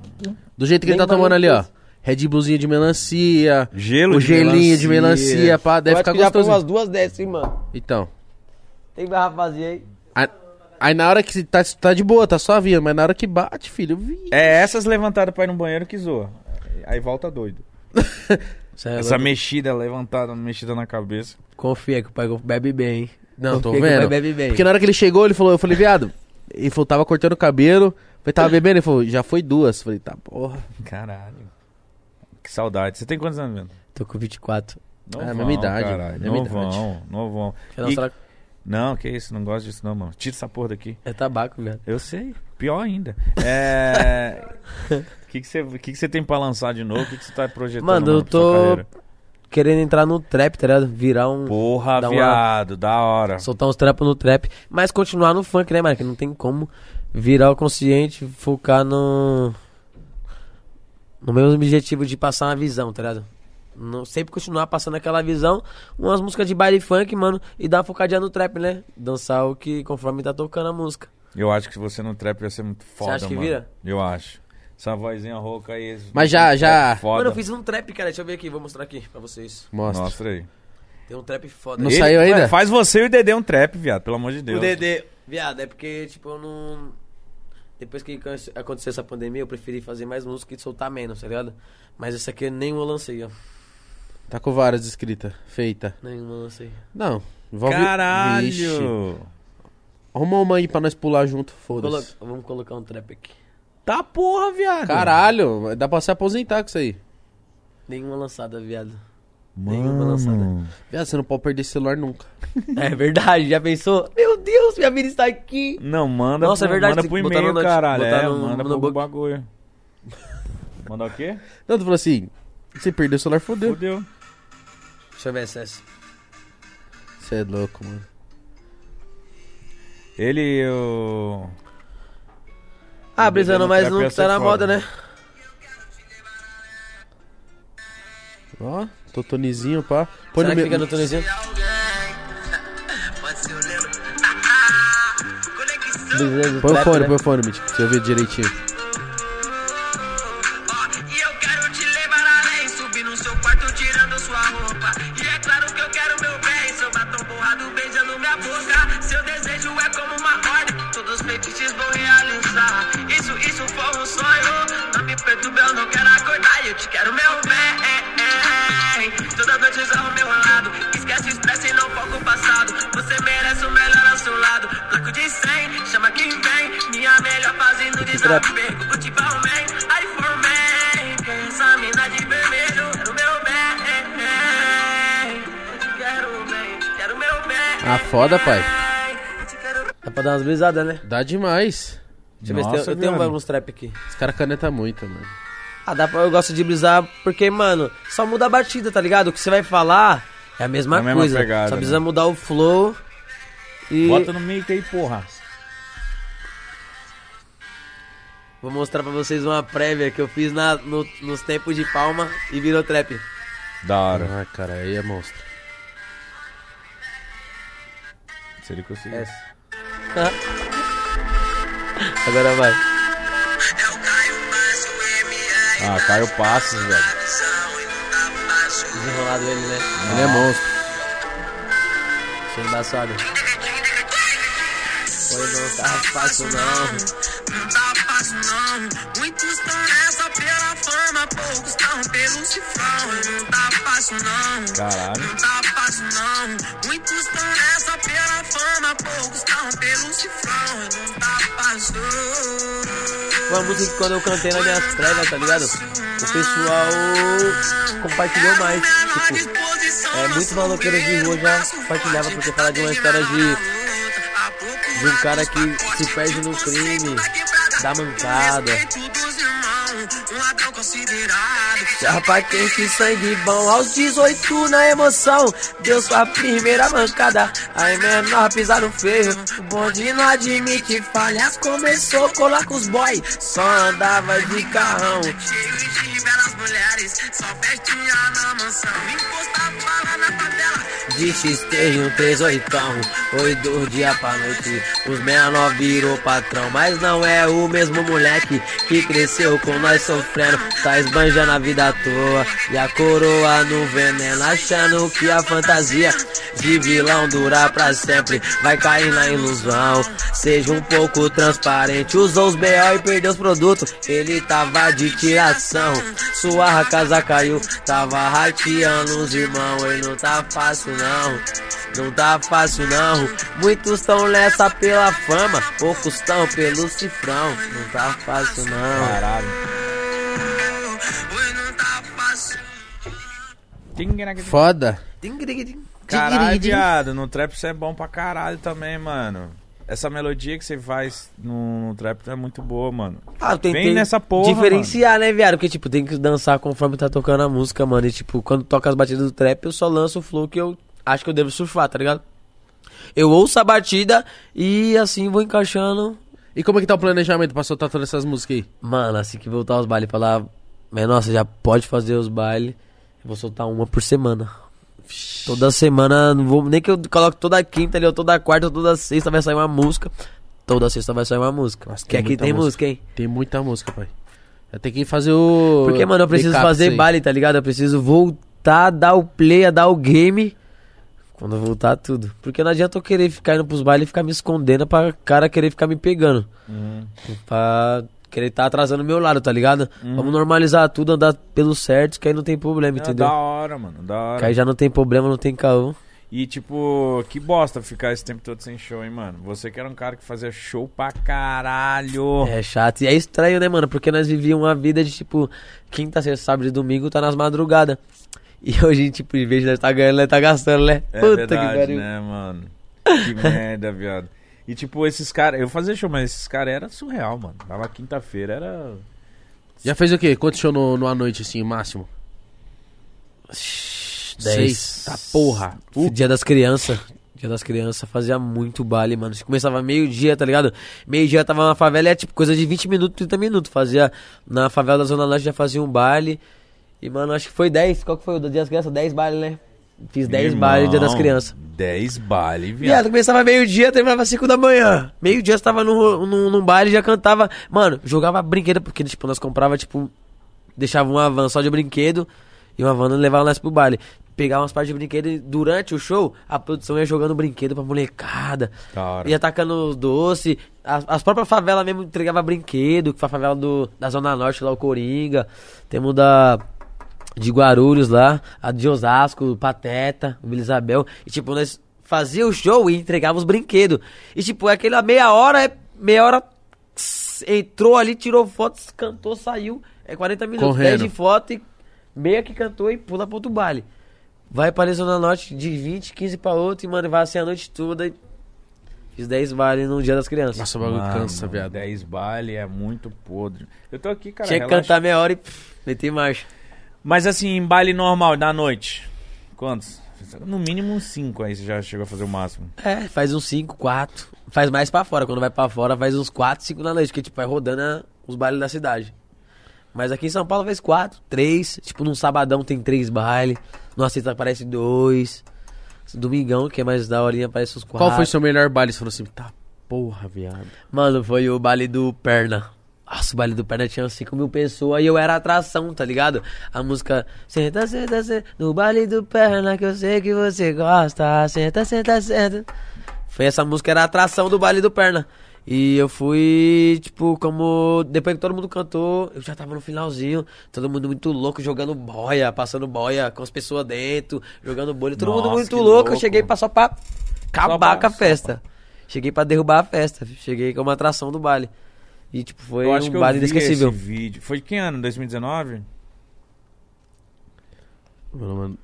Do jeito que
Nem
ele tá tomando ali, ó.
maluco.
Red Bullzinho de melancia.
Gelo
o
de
gelinho de
melancia.
melancia, pá, deve ficar
já foi
gostoso.
umas duas dessas, hein, mano.
Então.
Tem garrafazinha aí.
Aí, aí na hora que você tá, tá de boa, tá só vindo, mas na hora que bate, filho, vi.
É essas levantadas pra ir no banheiro que zoa. Aí volta doido.
é
Essa mexida levantada, mexida na cabeça.
Confia que o pai bebe bem, hein?
Não, tô
Confia que o pai
vendo.
bebe bem.
Porque na hora que ele chegou, ele falou, eu falei, viado. Ele falou, tava cortando o cabelo. Falei, tava bebendo? Ele falou, já foi duas. Falei, tá porra.
Caralho. Que saudade. Você tem quantos anos, mano?
Tô com 24.
Novão,
É, a mesma idade,
Caralho.
mesma
Novão, novão.
Não,
E-
será-
Não, que isso, não gosto disso não, mano. Tira essa porra daqui.
É tabaco, velho.
Eu sei, pior ainda. É... O que que você que que você tem pra lançar de novo? O que que você tá projetando?
Mano, eu
pra sua
tô-
carreira?
Querendo entrar no trap, tá ligado? Virar um.
Porra,
Dá uma-
viado, da hora.
Soltar uns trampos no trap. Mas continuar no funk, né, mano? Que não tem como virar o consciente, focar no. No meu objetivo de passar uma visão, tá ligado? Não, sempre continuar passando aquela visão, umas músicas de baile funk, mano, e dar uma focadinha no trap, né? Dançar o que conforme tá tocando a música.
Eu acho que você no trap ia ser muito foda,
acha que
mano.
vira?
Eu acho. Essa vozinha rouca aí.
Mas já,
é
já-
Foda.
Mano, eu fiz um trap, cara. Deixa eu ver aqui, vou mostrar aqui pra vocês.
Mostra.
Mostra aí.
Tem um trap foda.
Não
aqui.
sei. saiu ainda?
Faz você e o Dedê um trap, viado, pelo amor de Deus.
O Dedê. Viado, é porque, tipo, eu não. Depois que aconte- aconteceu essa pandemia, eu preferi fazer mais música e soltar menos, tá ligado? Mas essa aqui eu nenhuma lancei, ó.
Tá com várias escritas, feita.
Nenhuma lancei.
Não. Envolve...
Caralho!
Vixe. Arruma uma aí pra nós pular junto,
Colo-
foda-se.
Vamos colocar um trap aqui.
Tá porra, viado.
Caralho, dá pra se aposentar com isso aí.
Nenhuma lançada, viado. Nenhuma
Mano.
lançada.
Viado, você não pode perder esse celular nunca.
É verdade, já pensou? Meu Deus, minha vida está aqui.
Não, manda,
Nossa, é
pro,
verdade,
manda
tem
pro
que botar
e-mail,
no noti-
caralho.
botar
É,
no-
manda
no
pro
book.
bagulho. Manda o quê?
Não, tu falou assim, você perdeu o celular, fodeu.
Fudeu.
Deixa eu ver essa. essa.
Você é louco, mano.
Ele e o...
Ah,
Bebendo
brisando mais
trap
um
ia
que
ser
tá na
foda.
moda, né?
Ó, totonizinho, pá. Põe
Será
no
que
meu...
fica no Tunezinho? Brisando
Põe o
trap,
fone,
né?
põe o fone, Mítico, pra você ouvir direitinho.
E eu quero te levar além, subir no seu quarto tirando sua roupa. E é claro que eu quero meu bem, seu batom borrado beijando minha boca. Seu desejo é como uma ordem, que todos os feitiços vão realizar. Isso, isso foi um sonho, não me perturbe, eu não quero acordar. Eu te quero meu bem. Toda noite eu sou meu lado, esquece o estresse e não foca o passado. Você merece o melhor ao seu lado. Placo de 100, chama quem vem, minha melhor fazendo desapego. Futebol man, I for man. Com Essa mina de vermelho, quero meu bem. Quero bem.
Ah, foda, pai.
Dá pra dar umas brisadas, né?
Dá demais.
Deixa eu ver se
Nossa,
tem, eu tenho um
viado.
alguns trap aqui.
Os caras canetam muito, mano.
Ah, dá pra, eu gosto de brisar porque, mano, só muda a batida, tá ligado? O que você vai falar é a mesma
É a mesma
coisa.
pegada,
só
né?
precisa mudar o flow e...
Bota no meio aí, porra.
Vou mostrar pra vocês uma prévia que eu fiz na, no- nos tempos de palma e virou trap.
Da hora.
Ah, cara, aí é monstro.
Se ele conseguir.
Essa. Agora vai. É
Ah, Caio Passos, velho.
Desenrolado ele, né?
Ele é monstro.
Sou embaçado. Pois não tá fácil, não.
Não tá fácil não Muitos tão nessa pela fama Poucos tão pelo cifrão Não tá fácil não
Caralho.
Não tá fácil não Muitos tão nessa pela fama Poucos tão pelo cifrão Não tá fácil
Uma música que quando eu cantei nas minhas prévias, tá ligado? O pessoal compartilhou mais. Tipo, é, muito maloqueiro de rua já compartilhava porque fala de uma história de- de um cara que se perde no crime, da mancada.
Um ladrão considerado
Chapa quente, sangue bom, aos 18 na emoção Deu sua primeira mancada, aí menor pisaram feio O bonde não admite falhas, começou a colar com os boy Só andava de carrão
Cheio de belas mulheres, só festinha na mansão. Encostava lá na favela,
De XT e um 38, oi do dia pra noite. Os 69 virou patrão, mas não é o mesmo moleque que cresceu com nós sofrendo. Tá esbanjando a vida à toa e a coroa no veneno, achando que a fantasia de vilão dura pra sempre. Vai cair na ilusão, seja um pouco transparente. Usou os B.O. e perdeu os produtos, ele tava de tiração. Sua casa caiu, tava rateando os irmãos, ele não tá fácil não. Não tá fácil não. Muitos tão nessa pela fama, poucos tão pelo cifrão. Não tá fácil não.
Caralho.
hoje não tá fácil.
Foda.
Caralho, viado. No trap você é bom pra caralho também, mano. Essa melodia que você faz no, no trap é muito boa, mano.
Ah, tem
Vem nessa porra,
Diferenciar, né, viado? Porque, tipo, tem que dançar conforme tá tocando a música, mano. E, tipo, quando toca as batidas do trap, eu só lanço o flow que eu acho que eu devo surfar, tá ligado? Eu ouço a batida e assim vou encaixando.
E como é que tá o planejamento pra soltar todas essas músicas aí?
Mano, assim que voltar aos bailes, falar. Mas nossa, já pode fazer os bailes. Eu vou soltar uma por semana. Toda semana, não vou, nem que eu coloque toda quinta ali, ou toda quarta, ou toda sexta vai sair uma música. Toda sexta vai sair uma música.
Nossa,
que
tem
aqui
muita
tem música,
música.
hein?
Tem muita música, pai. Eu tenho que fazer o. assim.
Porque, mano, eu preciso
recap
fazer
disso aí.
baile, tá ligado? Eu preciso voltar a dar o play, a dar o game. Quando eu voltar tudo. Porque não adianta eu querer ficar indo pros bailes e ficar me escondendo pra cara querer ficar me pegando.
Uhum.
Pra querer tá atrasando o meu lado, tá ligado?
Uhum.
Vamos normalizar tudo, andar pelo certo, que aí não tem problema,
mano. É
entendeu?
da hora, mano. Da
Que aí
hora.
já não tem problema, não tem caô.
E tipo, que bosta ficar esse tempo todo sem show, hein, mano. Você que era um cara que fazia show pra caralho.
É chato. E é estranho, né, mano? Porque nós vivíamos uma vida de, tipo, quinta, sexta, sábado e domingo tá nas madrugadas. E hoje, tipo, em vez de nós tá ganhando, nós tá gastando, né?
É verdade, né, mano? Que merda, viado. E tipo, esses caras. Eu fazia show, mas esses caras era surreal, mano. Tava quinta-feira, era.
Já fez o quê? Quanto show no, numa noite, assim, máximo?
Seis.
Tá porra.
Esse Dia das crianças. Dia das crianças fazia muito baile, mano. Você começava meio-dia, tá ligado? Meio-dia tava na favela, é tipo coisa de 20 minutos, 30 minutos. Fazia na favela da Zona Leste, já fazia um baile. E, mano, acho que foi 10. Qual que foi o do Dia das Crianças? 10 baile, né? Fiz 10 baile Dia das Crianças.
10 baile, viado.
Viado, começava meio-dia, terminava 5 da manhã. Meio-dia você tava num, num, num baile já cantava. Mano, jogava brinquedo, porque, tipo, nós comprava, tipo, deixava uma van só de brinquedo e uma van levava nós pro baile. Pegava umas partes de brinquedo e durante o show, a produção ia jogando brinquedo pra molecada.
Da hora.
Ia atacando os doce. As, as próprias favelas mesmo entregava brinquedo, que foi a favela do, da Zona Norte, lá o Coringa. Temos da. De Guarulhos lá, a de Osasco, Pateta, Vila Isabel. E tipo, nós fazia o show e entregava os brinquedos. E tipo, aquela meia hora, é- meia hora tss, entrou ali, tirou fotos, cantou, saiu. É 40 minutos,
Correndo.
10 de foto e meia que cantou e pula pro outro baile. Vai pra Zona Norte de 20, 15 pra outra e, mano, vai assim a noite toda. E... Fiz 10 vale no Dia das Crianças.
Nossa, o bagulho
Mano,
cansa, viado.
10 baile é muito podre. Eu tô aqui, cara.
Tinha que
relaxa.
cantar meia hora e pff, meter marcha.
Mas assim, em baile normal, da noite, quantos? No mínimo uns 5 aí, você já chegou a fazer o máximo.
É, faz uns 5, 4. Faz mais pra fora. Quando vai pra fora, faz uns 4, 5 na noite. Porque, tipo, vai rodando a- os bailes da cidade. Mas aqui em São Paulo faz 4, 3. Tipo, num sabadão tem 3 bailes. Numa sexta aparece 2. Domingão, que é mais da horinha, aparece uns 4.
Qual foi seu melhor baile? Você falou assim, tá porra, viado.
Mano, foi o baile do Perna. Nossa, o baile do Perna tinha 5 mil pessoas e eu era atração, tá ligado? A música Senta, senta, senta, no baile do Perna que eu sei que você gosta. Senta, senta, senta. Foi essa música, era a atração do baile do Perna. E eu fui, tipo, como. Depois que todo mundo cantou, eu já tava no finalzinho. Todo mundo muito louco, jogando boia, passando boia com as pessoas dentro, jogando bolha. Todo mundo
Nossa,
muito
que
louco. Eu
louco.
cheguei pra, só pra acabar
pra-
com a festa. Cheguei pra derrubar a festa. Cheguei como atração do baile. E, tipo, foi
eu acho
um
que eu
baile
vi
inesquecível.
esse vídeo. Foi que ano? 2019?
Mano, mano,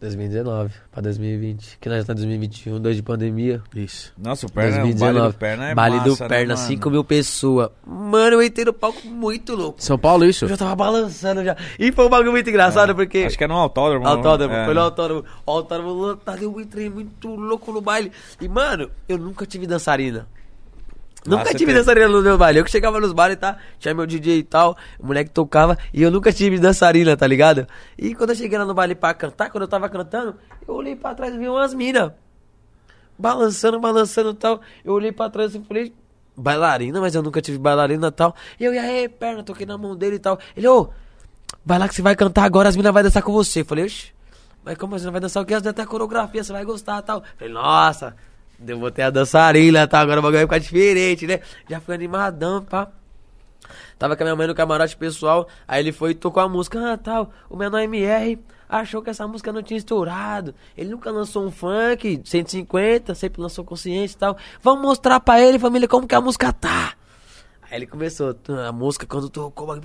2019 pra 2020. Que nós já tá em 2021, dois de pandemia.
isso.
Nossa, o perna, o baile do
2019.
perna é
baile
massa,
do perna,
né, mano?
5 mil pessoas. Mano, eu entrei no palco muito louco.
São Paulo, isso?
Eu já tava balançando já. E foi um bagulho muito engraçado, porque.
Acho que era no autódromo.
Autódromo,
é.
foi no autódromo. O autódromo lotado, eu entrei muito louco no baile. E, mano, eu nunca tive dançarina. Nunca
você
tive
teve.
dançarina no meu baile. Eu que chegava nos bares, tá? Tinha meu DJ e tal, o moleque tocava, e eu nunca tive dançarina, tá ligado? E quando eu cheguei lá no baile pra cantar, quando eu tava cantando, eu olhei pra trás e vi umas minas. Balançando, balançando e tal. Eu olhei pra trás e falei, bailarina, mas eu nunca tive bailarina e tal. E eu, e aí, perna, toquei na mão dele e tal. Ele, ô, vai lá que você vai cantar agora, as minas vão dançar com você. Eu falei, oxi, mas como você não vai dançar o quê? As minas têm a coreografia, você vai gostar e tal. Eu falei, nossa, eu botei a dançarina e tal, agora o bagulho vai ficar diferente, né? Já fui animadão, pá. Tava com a minha mãe no camarote pessoal, aí ele foi e tocou a música, ah, tal, o menor MR achou que essa música não tinha estourado. Ele nunca lançou um funk, 150, sempre lançou consciente e tal. Vamos mostrar pra ele, família, como que a música tá. Aí ele começou, "Ah, a música quando tocou, ah,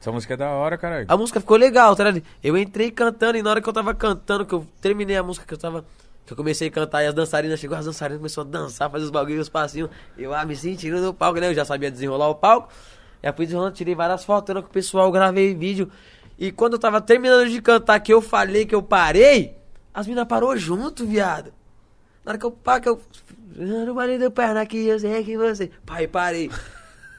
Essa música é da hora, caralho.
a música ficou legal, tá ligado? Eu entrei cantando e na hora que eu tava cantando, que eu terminei a música que eu tava. Que eu comecei a cantar e as dançarinas chegou, as dançarinas começaram a dançar, fazer os bagulhos, os passinhos. Eu ah, me sentindo no palco, né? Eu já sabia desenrolar o palco. Já fui desenrolando, tirei várias fotos né, com o pessoal, gravei vídeo. E quando eu tava terminando de cantar, que eu falei que eu parei, as meninas parou junto, viado. Na hora que eu pá, que eu. No baile do perna aqui, eu sei que você. Pai, parei.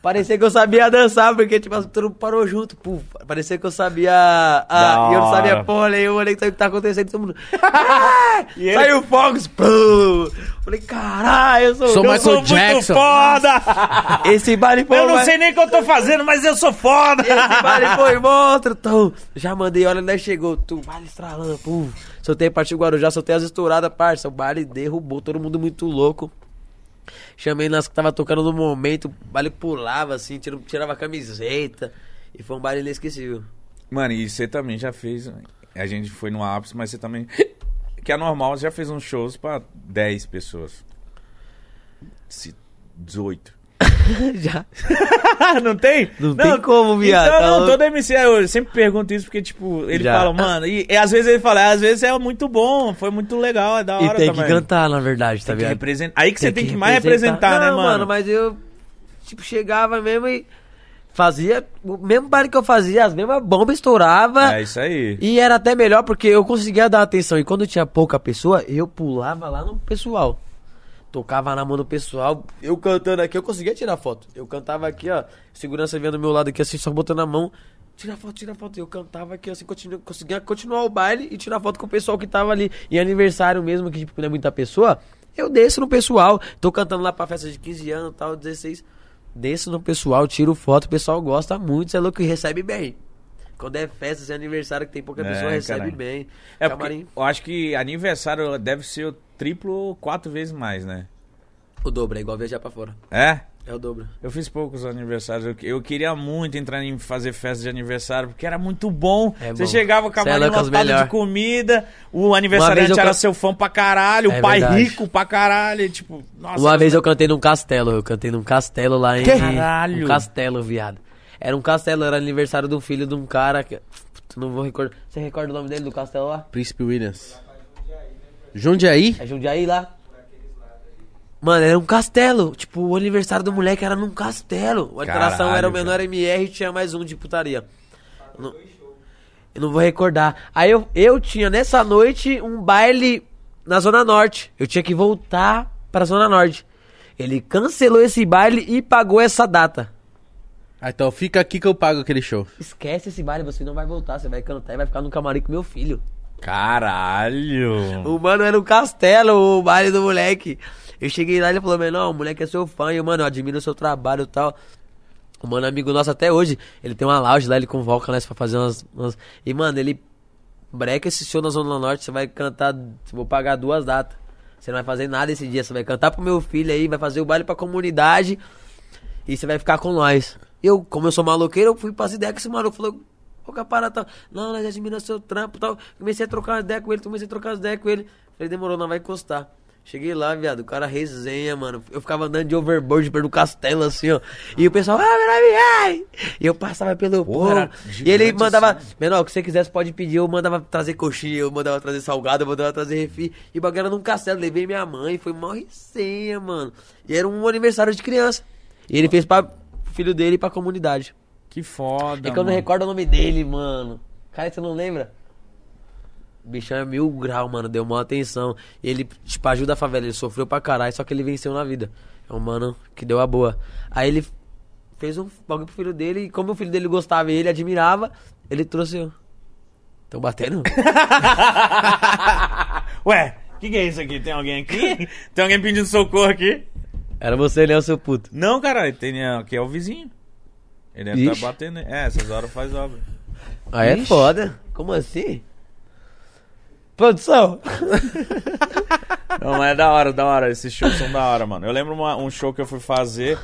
Parecia que eu sabia dançar, porque, tipo, as turmas parou junto. Puf, parecia que eu sabia. Ah,
Da
e eu não sabia
hora.
porra nenhuma, olhei o que tá acontecendo, todo mundo. Ah,
ele-
Saiu fogos, pum! Falei, caralho, eu sou,
Sou
eu
Michael
sou muito
Jackson.
foda!
foda. Esse baile foi
Eu não
mais-
sei nem o que eu tô fazendo, mas eu sou foda!
esse vale foi monstro, Tom. Já mandei, olha, né? Chegou, tu, vale estralando, pum. Soltei a partir do Guarujá, soltei as estouradas, parça. O baile derrubou, todo mundo muito louco. Chamei nas que tava tocando no momento, o baile pulava assim, tira- tirava a camiseta. E foi um baile inesquecível.
Mano, e você também já fez. A gente foi no ápice, mas você também. Que é normal, você já fez uns shows pra 10 pessoas. Se- 18.
Já.
não tem?
Não tem como, viado.
Então, não,
Tá-
todo MC, eu sempre pergunto isso porque, tipo, ele
Já.
fala, mano, e, e às vezes ele fala, às vezes é muito bom, foi muito legal, é da hora
E tem que
também.
cantar, na verdade, tá
Tem que
ligado?
represent- Aí que você tem que, mais representar, né,
Não,
mano?
mas eu, tipo, chegava mesmo e fazia. O mesmo baile que eu fazia, as mesmas bombas estourava.
É isso aí.
E era até melhor porque eu conseguia dar atenção. E quando tinha pouca pessoa, eu pulava lá no pessoal. Tocava na mão do pessoal. Eu cantando aqui, eu conseguia tirar foto. Eu cantava aqui, ó. Segurança vinha do meu lado aqui, assim, só botando a mão. Tira foto, tira foto. Eu cantava aqui, assim, continu, conseguia continuar o baile e tirar foto com o pessoal que tava ali. E aniversário mesmo, que tipo, não é muita pessoa, eu desço no pessoal. Tô cantando lá pra festa de 15 anos, tal, 16. Desço no pessoal, tiro foto, o pessoal gosta muito, você é louco e recebe bem. Quando é festa, se é aniversário que tem pouca
É,
pessoa, recebe
caralho.
bem.
É porque
Camarim,
eu acho que aniversário deve ser o triplo ou quatro vezes mais, né?
o dobro, é igual viajar pra fora.
É?
É o dobro.
Eu fiz poucos aniversários. Eu, eu queria muito entrar em fazer festa de aniversário, porque era muito bom.
É
Você
bom.
chegava com a
Cê é
camarim
louco, os
lotado
melhor.
de comida, o
Uma vez
aniversariante
eu
era
can-
seu fã pra caralho,
É
o pai
verdade.
rico pra caralho, e tipo... Nossa,
Uma vez eu cantei num castelo, eu cantei num castelo lá em.
Caralho!
Um castelo, viado. Era um castelo, era aniversário do filho de um cara que. Puta, não vou recordar. Você recorda o nome dele do castelo lá?
Príncipe Williams. Jundiaí?
É Jundiaí lá? Mano, era um castelo. Tipo, o aniversário do moleque era num castelo. A atração
Caralho,
era o menor MR e tinha mais um de putaria. Eu não, eu não vou recordar. Aí eu, eu tinha nessa noite um baile na Zona Norte. Eu tinha que voltar pra Zona Norte. Ele cancelou esse baile e pagou essa data.
Ah, então fica aqui que eu pago aquele show.
Esquece esse baile, você não vai voltar. Você vai cantar e vai ficar no camarim com meu filho.
Caralho.
O mano era um castelo, o baile do moleque. Eu cheguei lá e ele falou, meu, não, o moleque é seu fã, e eu, mano, eu admiro o seu trabalho e tal. O mano é amigo nosso até hoje, ele tem uma lounge lá, ele convoca nós pra fazer umas, umas- E, mano, ele breca esse show na Zona Norte, você vai cantar, vou pagar duas datas. Você não vai fazer nada esse dia, você vai cantar pro meu filho aí, vai fazer o baile pra comunidade e você vai ficar com nós. Eu, como eu sou maloqueiro, eu fui passar ideia com esse maluco. Falou, pô, capará, tal. Não, nós admiramos seu trampo tal. Comecei a trocar umas ideias com ele, comecei a trocar as ideias com ele. Falei, demorou, não vai encostar. Cheguei lá, viado, o cara resenha, mano. Eu ficava andando de overboard pelo castelo, assim, ó. E o pessoal, ah, meu nome é ai." E eu passava pelo
Porra,
povo.
gigante
E ele mandava, menor, o que você quisesse pode pedir. Eu mandava trazer coxinha, eu mandava trazer salgado, eu mandava trazer refri. E o bagulho era num castelo. Levei minha mãe, foi mó resenha, mano. E era um aniversário de criança. E ele fez pra pro filho dele e pra comunidade.
Que foda.
é que
Tá,
eu não
mano.
recordo o nome dele, mano. Cara, você não lembra? O bichão é mil grau, mano. Deu maior atenção. E ele, tipo, ajuda a favela. Ele sofreu pra caralho, só que ele venceu na vida. É um mano que deu a boa. Aí ele fez um bagulho pro filho dele. E como o filho dele gostava e ele admirava, ele trouxe eu. Tão batendo?
Ué, o que, que é isso aqui? Tem alguém aqui? tem alguém pedindo socorro aqui?
Era você, Léo, seu puto.
Não, caralho, tem, aqui é o vizinho. Ele deve
Ixi.
tá batendo. É, essas horas faz obra.
Aí é foda. Como assim? Produção!
Não, mas é da hora, da hora. Esses shows são da hora, mano. Eu lembro uma- um show que eu fui fazer.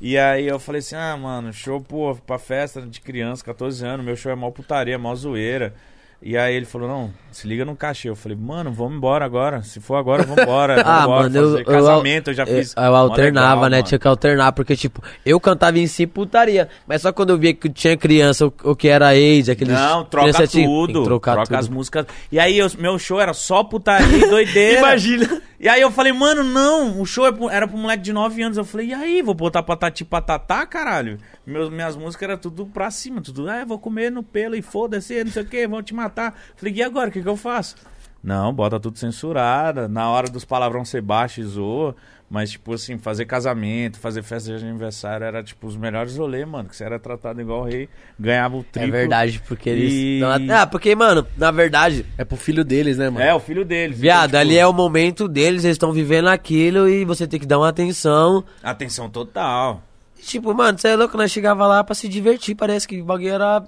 E aí eu falei assim, ah, mano, show, pô, pra festa de criança, 14 anos, meu show é mó putaria, mó zoeira. E aí ele falou, não, se liga no cachê. Eu falei, mano, vamos embora agora. Se for agora, vamos embora.
Ah, mano, eu, eu-
Casamento eu já fiz.
Eu,
Mó
alternava,
legal,
né?
mano.
Tinha que alternar, porque, tipo, eu cantava em si putaria. Mas só quando eu via que tinha criança, o, o que era AIDS, aqueles.
Não, troca
criança tinha- tem
tudo.
que trocar
troca
tudo.
as músicas. E aí, eu- meu show era só putaria e doideira.
Imagina.
E aí eu falei, mano, não, o show é pro- era pro moleque de 9 anos. Eu falei, e aí, vou botar patati patatá, caralho? Meus, minhas músicas eram tudo pra cima, tudo, ah, eu vou comer no pelo e foda-se, não sei o que, vão te matar. Falei, e agora, o que, que eu faço? Não, bota tudo censurada, na hora dos palavrão ser baixo e zoa, mas tipo assim, fazer casamento, fazer festa de aniversário era tipo os melhores rolê, mano, que você era tratado igual rei, ganhava o
É
triplo.
verdade, porque eles.
E-
dão- Ah, porque, mano, na verdade,
É pro filho deles, né, mano?
É, o filho tipo, deles.
viado, ali é o momento deles, eles estão vivendo aquilo e você tem que dar uma atenção.
Atenção total.
E, Tipo, mano, você é louco, nós chegava lá pra se divertir, parece que o bagulho era.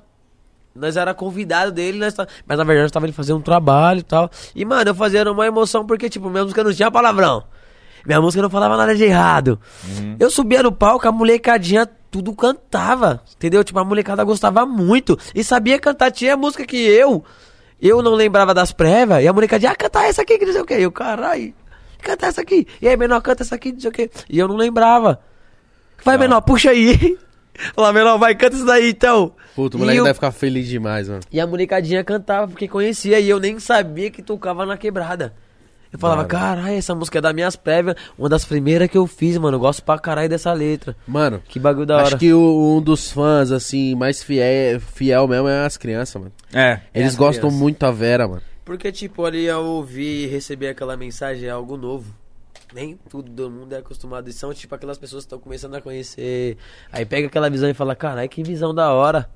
Nós era convidado dele, nós tá- mas na verdade nós tava ele fazendo um trabalho e tal. E, mano, eu fazia era uma emoção porque, tipo, minha música não tinha palavrão. Minha música não falava nada de errado.
Uhum.
Eu subia no palco, a molecadinha tudo cantava, entendeu? Tipo, a molecada gostava muito e sabia cantar. Tinha música que eu, eu não lembrava das prévias e a molecadinha, ah, cantar essa aqui, que não sei o quê. Eu, caralho, cantar essa aqui. E aí, menor, canta essa aqui, não sei o quê. E eu não lembrava. Vai, menor, puxa aí. Fala, menor, vai, canta isso daí então.
Puta, o moleque
e, o-
deve ficar feliz demais, mano.
e a molecadinha cantava porque conhecia e eu nem sabia que tocava na quebrada. Eu falava, caralho, essa música é das minhas prévias, uma das primeiras que eu fiz, mano. Eu gosto pra caralho dessa letra.
Mano,
Que bagulho da hora.
acho que o- um dos fãs, assim, mais fiel, fiel mesmo é as crianças, mano.
É.
Eles
as
gostam
crianças.
muito da Vera, mano.
Porque, tipo, ali ao ouvir e receber aquela mensagem é algo novo. Nem tudo do mundo é acostumado. E são, tipo, aquelas pessoas que estão começando a conhecer. Aí pega aquela visão e fala, carai, que visão da hora.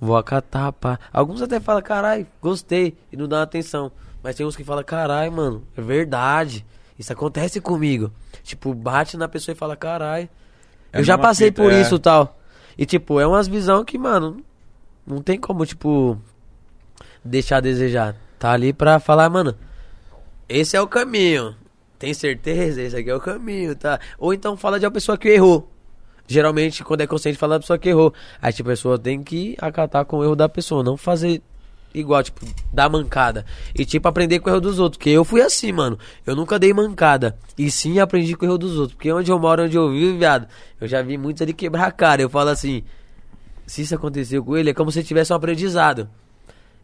Vou acatar, pá. Alguns até falam, carai, gostei. E não dá atenção. Mas tem uns que falam, carai, mano, é verdade. Isso acontece comigo. Tipo, bate na pessoa e fala, carai.
É
eu já
mesma
passei
fita,
por
é.
isso e tal. E, tipo, é umas visão que, mano, não tem como, tipo, deixar a desejar. Tá ali pra falar, mano, esse é o caminho. Tem certeza? Esse aqui é o caminho, tá? Ou então fala de uma pessoa que errou. Geralmente, quando é consciente, fala da pessoa que errou. Aí, tipo, a pessoa tem que acatar com o erro da pessoa, não fazer igual, tipo, dar mancada. E, tipo, aprender com o erro dos outros. Porque eu fui assim, mano. Eu nunca dei mancada. E sim, aprendi com o erro dos outros. Porque onde eu moro, onde eu vivo, viado, eu já vi muitos ali quebrar a cara. Eu falo assim, se isso aconteceu com ele, é como se tivesse um aprendizado.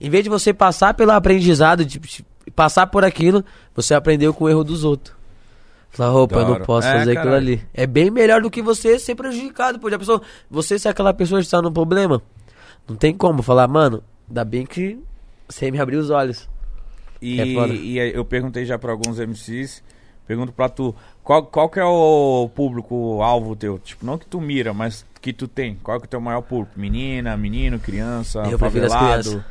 Em vez de você passar pelo aprendizado, de, de- passar por aquilo, você aprendeu com o erro dos outros. Falar, opa, eu
Da
não
hora.
posso
É,
fazer aquilo
caralho.
ali. É bem melhor do que você ser prejudicado, pô. Já pensou? Você se aquela pessoa que está num problema, não tem como falar, mano, ainda bem que você me abriu os olhos.
E,
É foda.
e aí eu perguntei já pra alguns MCs, pergunto pra tu, qual, qual que é o público-alvo teu? Tipo, não que tu mira, mas que tu tem. Qual que é o teu maior público? Menina, menino, criança,
Eu prefiro as
favelado?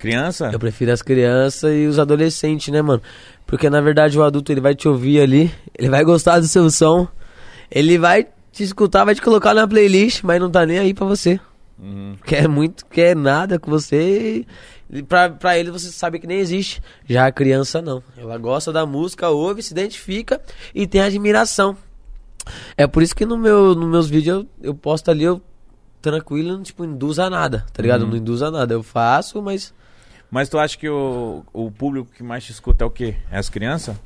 Criança?
Eu prefiro as crianças e os adolescentes, né, mano? Porque na verdade o adulto ele vai te ouvir ali, ele vai gostar do seu som, ele vai te escutar, vai te colocar na playlist, mas não tá nem aí pra você.
Uhum.
Quer muito, quer nada com você. E Pra, pra ele você sabe que nem existe. Já a criança não. Ela gosta da música, ouve, se identifica e tem admiração. É por isso que no meu, nos meus vídeos eu, eu posto ali, eu tranquilo, não tipo, induza nada, tá
Uhum.
ligado? Não induza nada. Eu faço, mas
Mas tu acha que o, o público que mais te escuta é o quê? É as crianças?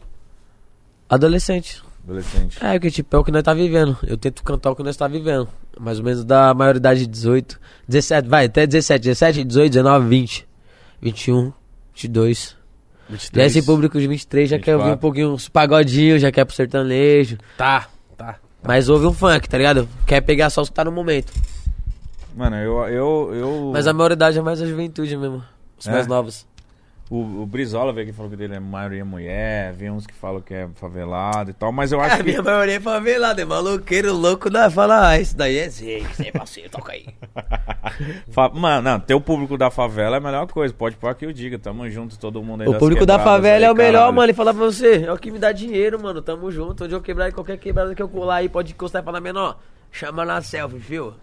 adolescente.
Adolescente.
É, que tipo, é o que nós tá vivendo. Eu tento cantar o que nós tá vivendo. Mais ou menos da maioridade de 18, 17, vai, até 17, 17, 18, 19, 20, 21, 22. Já é esse público de 23 já quer ouvir um
24.
pouquinho uns pagodinhos, já quer pro sertanejo.
Tá, tá.
Mas ouve um funk, tá ligado? Quer pegar só os que tá no momento.
Mano, eu. eu, eu
Mas a maioridade é mais a juventude mesmo. Os
É?
mais novos.
o, o Brizola veio aqui e falou que dele é maioria mulher, vem uns que falam que é favelado e tal, mas eu acho
A
que.
minha maioria é favelada, é maluqueiro, louco da fala, ah, isso daí é zica, isso é parceiro, toca aí.
Fa- Mano, não, ter o público da favela é a melhor coisa. Pode pôr que eu diga. Tamo junto, todo mundo aí
O
das
público da
quebradas aí,
favela é o melhor,
caralho.
mano. E falar pra você, é o que me dá dinheiro, mano. Tamo junto. Onde eu quebrar, qualquer quebrada que eu colar aí, pode encostar e falar, menor, chama na selfie, viu?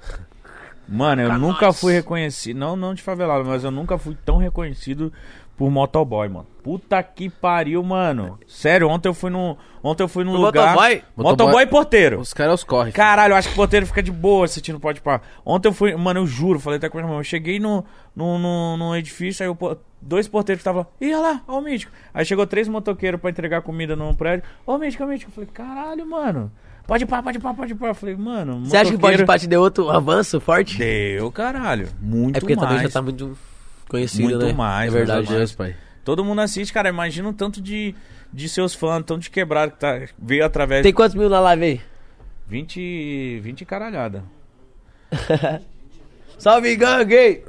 Mano, eu
Pra
nunca
nós.
fui reconhecido. Não, não de favelado, mas eu nunca fui tão reconhecido por motoboy, mano. Puta que pariu, mano. Sério, ontem eu fui num. Ontem eu fui num
No
lugar.
motoboy?
Motoboy e porteiro.
Os caras os correm.
Caralho, eu acho que o porteiro fica de boa assistindo pode pá. Ontem eu fui, mano, eu juro, falei até com meu irmão. Eu cheguei no, no, no, no edifício, aí o por- dois porteiros estavam lá, ih, olha lá, ó o mítico. Aí chegou três motoqueiros pra entregar comida num prédio. Ó, o mítico, ó, o mítico. Eu falei, caralho, mano. Pode pá, pode pá, pode pá. Eu falei, mano,
Você acha que pode
motoqueiro-
parte de outro avanço forte?
Deu, caralho. Muito
é porque
mais.
também já tá muito conhecido,
Muito
né?
mais,
é verdade.
mais.
Deus, pai.
Todo mundo assiste, cara. Imagina o tanto de, de seus fãs, tanto de quebrado que tá, veio através
Tem quantos mil na live aí?
20, e- 20 caralhada.
Salve, gangue!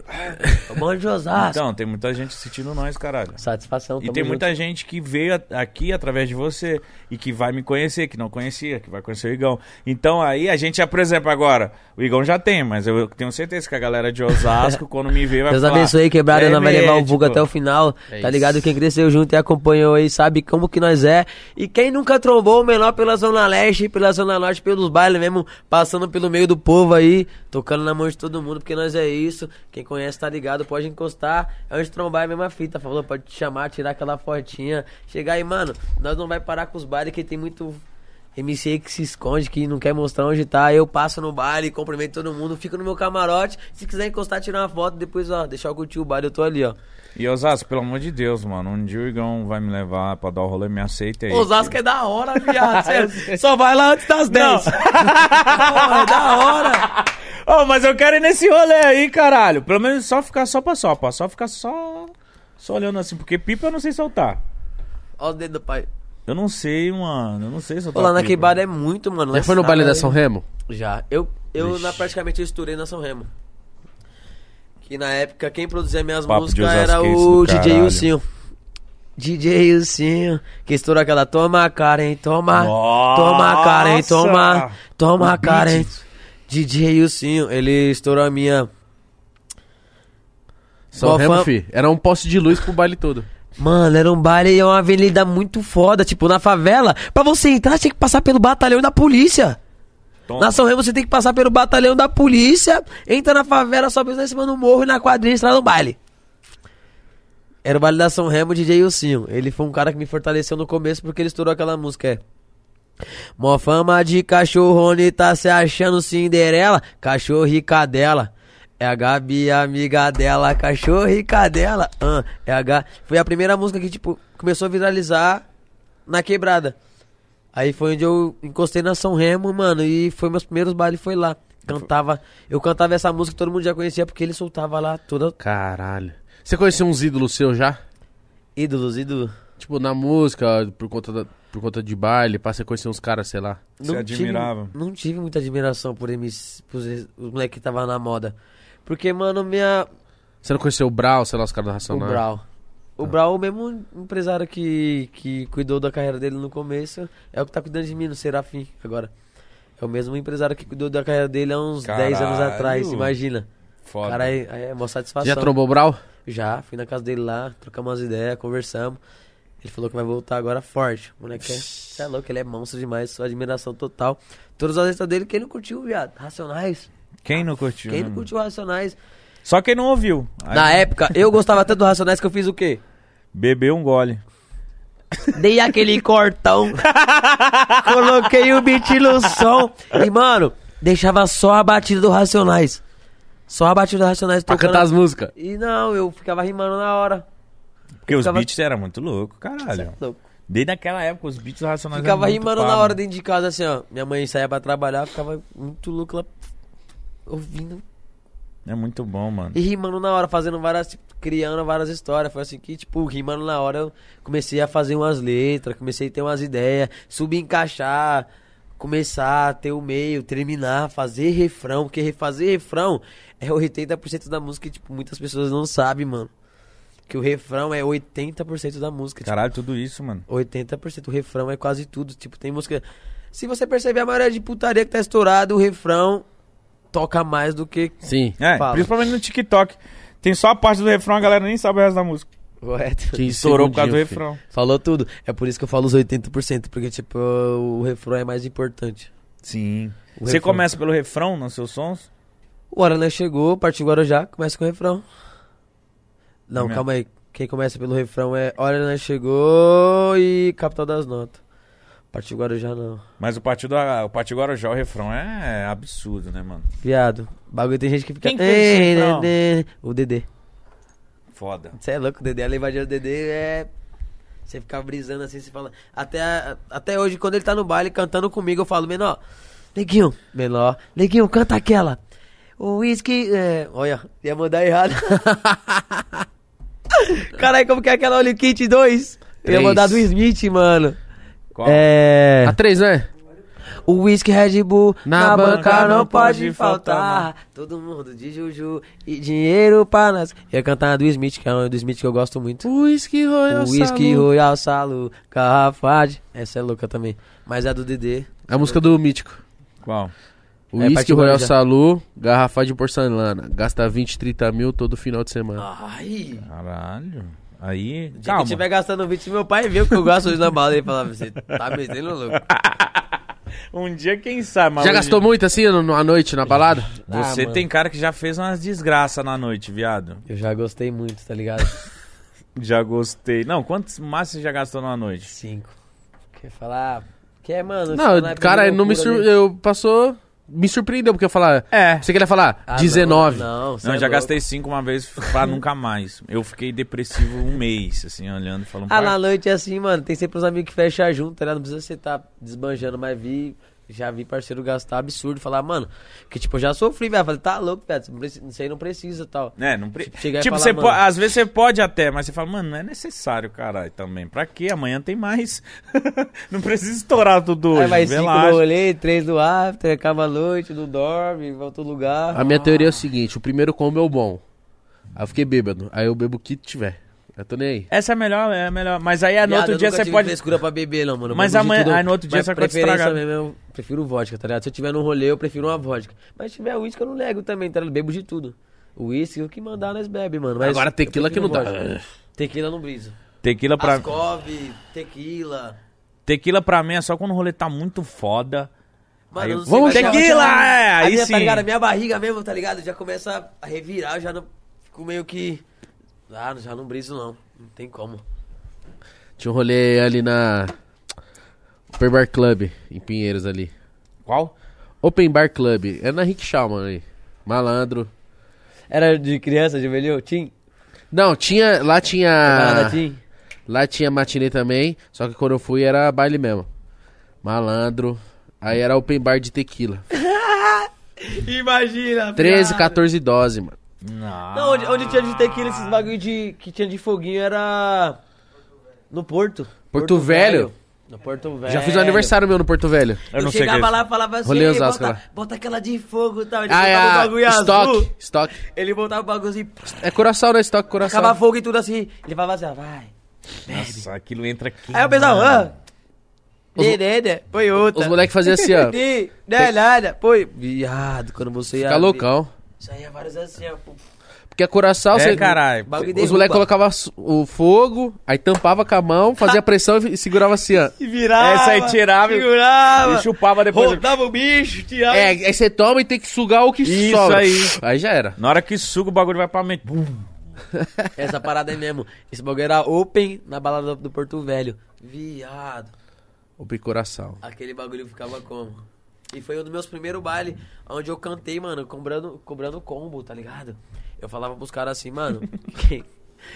Tô bom de Osasco.
Então, tem muita gente assistindo nós, caralho.
Satisfação,
E
tamo
tem
junto.
muita gente que veio a- aqui através de você e que vai me conhecer, que não conhecia, que vai conhecer o Igão. Então aí a gente, já, por exemplo, agora, o Igão já tem, mas eu tenho certeza que a galera de Osasco, quando me vê, vai
Deus
falar...
abençoe, quebrada,
"Ei,
não vai levar o
médico".
vulgo até o final.
É
tá
isso.
ligado? Quem cresceu junto e acompanhou aí sabe como que nós é. E quem nunca trombou o menor pela Zona Leste, pela Zona Norte, pelos bailes mesmo, passando pelo meio do povo aí, tocando na mão de todo mundo, porque nós é isso. Quem conhece tá ligado, pode encostar. É onde trombar é a mesma fita, falou, pode te chamar, tirar aquela fotinha. Chegar aí, mano, nós não vai parar com os bailes que tem muito. MC aí que se esconde, que não quer mostrar onde tá. Eu passo no baile, cumprimento todo mundo, fico no meu camarote. Se quiser encostar, tirar uma foto, depois, ó, deixar eu curtir o baile, eu tô ali, ó.
E Osasco, pelo amor de Deus, mano, um dia o Igão vai me levar pra dar o rolê, me aceita aí.
Osasco é da hora, viado. Cê Só vai lá antes das 10. Porra, é da hora.
Ô, mas eu quero ir nesse rolê aí, caralho. Pelo menos só ficar só pra sopa, só ficar só... Só olhando assim, porque pipa eu não sei soltar.
Ó os dedos do pai.
Eu não sei, mano, eu não sei
Pô,
soltar
lá na
pipa.
quebrada é muito, mano.
Já
Lá
foi no
sabe-
baile da São Remo?
Já. Eu, eu na, praticamente, eu estourei na São Remo. Que na época, quem produzia minhas
Papo de
músicas era
é
osasquense
o
do
DJ
caralho.
Ilcinho. DJ Ilcinho, que estourou aquela toma, Karen, toma,
Nossa!
toma, Karen, toma, toma, Karen. DJ Ilcinho, ele estourou a minha...
São
Qual
Remo,
fã-
fi. Era um poste de luz pro baile todo.
Mano, era um baile e é uma avenida muito foda. Tipo, na favela, pra você entrar, tinha que passar pelo batalhão da polícia.
Toma.
Na São Remo, você tem que passar pelo batalhão da polícia, entra na favela, sobe lá em cima do morro e na quadrinha entra no baile. Era o baile da São Remo, DJ Ilcinho. Ele foi um cara que me fortaleceu no começo porque ele estourou aquela música, é. Mó fama de cachorrone, tá se achando Cinderela, cachorro e cadela. É a Gabi, amiga dela, cachorro e cadela. Ah, é a Ga... Foi a primeira música que, tipo, começou a viralizar na quebrada. Aí foi onde eu encostei na São Remo, mano, e foi meus primeiros bailes, foi lá. Cantava. Eu cantava essa música que todo mundo já conhecia, porque ele soltava lá toda.
Caralho. Você conheceu uns ídolos seus já?
Ídolos, ídolos.
Tipo, na música, por conta, da- por conta de baile, pra você conhecer uns caras, sei lá.
Você admirava?
Tive, não tive muita admiração por MC, por os moleques que tava na moda. Porque, mano, minha.
Você não conheceu o Brau, sei lá, os caras da
O
Racional?
Brau.
Tá.
O Brau, é o mesmo empresário que, que cuidou da carreira dele no começo, é o que tá cuidando de mim no Serafim agora. É o mesmo empresário que cuidou da carreira dele há uns 10 anos
Caralho.
atrás, imagina.
Foda.
Cara, é, é uma satisfação.
Já trombou o Brau?
Já, fui na casa dele lá, trocamos umas ideias, conversamos. Ele falou que vai voltar agora forte. O moleque é, cê é louco, ele é monstro demais, sua admiração total. Todas as letras dele, quem não curtiu, viado? Racionais.
Quem não curtiu?
Quem
né,
não
mano?
curtiu Racionais?
Só quem não ouviu. Aí
Na época, eu gostava tanto do Racionais que eu fiz o quê?
Bebeu um gole.
Dei aquele cortão. coloquei o beat no som. E, mano, deixava só a batida do Racionais. Só a batida do Racionais
Pra cantar as músicas.
E não, eu ficava rimando na hora.
Porque os
Ficava-
beats eram muito loucos, caralho.
Louco.
Desde aquela época, os beats racionais
Ficava
eram é muito
rimando
pá,
na hora
mano.
dentro de casa, assim, ó. Minha mãe saía pra trabalhar, ficava muito louco lá, ouvindo
É muito bom, mano.
e rimando na hora, fazendo várias, tipo, criando várias histórias. Foi assim que, tipo, rimando na hora, eu comecei a fazer umas letras, comecei a ter umas ideias, subir, encaixar, começar a ter o meio, terminar, fazer refrão, porque refazer refrão é 80% da música, e, tipo, muitas pessoas não sabem, mano. Que o refrão é 80% da música. tipo,
Caralho, tudo isso, mano.
80%. O refrão é quase tudo. Tipo, tem música. Se você perceber, a maioria de putaria que tá estourada, o refrão toca mais do que.
Sim.
É,
Fala.
principalmente no TikTok. Tem só a parte do refrão, a galera nem sabe o resto da música.
Correto.
Que
Estourou por causa do
segundinho, filho.
refrão.
Falou tudo. É por isso que eu falo os 80%, porque, tipo, o refrão é mais importante.
Sim.
O
Você
refrão.
começa pelo refrão nos seus sons?
O Arané chegou, partiu Guarujá, começa com o refrão. Não,
Não.
calma aí. Quem começa pelo refrão é Arané chegou e Capital das Notas. Partiu Guarujá, não.
Mas o Partido, o partido Guarujá, o refrão é absurdo, né, mano?
Viado. Bagulho tem gente que fica.
Quem que fez esse
"Ei,
refrão?"
nenê. O Dedê.
Foda.
Você é louco, o Dedê. A levadinha do Dedê é. Você ficar brisando assim, você fala. Até, até hoje, quando ele tá no baile cantando comigo, eu falo, menor, neguinho, menor, neguinho, canta aquela. O whisky. É... Olha, ia mandar errado. Caralho, como que é aquela Olho Kit 2? Eu ia
Três.
mandar do Smith, mano.
Qual?
É.
A três, né?
O whisky Red Bull
Na
na,
banca
banca, não pode faltar. Todo mundo de juju e dinheiro pra nós. Ia cantar a do Smith, que é uma do Smith que eu gosto muito.
Whisky Royal
O whisky
Salute.
Royal Salu, Garrafade. Essa é louca também. Mas é a do Dedê.
A música do Mítico.
Qual?
O
É,
Whisky
partiu
Royal
Guarujá.
Salu, garrafa de porcelana. Gasta 20, 30 mil todo final de
Ah,
semana.
Ai.
Caralho. Aí.
Se
Calma.
eu tiver gastando 20, meu pai viu que eu gasto hoje na bala. Ele falava, você tá metendo louco.
Um dia, quem sabe, mas
Já
hoje-
gastou muito assim no- na noite, na balada?
Você
Ah, mano.
tem cara que já fez umas desgraças na noite, viado.
Eu já gostei muito, tá ligado?
Já gostei. Não, quantos massas você já gastou na noite?
Cinco. Quer falar... Quer, mano?
Não,
isso é
cara,
loucura
não me sur...
ali.
eu passou. Me surpreendeu, porque eu falar.
É.
Você queria falar
Ah,
19.
Não, não, cê
Não,
é
já
louco.
gastei cinco uma vez pra nunca mais. Eu fiquei depressivo um mês, assim, olhando e falando.
Ah,
"Pai,
na noite é assim, mano. Tem sempre uns amigos que fecham junto, tá ligado? Não precisa você tá desbanjando, mas vi. Já vi parceiro gastar absurdo. Falar, mano, que tipo, eu já sofri, velho. Falei, tá louco, velho. não preci- Isso aí não precisa tal.
É, não pre...
Tipo, chegar e
Tipo,
falar,
você
mano.
po- às vezes você pode até, mas você fala, mano, não é necessário, caralho, também. Pra quê? Amanhã tem mais. não precisa estourar tudo hoje.
Aí vai
vê
cinco
lá.
no rolê, três no after, acaba a noite, não dorme, vai a outro lugar.
A minha teoria é o seguinte: o primeiro combo é o bom. Aí eu fiquei bêbado. Aí eu bebo o que tiver. Eu tô nem aí.
Essa é a melhor, é a melhor. Mas aí ah, no
Viado,
outro
eu
dia
nunca
você
tive
pode.
frescura pra beber, não, mano. Eu
Mas
bebo de
amanhã-
tudo.
aí no outro dia
Mas
você pode
preferência
estragar.
mesmo, eu prefiro vodka, tá ligado? Se eu tiver num rolê, eu prefiro uma vodka. Mas se tiver uísque, eu não nego também, tá ligado? Bebo de tudo. Uísque, é o que mandar, nós bebe, mano. Mas
Agora
eu
tequila que não dá.
prefiro vodka. Tequila não brisa.
Tequila pra...
Ascov, tequila.
Tequila pra mim é só quando o rolê tá muito foda. Aí eu-
eu não sei
Vamos,
mais
tequila!
como
É,
A
aí
minha,
sim.
Tá ligado? A minha barriga mesmo, tá ligado? Já começa a revirar, eu já não... Fico meio que... Ah, já não briso, não. Não tem como.
Tinha um rolê ali na. Open Bar Club, em Pinheiros ali.
Qual?
Open Bar Club. É na Rick Shaw, mano. Aí. Malandro.
Era de criança, de velho? Tim?
Não, tinha. Lá tinha.
Parada, Tim?
Lá tinha matinê também, só que quando eu fui era baile mesmo. Malandro. Aí era open bar de tequila.
Imagina.
13,
piada.
14 doses, mano.
Não, onde, onde tinha de tequila, esses bagulho de, que tinha de foguinho era. No Porto.
Porto Velho.
No Porto Velho.
Já fiz um aniversário meu no Porto Velho.
Eu, não sei o que é
chegava
isso.
lá e falava assim,
Rolê
"Ei,
Osasco lá."
bota, bota aquela de fogo e tal. Ele
Ah, é
botava
a
o bagulho azul.
Stock. Stock.
Ele botava o bagulho assim,
É coração, né?
acaba
Stock, coração.
fogo e tudo assim. Ele falava assim, ah, vai.
Nossa, aquilo entra aqui. É,
Aí o pessoal, ah, dê, dê, dê, põe outra.
Os moleques faziam assim, ó.
Dê, dê, nada, põe. Viado, quando você ia...
Fica
abrir,
loucão.
Saía vários assim, ó. pô.
Porque a coração,
É,
você-
caralho.
bagulho
os
derruba.
moleques colocavam su- o fogo, aí tampava com a mão, fazia pressão e segurava assim, ó.
E virava,
Essa aí tirava e-
segurava,
E chupava depois.
rodava o bicho, tirava.
É, aí você toma e tem que sugar o que
Isso
sobra.
aí.
Aí já era.
Na hora que suga, o bagulho vai pra mente. Bum.
Essa parada aí mesmo. Esse bagulho era open na balada do Porto Velho. Viado.
O coração.
Aquele bagulho ficava como? E foi um dos meus primeiros bailes, onde eu cantei, mano, cobrando, cobrando combo, tá ligado? Eu falava pros caras assim, mano, quem,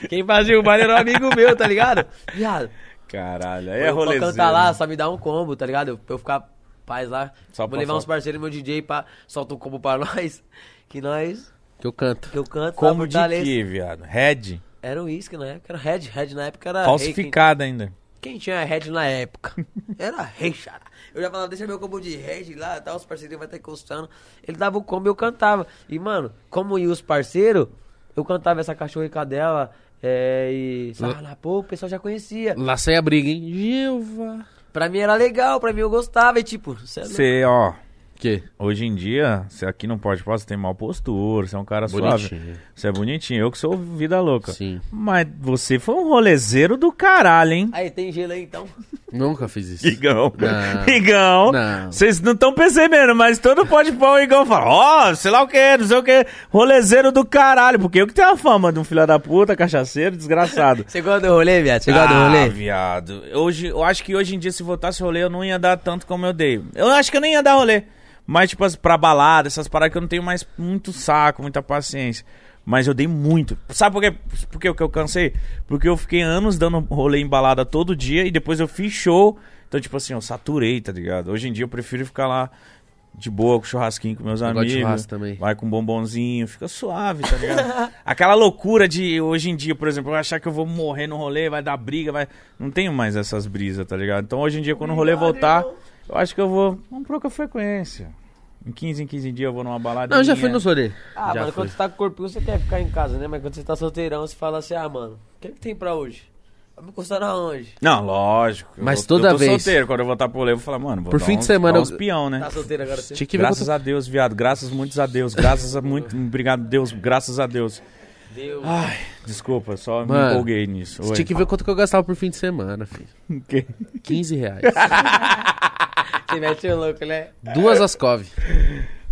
quem fazia o baile era um amigo meu, tá ligado? Viado.
Caralho, aí
eu
é
vou
rolezinho.
cantar lá, só me dá um combo, tá ligado? Eu, eu ficar paz lá.
Só
vou
pra-
levar
só-
uns parceiros meu DJ pra solta um combo pra nós. Que nós,
Que eu canto.
que eu canto, tá,
Como de
Fortaleza. Ah,
quê, viado? Red?
Era o uísque na época, era Red, Red na época era. Rei,
Falsificado ainda.
Quem tinha head na época? Era rei, xará. Eu já falava, deixa meu combo de head lá, tá, os parceiros vai estar encostando. Ele dava o combo e eu cantava. E, mano, como ia os parceiros, eu cantava essa cachorra e cadela é, e... Sarra na pô, o pessoal já conhecia.
Lá sai a briga, hein? Gilva.
Pra mim era legal, pra mim eu gostava. E, tipo, cê é louco.
Você, ó.
Que?
Hoje em dia, você aqui não pode passar, você tem mau postura, você é um cara
Bonitinho.
suave. Você é bonitinho, eu que sou vida louca.
Sim.
Mas você foi um rolezeiro do caralho, hein?
Aí, tem gelo aí, então?
Nunca fiz isso.
Igão.
Não.
Igão.
Não.
Vocês não estão percebendo, mas todo pode pôr o Igão fala, ó, sei lá o que, não sei o que, rolezeiro do caralho, porque eu que tenho a fama de um filho da puta, cachaceiro, desgraçado.
Você gosta do rolê, viado? Você gosta do
ah,
rolê?
viado. Hoje, eu acho que hoje em dia, se votasse rolê, eu não ia dar tanto como eu dei. Eu acho que eu nem ia dar rolê. Mas, tipo, as- pra balada, essas paradas que eu não tenho mais muito saco, muita paciência. Mas eu dei muito. Sabe por quê? Por que que eu cansei? Porque eu fiquei anos dando rolê em balada todo dia e depois eu fiz show. Então, tipo assim, eu saturei, tá ligado? Hoje em dia eu prefiro ficar lá de boa, com churrasquinho com meus
Eu gosto de
amigos.
churrasco também.
Vai com bombonzinho, fica suave, tá ligado? Aquela loucura de hoje em dia, por exemplo, eu achar que eu vou morrer no rolê, vai dar briga, vai. Não tenho mais essas brisas, tá ligado? Então hoje em dia, quando o rolê voltar, eu acho que eu vou. Vamos pouca frequência. Em 15 em 15 dias eu vou numa balada.
Não, eu já fui no sorê.
Ah,
já
mano,
fui.
quando você tá com corpinho, você quer ficar em casa, né? Mas quando você tá solteirão, você fala assim, ah, mano, o que é que tem pra hoje? Vai me encostar na onde?
Não, lógico. eu
Mas
vou- eu
toda
tô
vez-
solteiro, quando eu voltar pro rolê, eu vou falar, mano, vou
Por
dar
fim de
uns-
semana
dar
eu-
uns peão, né?
Tá solteiro agora, você?
Tinha que ver
Graças
quanto-
a Deus, viado. Graças muitos a Deus. Graças a muito. Obrigado, Deus. Graças a Deus.
Deus.
Ai, desculpa, só me
Mano,
empolguei nisso. Oi.
Tinha que ver quanto que eu gastava por fim de semana, filho. 15 reais.
Você mete o louco, né?
Duas Ascov.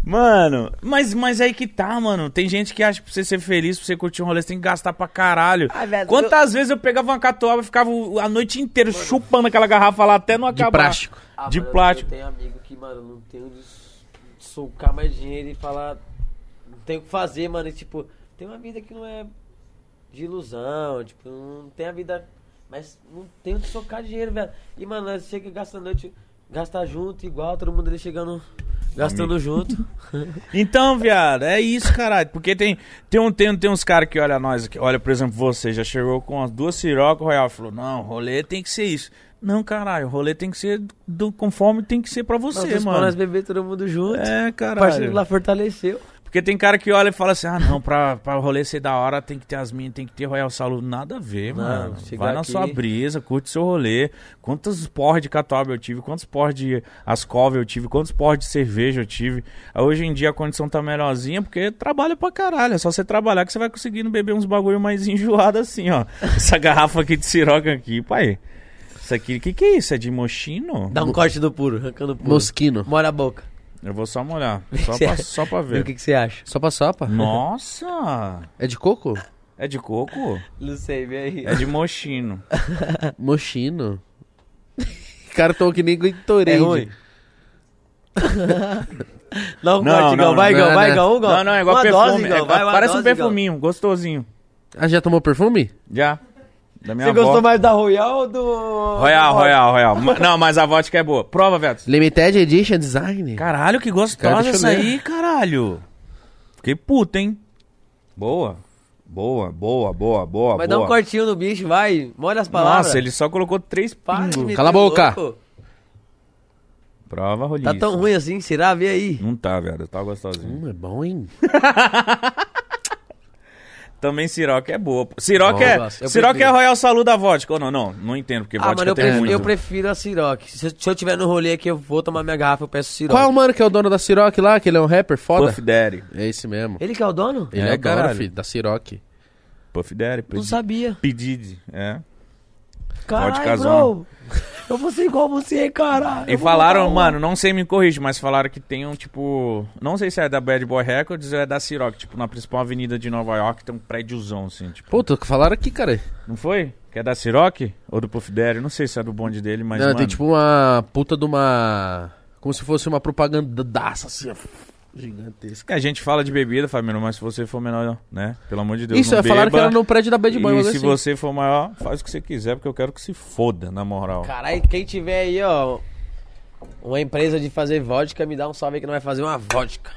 Mano, mas, mas aí que tá, mano. Tem gente que acha que pra você ser feliz, pra você curtir um rolê, você tem que gastar pra caralho.
Ai, velho,
Quantas vezes eu pegava uma catuaba e ficava o- a noite inteira chupando aquela garrafa lá até não acabar.
plástico.
Ah,
de
mano, eu-
plástico.
Eu tenho amigo que, mano, não tem onde s- socar mais dinheiro e falar. Não tem o que fazer, mano. E, tipo, tem uma vida que não é de ilusão. Tipo, não tem a vida. Mas não tem onde socar dinheiro, velho. E, mano, nós chega e gasta a noite. Gasta junto, igual, todo mundo ali chegando. Gastando junto.
Então, viado, é isso, caralho. Porque tem, tem, um, tem, tem uns caras que olham nós aqui. Olha, por exemplo, você já chegou com as duas sirocas, o Royal falou: Não, rolê tem que ser isso. Não, caralho, rolê tem que ser do, conforme tem que ser pra
Nós
você,
dois pra
mano.
nós beber todo mundo junto.
É,
o
caralho.
parceiro lá fortaleceu.
Porque tem cara que olha e fala assim: ah, não, pra, pra rolê ser da hora tem que ter as minhas, tem que ter Royal Saludo. Nada a ver,
Não,
mano.
chegar
Vai na
aqui-
sua brisa, curte seu rolê. Quantos porres de catuaba eu tive, quantos porres de ascova eu tive, quantos porres de cerveja eu tive. Aí Hoje em dia a condição tá melhorzinha porque trabalha pra caralho. É só você trabalhar que você vai conseguindo beber uns bagulho mais enjoado assim, ó. Essa garrafa aqui de siroca aqui, pai. Isso aqui, o que, que é isso? É de mochino?
Dá um corte do puro, arrancando o puro.
Mosquino.
Mora a boca.
Eu vou só molhar, só pra, só pra
Vê o
ver.
que, é? que você acha.
Sopa sopa?
Nossa!
É de coco?
É de coco?
Não sei, vem aí.
É de mochino.
Mochino. Cartão que nem aguentorei.
É ruim. Dá um
Não,
corte, Igão.
não,
Vai,
não,
Igão,
não,
vai,
não.
Igão. Um gol.
Não, não, é igual
uma
perfume.
Dose,
é
Igão,
igual-
vai, uma
parece um
dose, Igão.
perfuminho, gostosinho.
Ah, já tomou perfume?
Já. Da minha
Você gostou
avó.
mais da Royal ou do.
é Royal,
do-
Royal, Royal. Ma- Não, mas a vodka é boa. Prova, Veto.
Limited Edition Design?
Caralho, que gostosa
Cara, deixa eu
essa
ler.
aí, Caralho! Fiquei puto, hein? Boa. Boa, boa, boa, boa.
Mas dá
boa.
um cortinho no bicho, vai. Molha as palavras.
Nossa, ele Hum, só colocou três
Para de
pingos.
meter
Cala a boca.
louco.
Prova roliça.
Tá tão ruim assim, será? Vê aí.
Não tá, velho. Tá gostosinho.
Hum, é bom, hein?
Também Siroc é boa. pô. Siroc
Bom, eu
é,
gosto. Eu
Siroc é
prefiro.
Royal Salu da vodka. Ou não, não. Não entendo, porque
Ah,
vodka
mano, eu
tem
prefiro,
muito.
eu prefiro a Ciroc. Se, se eu tiver no rolê aqui, eu vou tomar minha garrafa, eu peço Ciroc.
Qual é o mano que é o dono da Ciroc lá? Que ele é um rapper foda?
Puff Daddy.
É esse mesmo.
Ele que é o dono?
Ele
É,
é, o
caralho.
dono, filho, da Ciroc.
Puff Daddy.
Não
Pedi-
sabia.
Pedid. É.
Caralho,
casão.
bro. Eu vou ser igual você, caralho.
E
Eu vou
falaram,
botar
um.
uma.
mano, não sei, me corrige, mas falaram que tem um tipo. Não sei se é da Bad Boy Records ou é da Ciroc. Tipo, na principal avenida de Nova York tem um prédiozão, assim. Tipo,
Puta, falaram aqui, cara.
Não foi? Que é da Ciroc? Ou do Puff Daddy? Não sei se é do bonde dele, mas.
Não,
mano,
tem tipo uma puta de uma. Como se fosse uma propagandadaça assim, ó. Gigantesca.
A gente fala de bebida, Fabiano, mas se você for menor, né? Pelo amor de Deus,
Isso,
não
é, falaram que
beba.
era no prédio da Bad Boy,
E
mas
se
assim.
você for maior, faz o que você quiser, porque eu quero que se foda, na moral.
Caralho, quem tiver aí, ó. Uma empresa de fazer vodka, me dá um salve aí que não vai fazer uma vodka.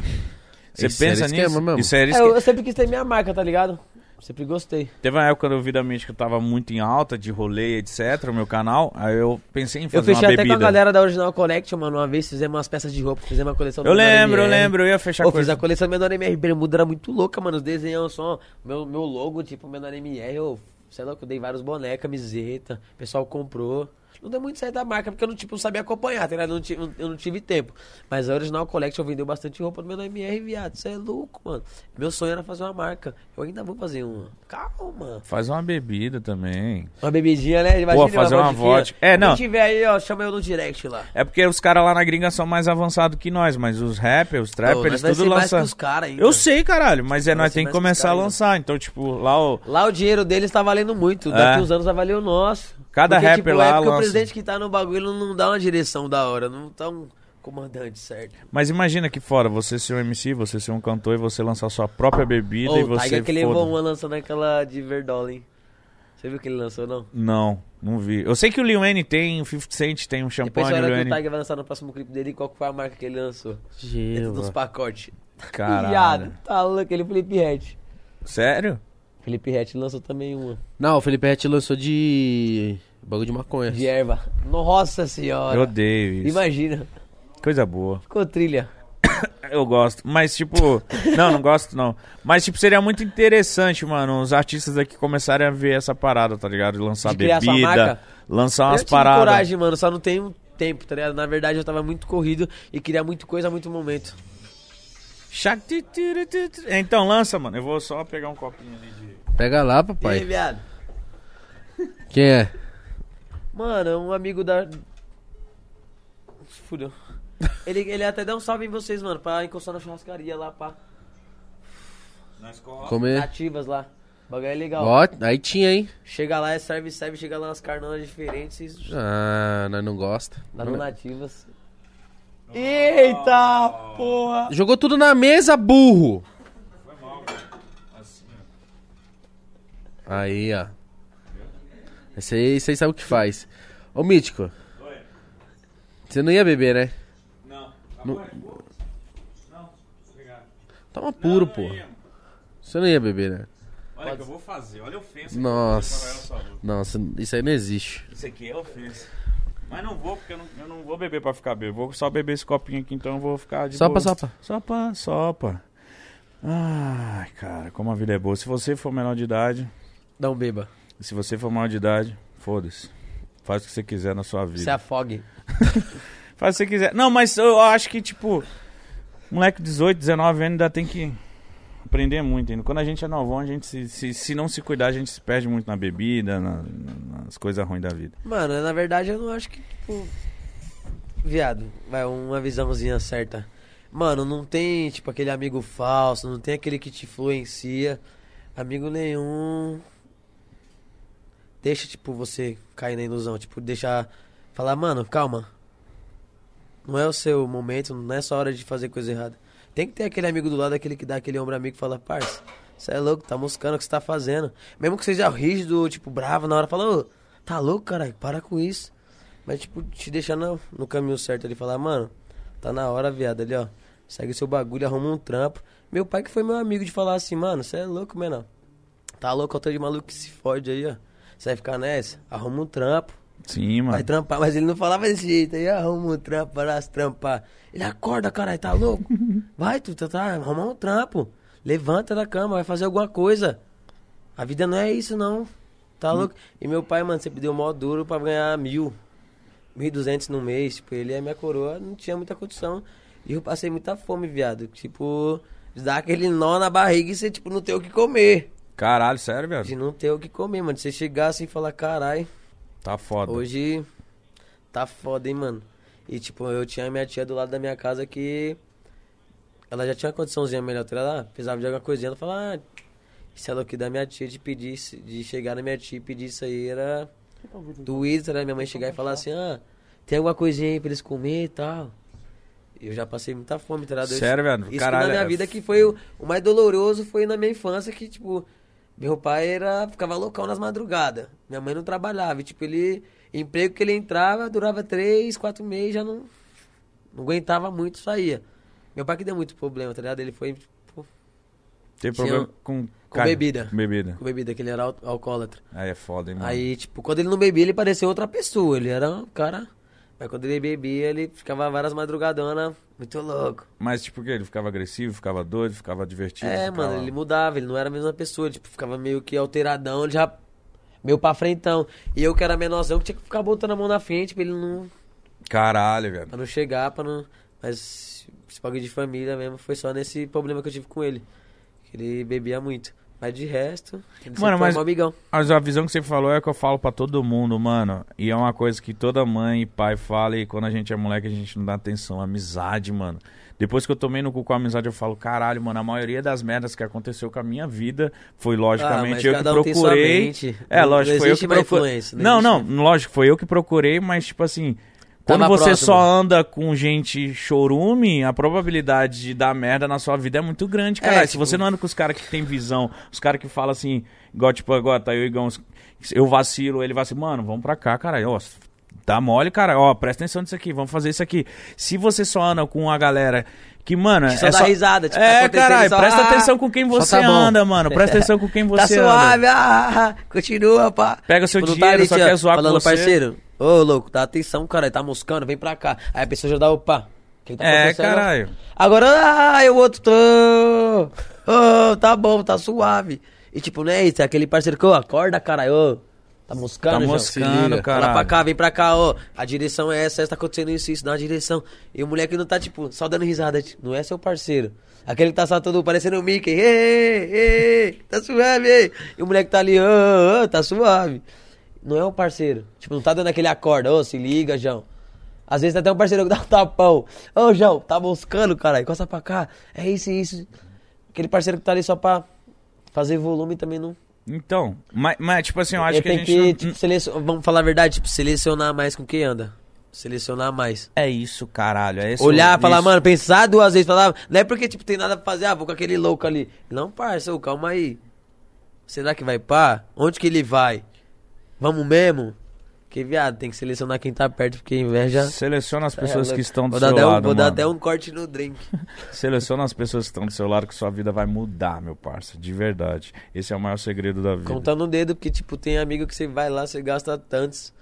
Você
Isso
pensa
era esquema
nisso?
mesmo.
Isso era
É,
esquema.
eu, eu sempre quis ter minha marca, tá ligado? Sempre gostei.
Teve uma época quando eu vi da mente que eu tava muito em alta, de rolê, etc, o meu canal. Aí eu pensei em
Eu
fazer uma
fechei
bebida.
até com a galera da Original Collection, mano. Uma vez fizemos umas peças de roupa, fizemos uma coleção
Eu
Menor
lembro, eu
MR.
lembro, eu ia fechar
Eu fiz
coisa.
a coleção Menor MR Bermuda, era muito louca, mano. Os desenhos só. Meu, meu logo, tipo, Menor MR, eu. Sei lá, eu dei vários bonecas, camiseta, o pessoal comprou. Não deu muito certo da marca, porque eu não, tipo, não sabia acompanhar, tá ligado? Eu não, tive, eu não tive tempo. Mas a Original Collection vendeu bastante roupa do Menor MR, viado. Você é louco, mano. Meu sonho era fazer uma marca. Eu ainda vou fazer uma. Calma.
Faz uma bebida também.
Uma bebidinha, né? Imagina
Pô, fazer uma
vodquinha.
vodka. É, não.
Quem tiver aí, ó, chama eu no direct lá.
É porque os caras lá na gringa são mais avançados que nós, mas os rappers, os
Pô,
trappers,
nós
eles
vai
tudo
ser mais
lançam.
que os caras ainda.
Eu sei, caralho, mas é,
Vai
nós
ser
tem que
mais que os
começar a
caras ainda.
lançar. Então, tipo, lá o.
Lá o dinheiro deles tá valendo muito. Daqui
É.
uns anos vai valer o nosso.
Cada
Porque,
rapper
tipo,
lá
é porque
lança-
o presidente que tá no bagulho não dá uma direção da hora. Não tá um comandante certo.
Mas imagina aqui fora, você ser um MC, você ser um cantor e você lançar sua própria bebida
Ô,
e
o
você.
Tiger que
foda.
levou uma lançando aquela de Verdola, hein? Você viu que ele lançou, não?
Não, não vi. Eu sei que o Lil Wayne tem, o 50 Cent tem um
Depois você
champanhe, o
olha
Lil
que o
Wayne.
Tiger vai lançar no próximo clipe dele qual que foi a marca que ele lançou. Dentro
É
dos
Gelo.
pacotes.
Caralho.
tá louco. Aquele Felipe Ret.
Sério?
Felipe Ret lançou também uma.
Não, o Felipe Rett lançou de. Bagulho de maconha.
De erva. Nossa
Eu
senhora.
odeio isso.
Imagina.
Coisa boa.
Ficou trilha.
Eu gosto. Mas, tipo. não, não gosto, não. Mas, tipo, seria muito interessante, mano, os artistas aqui começarem a ver essa parada, tá ligado? Lançar
De criar sua
bebida,
marca?
lançar
eu
umas
tive
paradas.
coragem, mano, só não tenho tempo, tá ligado? Na verdade, eu tava muito corrido e queria muito coisa, muito momento.
Chac- tu, tu, tu, tu. Então, lança, mano. Eu vou só pegar um copinho ali de.
Pega lá,
E aí,
papai.
viado?
Quem é?
Mano, um amigo da... Fudeu. Ele, ele até dá um salve em vocês, mano, pra encostar na churrascaria lá, pá.
Nós coloca.
Comer.
Nativas lá. O bagulho é legal.
Ó, aí tinha, hein?
Chega lá, é serve, serve, chega lá nas carnanas diferentes e...
Ah, nós não gosta.
Lá no Nativas. Eita, porra!
Jogou tudo na mesa, burro! Aí, ó. Esse aí, esse aí sabe o que faz. Ô, Mítico. Você não ia beber, né?
Não. Não. Obrigado.
Toma puro, pô. Você não ia beber, né?
Olha que eu vou fazer, olha a ofensa.
Nossa. Nossa, isso aí não existe.
Isso aqui é ofensa. Mas não vou, porque eu não, eu não vou beber pra ficar bêbado. Vou só beber esse copinho aqui, então eu vou ficar de
Sopa,
boa.
sopa.
Sopa, sopa. Ai, cara, como a vida é boa. Se você for menor de idade,
Não beba.
se você for maior de idade, foda-se. Faz o que você quiser na sua vida.
Se afogue.
Faz o que você quiser. Não, mas eu acho que, tipo, moleque de 18, 19 anos ainda tem que aprender muito ainda. Quando a gente é novão, a gente se, se, se não se cuidar, a gente se perde muito na bebida, na- na- nas coisas ruins da vida.
Mano, na verdade eu não acho que, tipo. Viado, vai uma visãozinha certa. Mano, não tem, tipo, aquele amigo falso, não tem aquele que te influencia. Amigo nenhum. Deixa, tipo, você cair na ilusão. Tipo, deixar. Falar, mano, calma. Não é o seu momento, não é só hora de fazer coisa errada. Tem que ter aquele amigo do lado, aquele que dá aquele ombro amigo e fala, parça, você é louco, tá moscando o que você tá fazendo. Mesmo que seja rígido, tipo, bravo na hora, fala, ô, tá louco, caralho, para com isso. Mas, tipo, te deixar no, no caminho certo ali, falar, mano, tá na hora, viado, ali, ó. segue seu bagulho, arruma um trampo. Meu pai que foi meu amigo de falar assim, mano, você é louco, menor. Tá louco, eu tô de maluco que se fode aí, ó. Você vai ficar nessa? Arruma um trampo.
Sim, mano.
Vai
tá-
trampar, mas ele não falava desse jeito. Aí arruma um trampo, vai lá se trampar. Ele acorda, caralho, tá louco? Vai, tu tá, tá, arrumar um trampo. Levanta da cama, vai fazer alguma coisa. A vida não é isso, não. Tá louco? E meu pai, mano, sempre deu mó duro pra ganhar mil, mil e duzentos no mês. Tipo, ele é minha coroa, não tinha muita condição. E eu passei muita fome, viado. Tipo, dá aquele nó na barriga e você, tipo, não tem o que comer.
Caralho, sério, velho?
De não ter o que comer, mano. Você chegar assim e falar, caralho.
Tá foda.
Hoje tá foda, hein, mano. E tipo, eu tinha minha tia do lado da minha casa que ela já tinha uma condiçãozinha melhor, tá ligado? Ela precisava de alguma coisinha, ela falava, ah, isso é louco da minha tia de pedir, isso- de chegar na minha tia e pedir isso aí era doído, tá ligado? Minha mãe chegar e falar assim, ah, tem alguma coisinha aí pra eles comer e tal. Eu já passei muita fome, tá ligado?
Sério,
Isso-
velho?
Isso que
Caralho,
na minha
é
vida que foi o, o mais doloroso foi na minha infância que, tipo, meu pai era, ficava loucão nas madrugadas. Minha mãe não trabalhava. E, tipo, ele. Emprego que ele entrava, durava três, quatro meses, já não. Não aguentava muito, saía. Meu pai que deu muito problema, tá ligado? Ele foi tipo,
Tem
tinha- um
problema com...
com
carne.
bebida.
Bebida.
com bebida, que ele era al- alcoólatra.
Aí é foda, hein, mano.
Aí, tipo, quando ele não bebia, ele parecia outra pessoa. Ele era um cara. Mas quando ele bebia, ele ficava várias madrugadonas, muito louco.
Mas tipo o quê? Ele ficava agressivo, ficava doido, ficava divertido?
É,
ficava-
mano, ele mudava, ele não era a mesma pessoa, ele, tipo, ficava meio que alteradão, ele já meio pra frentão. E eu que era menorzão, que tinha que ficar botando a mão na frente pra ele não,
Caralho, velho.
pra não chegar, pra não... Mas esse bagulho de família mesmo foi só nesse problema que eu tive com ele. que Ele bebia muito. Mas de resto, ele sempre
Mano,
foi
mas-
um amigão.
Mas a visão que você falou é o que eu falo pra todo mundo, mano. E é uma coisa que toda mãe e pai fala, e quando a gente é moleque, a gente não dá atenção. Amizade, mano. Depois que eu tomei no cu com a amizade, eu falo, caralho, mano, a maioria das merdas que aconteceu com a minha vida foi,
Ah, mas
logicamente, eu que
cada um tem sua
procurei.
mente.
É,
Não-
lógico,
não
foi eu
existe
que
má
procurei.
influência, não
Não, não,
existe. né?
lógico, foi eu que procurei, mas, tipo assim. Quando
Tava
você
próximo.
só anda com gente chorume, a probabilidade de dar merda na sua vida é muito grande,
É,
cara. Se
tipo,
você não anda com os caras que tem visão, os caras que falam assim, igual tipo agora, tá eu e o Igão, eu vacilo, ele vai assim, mano, vamos pra cá, cara, ó, tá mole, cara, ó, presta atenção nisso aqui, vamos fazer isso aqui. Se você só anda com a galera que, mano,
Que só
é
dá risada, tipo, tá
é,
acontecendo,
caralho,
só,
presta
ah,
atenção com quem
só
você
tá bom.
anda, mano, presta atenção com quem você
Tá
anda.
suave, ah, continua, pá.
Pega seu
Tipo, não
dinheiro,
ali,
só
tia,
quer zoar com
falando,
você.
parceiro, ô, louco, dá atenção, cara, tá moscando, vem pra cá. Aí a pessoa já dá, opa. o que tá
É,
acontecendo?
caralho.
Agora, ah, e o outro, tô... Ô, tá bom, tá suave. E tipo, não é isso, é aquele parceiro que, ô, acorda, caralho, ô. Tá moscando,
Tá
João?
moscando,
Se liga.
caralho.
Fala pra cá, vem pra cá, ó. A direção é essa, essa tá acontecendo isso, isso, dá uma direção. E o moleque não tá, tipo, só dando risada. tipo, Não é seu parceiro. Aquele que tá só todo parecendo o Mickey. Ê, ê, ê, tá suave, ê. E o moleque tá ali, ô, ô, tá suave. Não é um parceiro. Tipo, não tá dando aquele acorda, ô, se liga, João. Às vezes tá até um parceiro que dá um tapão. Ô, João, tá moscando, caralho. Costa pra cá. É isso, é isso. Aquele parceiro que tá ali só pra fazer volume também não.
Então, mas, mas, tipo assim, eu acho
Eu
que a
tenho
gente
que,
não-
tipo, selec- vamos falar a verdade, tipo, selecionar mais com quem anda. Selecionar mais.
É isso, caralho. É isso,
Olhar,
isso.
falar, mano, pensar duas vezes, falar, não é porque, tipo, tem nada pra fazer, ah, vou com aquele louco ali. Não, parça, ô, calma aí. Será que vai pá? Onde que ele vai? Vamos mesmo? Que viado, tem que selecionar quem tá perto, porque inveja.
Seleciona as pessoas
É,
que estão do
vou dar
seu
até um-
lado.
Vou dar
mano.
até um corte no drink.
Seleciona as pessoas que estão do seu lado que sua vida vai mudar, meu parça. De verdade. Esse é o maior segredo da vida.
Contando o dedo, porque, tipo, tem amigo que você vai lá, você gasta tantos,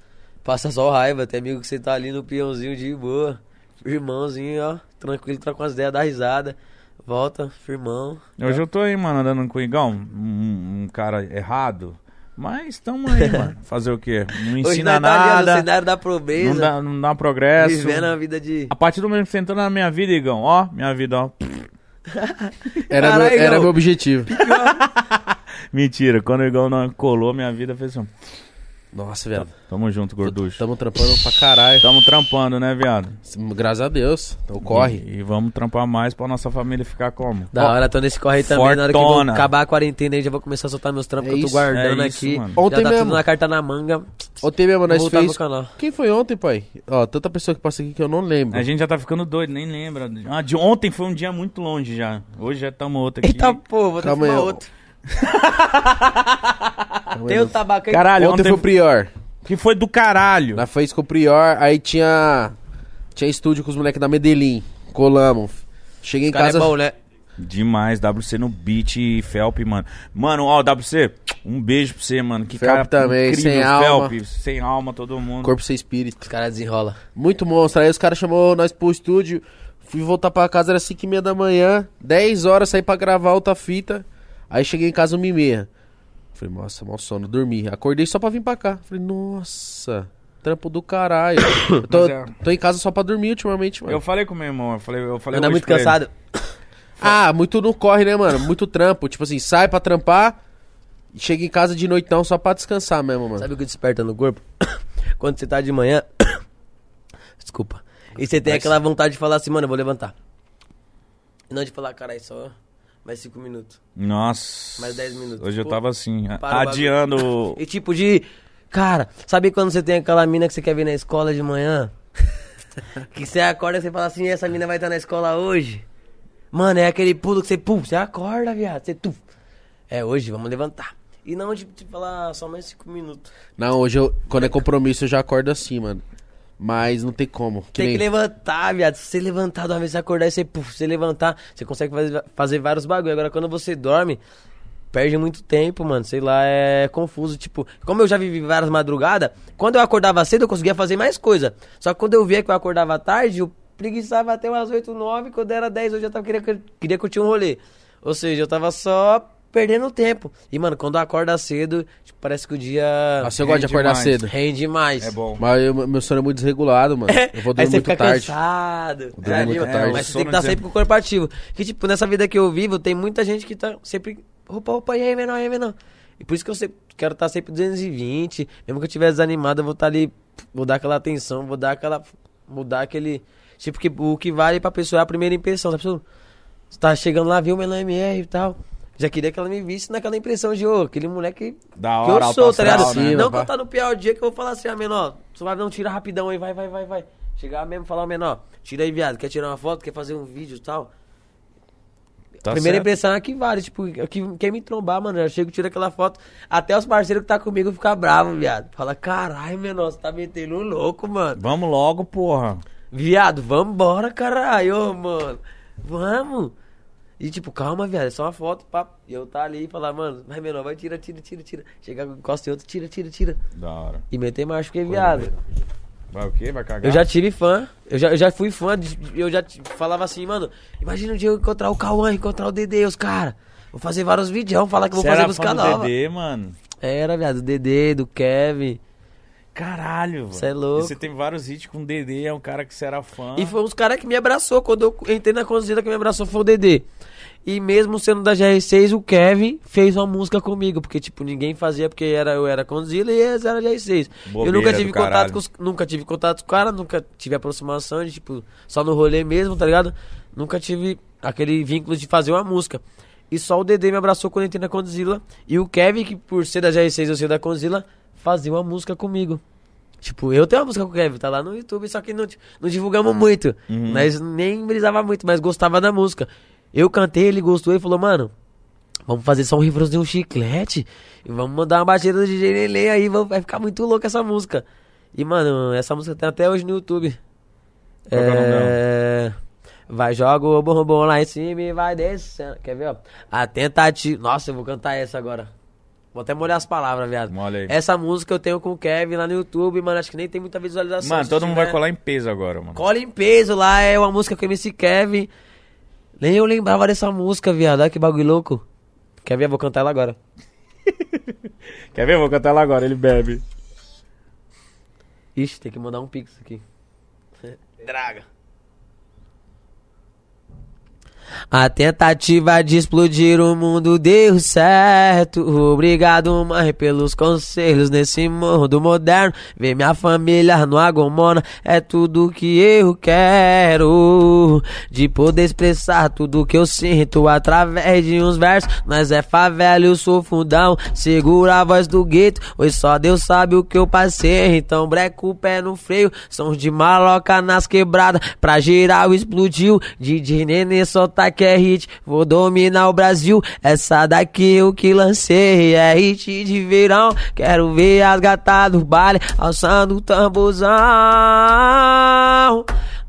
passa só raiva. Tem amigo que você tá ali no peãozinho de boa, firmãozinho, ó, tranquilo, tá com as ideias da risada. Volta, firmão.
Hoje eu tô aí, mano, andando com o Igão, um, um cara errado. Mas tamo aí, mano. Fazer o quê? Não
Hoje
ensina
nós tá ali, ó, no
nada.
cenário da
Não
pobreza,
dá, não dá progresso.
vivendo a vida de...
A partir do momento que você entrou na minha vida, Igão, ó, minha vida, ó.
Era,
Caralho,
meu, era
não.
meu objetivo.
Mentira, quando o Igão não colou, minha vida fez assim.
Nossa, viado.
Tamo junto, gorducho.
Tamo trampando pra caralho.
Tamo trampando, né, viado?
Graças a Deus. Então
Uhum.
corre.
E, e vamos trampar mais pra nossa família ficar como?
Da hora, tô nesse corre aí também, na hora que
fortona.
eu acabar a quarentena aí, já vou começar a soltar meus trampos
É
que eu tô
isso,
guardando
é isso,
aqui.
mano.
Ontem
já tá
mesmo.
tudo na carta na manga,
Ontem mesmo nós
vou voltar
fez...
pro canal.
Quem foi ontem, pai? Ó, tanta pessoa que passa aqui que eu não lembro.
A gente já tá ficando doido, nem lembra. Ah, de ontem foi um dia muito longe já. Hoje já tamo outro aqui.
Eita, pô, vou ter que
Calma aí,
fumar
eu-
outro. Tem o tabaco aí.
Caralho,
ontem
ontem,
foi o Prior.
que foi do caralho.
Nós fez com o Prior, aí tinha. Tinha estúdio com os moleques da Medellín. Colamos. Cheguei em
cara
casa.
é bom, né?
Demais, WC no beat e Felp, mano. Mano, ó, WC, um beijo pra você, mano. Que
Felp
cara
também,
incrível,
sem
Felp,
alma.
sem alma, todo mundo.
Corpo sem espírito.
Os caras desenrolam.
Muito monstro. Aí os caras chamou nós pro estúdio. Fui voltar pra casa, era 5 e meia da manhã. 10 horas, saí pra gravar outra fita. Aí cheguei em casa 1 e meia. Falei, nossa, mal sono, dormi. Acordei só pra vir pra cá. Falei, nossa, trampo do caralho. Eu tô,
Mas é.
tô em casa só pra dormir ultimamente, mano.
Eu falei com meu irmão, eu falei, eu falei
Anda
hoje
muito
pra ele.
cansado.
Ah, muito não corre, né, mano? Muito trampo. Tipo assim, sai pra trampar. e Chega em casa de noitão só pra descansar mesmo, mano.
Sabe o que desperta no corpo? Quando você tá de manhã. Desculpa. E você tem aquela vontade de falar assim, mano, eu vou levantar. E não de falar, caralho, só mais cinco minutos.
Nossa.
Mais 10 minutos.
Hoje eu
Pô,
tava assim, a-
para o
adiando. o-
E tipo de. Cara, sabe quando você tem aquela mina que você quer ver na escola de manhã? que você acorda e você fala assim, essa mina vai estar na escola hoje. Mano, é aquele pulo que você, pum, você acorda, viado. Você, tu. É hoje, vamos levantar. E não de, de falar só mais cinco minutos.
Não, hoje eu, quando é compromisso, eu já acordo assim, mano. Mas não tem como. Que
tem
nem-
que levantar, viado. Se você levantar de uma vez, você acordar e você, puf, você levantar, você consegue fazer, fazer vários bagulho. Agora, quando você dorme, perde muito tempo, mano. Sei lá, é confuso. Tipo, como eu já vivi várias madrugadas, quando eu acordava cedo, eu conseguia fazer mais coisa. Só que quando eu via que eu acordava tarde, eu preguiçava até umas 8, 9. Quando era 10, eu já tava queria, queria curtir um rolê. Ou seja, eu tava só perdendo tempo. E, mano, quando acorda cedo, tipo, parece que o dia
Nossa, eu gosto Ah,
Rende
de acordar
mais.
cedo.
rende mais.
É bom.
Mas eu- meu sono é muito desregulado, mano. Eu vou
Aí
dormir
você
muito
fica
tarde.
cansado.
dormir muito
mano.
tarde.
Mas
O
você tem
sono
que estar
de-
sempre com o corpo ativo. Que, tipo, nessa vida que eu vivo, tem muita gente que tá sempre. Opa, opa, e aí, menor, e aí, menor. E por isso que eu sempre quero estar sempre 220. Mesmo que eu estiver desanimado, eu vou estar ali. Vou dar aquela atenção, vou dar aquela. Vou dar aquele. Tipo, que, o que vale pra pessoa é a primeira impressão. A pessoa. Você tá chegando lá, viu o menor MR e tal. Já queria que ela me visse naquela impressão de, ô, aquele moleque
Da
que
hora,
eu sou,
alto
tá
astral,
ligado?
né?
Não que
Vai.
eu tá no pior dia que eu vou falar assim, ah, menor, tu vai não tira rapidão aí, vai, vai, vai, vai. Chegar mesmo e falar, ó, menor, tira aí, viado, quer tirar uma foto, quer fazer um vídeo e tal.
Tá
Primeira
certo.
impressão é que vale, tipo, que, quem me trombar, mano, eu já chego, tiro aquela foto, até os parceiros que tá comigo ficam bravos, viado. Fala, caralho, menor, você tá metendo um louco, mano.
Vamos logo, porra.
Viado, vambora, caralho, ô, mano. Vamos. E tipo, calma, viado, é só uma foto, papo. E eu tá ali e falar, mano, vai menor, vai, tira, tira, tira, tira. Chegar, encosta em outro, tira, tira, tira.
Da hora.
E meter marcha, porque, é viado,
Vai o quê? Vai cagar?
eu já tive fã, eu já, eu já fui fã, de- eu já t- falava assim, mano, imagina um dia eu encontrar o Cauã, encontrar o Dedê, os caras. Vou fazer vários vídeos, falar que eu vou
Você
fazer
era
música
fã do
nova.
DD, mano.
Era, viado, do Dedê, do Kevin.
Caralho,
Cê é
velho.
louco.
E Você tem vários hits com o DD, é um cara que você era fã.
E foi os caras que me abraçou. Quando eu entrei na conduzida, que me abraçou foi o Dedê. E mesmo sendo da GR6, o Kevin fez uma música comigo. Porque, tipo, ninguém fazia, porque era, eu era conduzida e eles eram GR6. eu
Bobeira
nunca
do
tive
caralho.
contato com os, Nunca tive contato com o cara, nunca tive aproximação de, tipo, só no rolê mesmo, tá ligado? Nunca tive aquele vínculo de fazer uma música. E só o Dedê me abraçou quando eu entrei na Condzilla. E o Kevin, que por ser da GR6 eu ser da Condzilla, fazia uma música comigo. Tipo, eu tenho uma música com o Kevin, tá lá no YouTube, só que não, não divulgamos
Uhum.
muito. Mas nem brisava muito, mas gostava da música. Eu cantei, ele gostou e falou, mano, vamos fazer só um refrãozinho, um chiclete. E vamos mandar uma batida do DJ Lele aí, vamos- vai ficar muito louca essa música. E, mano, essa música tem até hoje no YouTube.
Qual que é o nome
é... Vai, joga o bombom lá em cima e vai descendo. Quer ver, ó? A tentativa... Nossa, eu vou cantar essa agora. Vou até molhar as palavras, viado.
Molha aí.
Essa música eu tenho com o Kevin lá no YouTube, mano. Acho que nem tem muita visualização.
Mano,
Se
todo mundo vai
tiver-
colar em peso agora, mano.
Cola em peso lá, é uma música com o MC Kevin. Nem eu lembrava dessa música, viado. Olha que bagulho louco. Quer ver? Eu vou cantar ela agora.
Quer ver? Vou cantar lá agora, ele bebe.
Ixi, tem que mandar um pix aqui. Draga. A tentativa de explodir o mundo deu certo. Obrigado, mãe, pelos conselhos nesse mundo moderno. Ver minha família no agomona é tudo que eu quero. De poder expressar tudo que eu sinto através de uns versos. Mas é favela, eu sou fundão. Segura a voz do gueto, pois só Deus sabe o que eu passei. Então, breco o pé no freio. São de maloca nas quebradas. Pra geral explodiu. DJ Nenê solta que é hit. Vou dominar o Brasil. Essa daqui eu que lancei. É hit de verão. Quero ver as gatas do baile alçando o tamborzão.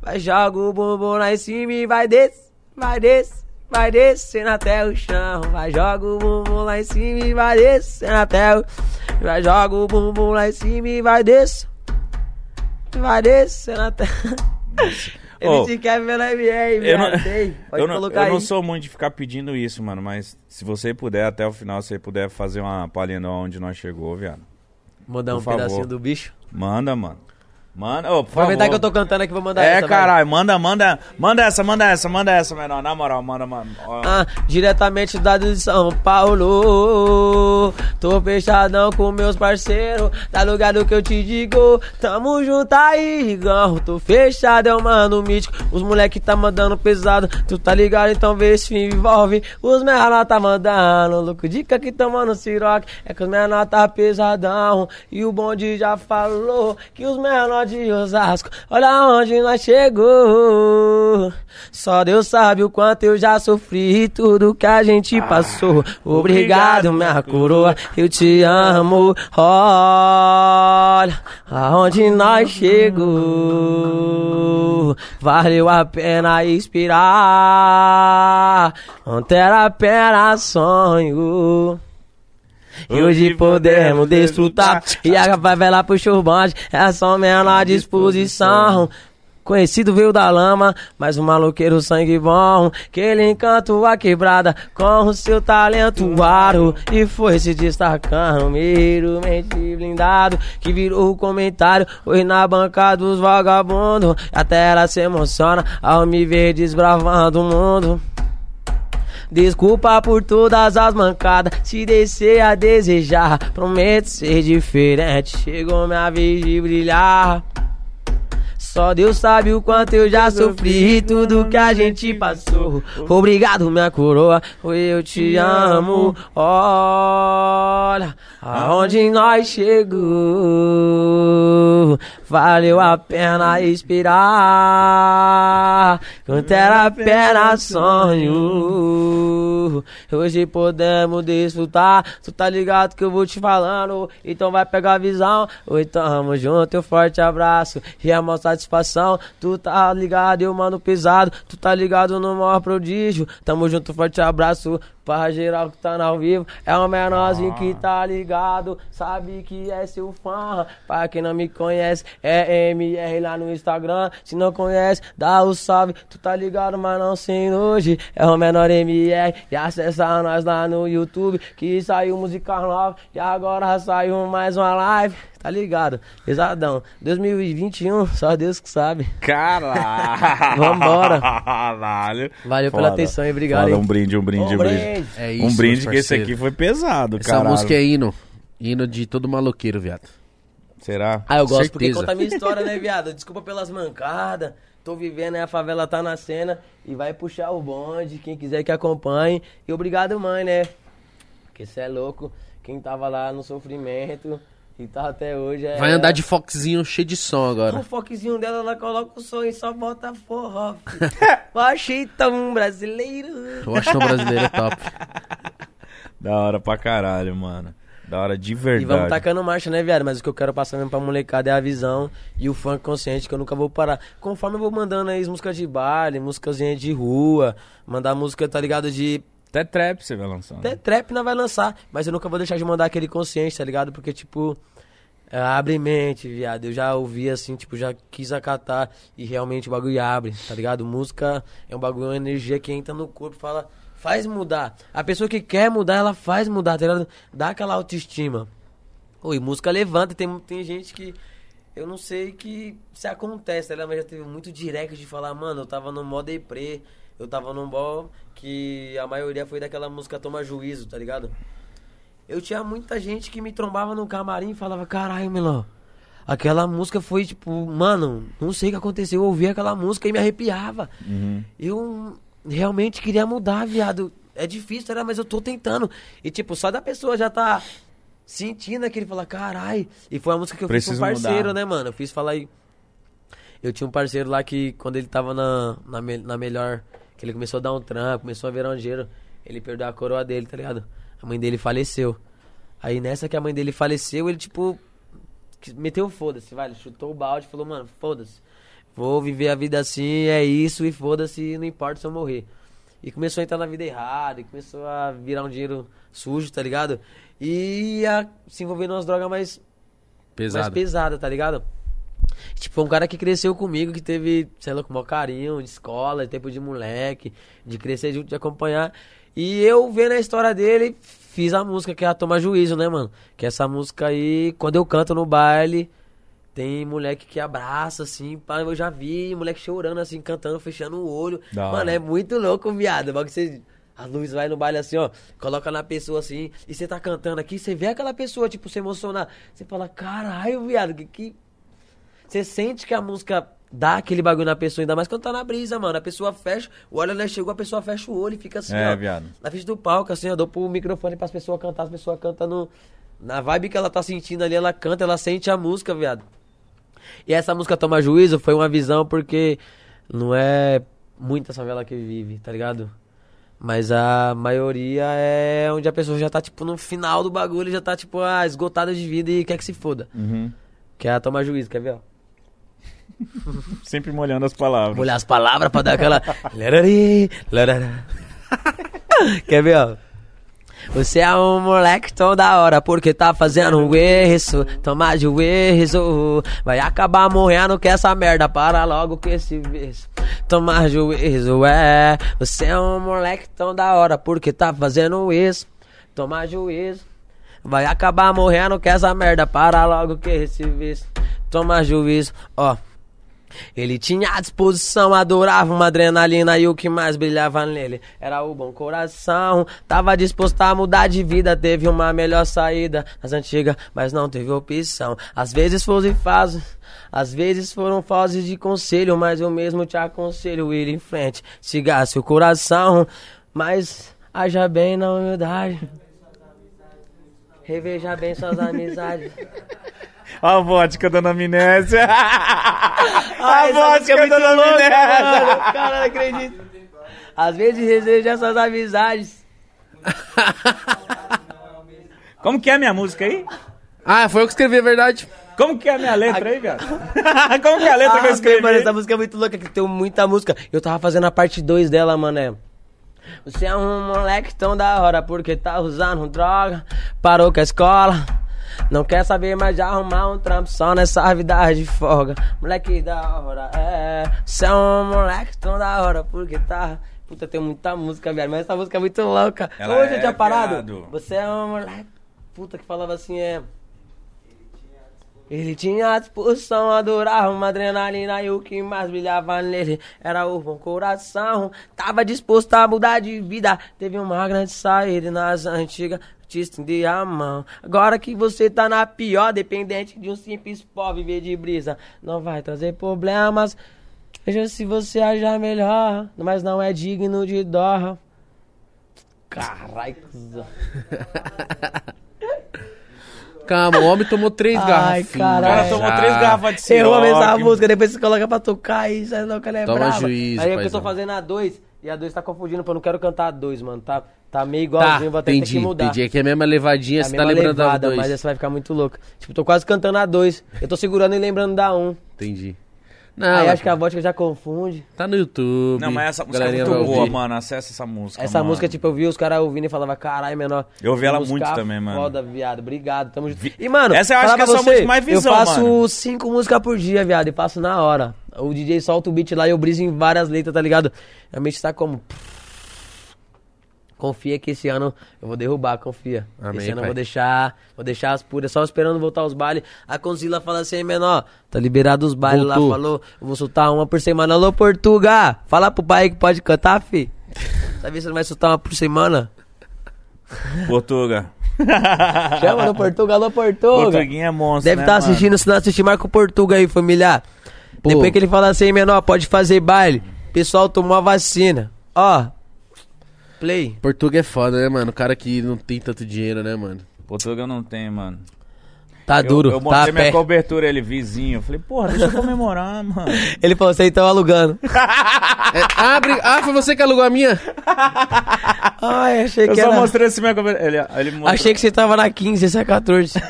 Vai joga o bumbum lá em cima e vai descer. vai desce, vai descendo até o chão. Vai joga o bumbum lá em cima e vai descendo até o. Vai joga o bumbum lá em cima e vai desce. Vai descendo até. tá. Ele
Ô,
te quer pela MR,
eu não-
viado, hein? Pode
eu não,
colocar
eu não
aí.
sou muito de ficar pedindo isso, mano, mas se você puder, até o final, se você puder fazer uma palhinha de onde nós chegou, viado.
Mandar um
Por favor.
pedacinho do bicho.
Manda, mano. Manda, ô, por
Aproveitar
favor.
que eu tô cantando aqui, vou mandar
É,
essa, vai.
caralho, manda, manda, manda essa, manda essa, manda essa, menor, na moral, manda, mano. Ó,
Ah, diretamente da de São Paulo. Tô fechadão com meus parceiros. Tá ligado que eu te digo? Tamo junto aí, Igão. Tô é fechadão, mano, mítico. Os moleque tá mandando pesado. Tu tá ligado? Então vê se envolve. Os merda tá mandando. Louco dica que tomando siroque. É que os menor tá pesadão. E o bonde já falou que os menor de Osasco. Olha onde nós chegou. Só Deus sabe o quanto eu já sofri e tudo que a gente passou. Obrigado,
Ah, obrigado,
minha
minha
coroa, eu te amo. Olha aonde nós chegou. Valeu a pena inspirar. Ontem era apenas sonho. E hoje podemos desfrutar. E a favela puxou o bonde, é só menor disposição. Conhecido veio da lama, mas um maloqueiro sangue bom. Que ele encantou a quebrada com o seu talento aro. E foi se destacando, miro, mente blindado. Que virou o comentário, foi na banca dos vagabundos. Até ela se emociona ao me ver desbravando o mundo. Desculpa por todas as mancadas. Se descer a desejar, prometo ser diferente. Chegou minha vez de brilhar. Só Deus sabe o quanto eu já sofri e tudo que a gente passou. Obrigado, minha coroa, oi, eu te amo. Olha aonde nós chegou. Valeu a pena esperar. Quanto era apenas sonho. Uh, Hoje podemos desfrutar. Tu tá ligado que eu vou te falando. Então vai pegar a visão. Oi, tamo junto, um forte abraço. E a maior satisfação. Tu tá ligado, eu mando pesado. Tu tá ligado no maior prodígio. Tamo junto, forte abraço. Para geral que tá no ao vivo. É o menorzinho que tá ligado. Sabe que é seu fã. Pra quem não me conhece, é MR lá no Instagram. Se não conhece, dá o salve. Tu tá ligado, mas não sem hoje. É o menor MR. E acessa nós lá no YouTube. Que saiu música nova. E agora saiu mais uma live. Tá ligado? Pesadão. 2021, só Deus que sabe.
Caralho.
Vambora.
Caralho.
Valeu pela atenção e obrigado,
Foda,
hein?
um brinde, um brinde, um
Um
brinde.
brinde.
É
um
isso,
brinde
meus
que esse
parceiro.
aqui foi pesado,
Essa
cara.
música é hino. Hino de todo maloqueiro, viado.
Será?
Ah, eu gosto porque
Certeza.
conta a minha história, né, viado? Desculpa pelas mancadas. Tô vivendo, né? A favela tá na cena e vai puxar o bonde. Quem quiser que acompanhe. E obrigado, mãe, né? Porque cê é louco. Quem tava lá no sofrimento e tá até hoje é.
Vai andar de foxinho cheio de som
O
agora.
foquezinho dela, ela coloca o som e só bota forró. filho. Washington brasileiro.
O Washington brasileiro é top.
Da hora pra caralho, mano. Da hora de verdade.
E vamos tacando marcha, né, viado? Mas o que eu quero passar mesmo pra molecada é a visão e o funk consciente, que eu nunca vou parar. Conforme eu vou mandando aí as músicas de baile, músicazinha de rua, mandar música, tá ligado? De.
Até trap você vai né? lançando.
Até trap não vai lançar, mas eu nunca vou deixar de mandar aquele consciente, tá ligado? Porque, tipo. é, Abre mente, viado. Eu já ouvi assim, tipo, já quis acatar e realmente o bagulho abre, tá ligado? Música é um bagulho, é uma energia que entra no corpo, fala, faz mudar. A pessoa que quer mudar, ela faz mudar, tá ligado? Dá aquela autoestima. Oi, música levanta, tem, tem gente que. Eu não sei que se acontece, tá ligado? Mas já teve muito direct de falar, mano, eu tava no mó deprê, eu tava num mó que a maioria foi daquela música Toma Juízo, tá ligado? Eu tinha muita gente que me trombava no camarim e falava, caralho, Melão, aquela música foi tipo, mano, não sei o que aconteceu, eu ouvi aquela música e me arrepiava.
Uhum.
Eu realmente queria mudar, viado. É difícil, tá ligado? mas eu tô tentando. E tipo, só da pessoa já tá sentindo aquele falar, carai. E foi a música que eu fiz
Preciso
com um parceiro,
mudar.
né, mano? Eu fiz falar aí. Eu tinha um parceiro lá que, quando ele tava na, na, me- na melhor, que ele começou a dar um trampo, começou a virar um dinheiro, ele perdeu a coroa dele, tá ligado? A mãe dele faleceu. Aí nessa que a mãe dele faleceu, ele tipo. que- Meteu o foda-se, vai. Ele chutou o balde e falou, mano, foda-se. Vou viver a vida assim, é isso, e foda-se, não importa se eu morrer. E começou a entrar na vida errada, e começou a virar um dinheiro sujo, tá ligado? E a se envolver nas drogas mais mais
Pesado.
pesada, tá ligado? Tipo, foi um cara que cresceu comigo, que teve, sei lá, com o maior carinho, de escola, de tempo de moleque, de crescer junto, de acompanhar. E eu vendo a história dele, fiz a música que é a Toma Juízo, né, mano? Que essa música aí, quando eu canto no baile, tem moleque que abraça, assim, pá, eu já vi, moleque chorando, assim, cantando, fechando o olho.
Da hora.
Mano, é muito louco, viado. Logo você. A luz vai no baile assim, ó. Coloca na pessoa assim. E você tá cantando aqui, você vê aquela pessoa, tipo, se emocionar. Você fala, caralho, viado, que. que... Você sente que a música dá aquele bagulho na pessoa, ainda mais quando tá na brisa, mano. A pessoa fecha, o olho, né? Chegou, a pessoa fecha o olho e fica assim,
É,
ó.
viado.
Na frente do palco, assim, eu dou pro microfone pras pessoas cantar, as pessoas cantam no. Na vibe que ela tá sentindo ali, ela canta, ela sente a música, viado. E essa música Toma Juízo foi uma visão porque não é muita favela que vive, tá ligado? Mas a maioria é onde a pessoa já tá, tipo, no final do bagulho, já tá, tipo, ah, esgotada de vida e quer que se foda.
Uhum.
Que é a Toma Juízo, quer ver, ó?
Sempre molhando as palavras.
Molhar as palavras pra dar aquela. Larari, larará. Quer ver, ó? Você é um moleque tão da hora porque tá fazendo isso, tomar de juízo. Vai acabar morrendo com essa merda, para logo com esse vício. Tomar juízo, é. Você é um moleque tão da hora porque tá fazendo isso, tomar juízo. Vai acabar morrendo com essa merda, para logo que esse vício. Toma juízo, um ó. Ele tinha a disposição, adorava uma adrenalina e o que mais brilhava nele era o bom coração. Tava disposto a mudar de vida, teve uma melhor saída nas antigas, mas não teve opção. Às vezes foram fases, às vezes foram fases de conselho, mas eu mesmo te aconselho ir em frente, siga seu coração, mas haja bem na humildade. Reveja bem suas amizades.
A vodka dando amnésia. a
Ai, essa música
vodka
é muito
dando
louca,
amnésia.
mano. Cara, não acredito. Às vezes reseja essas amizades.
Como que é a minha música aí?
Ah, foi eu que escrevi, é verdade.
Como que é a minha letra aí, viado? Como que é a letra que eu
Ah,
escrevi?
mano, essa música é muito louca, que tem muita música. Eu tava fazendo a parte 2 dela, mané. Você é um moleque tão da hora porque tá usando droga, parou com a escola. Não quer saber mais de arrumar um trampo só nessa vida de folga. Moleque da hora, é. Você é um moleque tão da hora porque tá. Puta, tem muita música, velho, mas essa música é muito louca.
Ela
Hoje eu
é,
tinha parado.
viado.
Você é um moleque. Puta, que falava assim, é. Ele tinha a disposição, adorava uma adrenalina e o que mais brilhava nele era o bom coração. Tava disposto a mudar de vida, teve uma grande saída e nas antigas. Te estendi a mão. Agora que você tá na pior, dependente de um simples pó, viver de brisa não vai trazer problemas. Veja se você agir melhor, mas não é digno de dó. Caralho, cuzão.
Calma, o homem tomou três
Ai,
garrafinhas.
O cara
caralho.
tomou três garrafas de
Eu amo essa
siroque.
música, depois você coloca pra tocar e já não quer
Toma
lembrar.
juízo,
Aí é que eu
paizão.
tô fazendo a 2 e a 2 tá confundindo, pô, eu não quero cantar a 2, mano. Tá, tá meio igualzinho, vou até ter que
entendi,
mudar.
entendi. É que é a mesma levadinha,
É a
você tá
mesma
lembrando da
levada,
dois.
mas assim- essa vai ficar muito louca. Tipo, tô quase cantando a 2. Eu tô segurando e lembrando da 1. Um.
Entendi. Não,
Aí
mas
acho que a vodka já confunde.
tá no YouTube.
Não, mas essa música é
galerinha
muito
vai
boa,
ouvir.
mano. Acessa essa música.
Essa
mano.
música, tipo, eu vi os caras ouvindo e falava, caralho, menor.
Eu ouvi ela
música
muito também, mano.
Foda, viado. Obrigado, tamo junto.
Vi-
E, mano,
Essa eu acho
falar
que é
pra
a sua
você,
música mais visão,
Eu faço
mano.
cinco músicas por dia, viado, e passo na hora. O DJ solta o beat lá e eu briso em várias letras, tá ligado? A mente tá como. Confia que esse ano eu vou derrubar, confia.
Amém,
esse ano eu
pai.
vou deixar, vou deixar as puras, só esperando voltar os bailes. A Conzila fala assim, menor, tá liberado os bailes lá,
Voltou.
falou, eu vou soltar uma por semana. Alô, Portuga, fala pro pai que pode cantar, fi. Sabe se não vai soltar uma por semana?
Portuga.
Chama no Portuga, alô, Portuga.
Portuguinha é monstro. né,
Deve estar
mano?
assistindo, se não assistir, marca o Portuga aí, familiar.
Pô.
Depois que ele fala assim, menor, pode fazer baile. Pessoal tomou a vacina. Ó, play.
Portuga é foda, né, mano? O cara que não tem tanto dinheiro, né, mano?
Portuga eu não tenho, mano.
Tá
Eu-
duro,
Eu,
tá
montei
a
minha
pé.
cobertura, ele vizinho. Eu falei, porra, deixa eu comemorar, mano.
Ele falou, você então alugando.
É, ah, brin- ah, foi você que alugou a minha?
Ai, achei
Eu
que
só
era...
mostrei assim minha cobertura. Ele, ele mostrou.
Achei que você tava na 15, você é 14.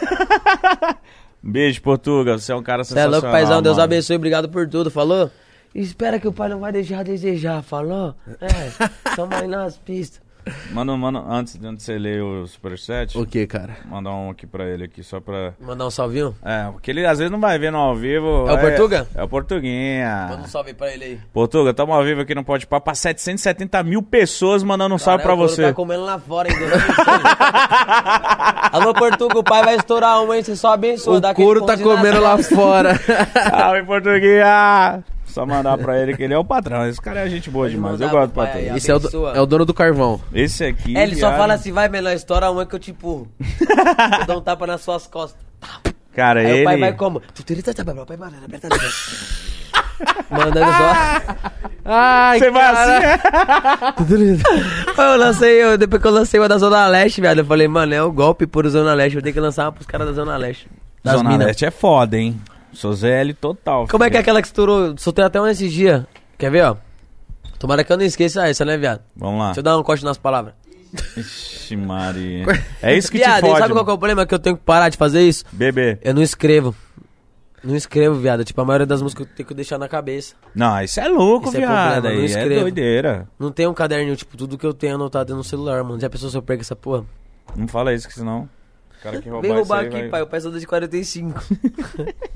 Beijo, Portuga. Você é um cara
Você é
sensacional.
louco, paizão. Deus
um mano.
abençoe. Obrigado por tudo. Falou? Espera que o pai não vai deixar desejar, falou? É, toma aí nas pistas.
Manda, um, manda, antes, antes de você ler o superchat,
O que, cara?
mandar um aqui pra ele aqui, só pra...
Mandar um salvinho?
É, porque ele às vezes não vai vendo ao vivo.
É o Portuga?
É o Portuguinha.
Manda um salve pra ele aí.
Portuga, tamo ao vivo aqui no Pode Papo, pra 770 mil pessoas mandando um salve pra
Caralho, o couro
você.
Tá comendo lá fora ainda. não sei. Alô, Portuga, o pai vai estourar um, hein? Você só abençoa. dá
O
aquele
couro tá
pãozinho na
comendo lá
testa.
fora.
Salve, Portuguinha! Só mandar pra ele que ele é o patrão. Esse cara é gente boa demais, eu
mandar
gosto do
pro pai
patrão.
aí,
Esse é o, do- é o dono do carvão.
Esse aqui...
É, ele só
viado,
fala assim, vai, melhor, estoura um, é que eu te empurro. Vou dar um tapa nas suas costas.
Cara,
Aí
ele...
o pai vai como? Mandando só.
Ai,
Você vai assim, é?
Tá Eu lancei, eu, depois que eu lancei uma da Zona Leste, velho, eu falei, mano, é o golpe por Zona Leste, eu tenho que lançar uma pros caras da Zona Leste. Das
Zona
minas.
Leste é foda, hein? Sou ZL total.
Como é que é
filho.
aquela que estourou? Soltei até um esses dias. Quer ver, ó? Tomara que eu não esqueça essa, né, viado?
Vamos lá.
Deixa eu dar um corte nas palavras.
Ixi, Maria. É isso que te
viado, e
fode.
sabe qual que é o problema? Que eu tenho que parar de fazer isso?
Bebê.
Eu não escrevo. Não escrevo, viado. Tipo, a maioria das músicas eu tenho que deixar na cabeça.
Não, isso é louco,
Isso é
viado.
problema, não
aí é
escrevo.
doideira.
Não tem um caderninho, tipo, tudo que eu tenho anotado é no celular, mano. Já pensou se eu pego essa porra?
Não fala isso, que senão. O cara que roubar
Vem roubar
isso aí
aqui,
vai-
pai. Eu peço de 45.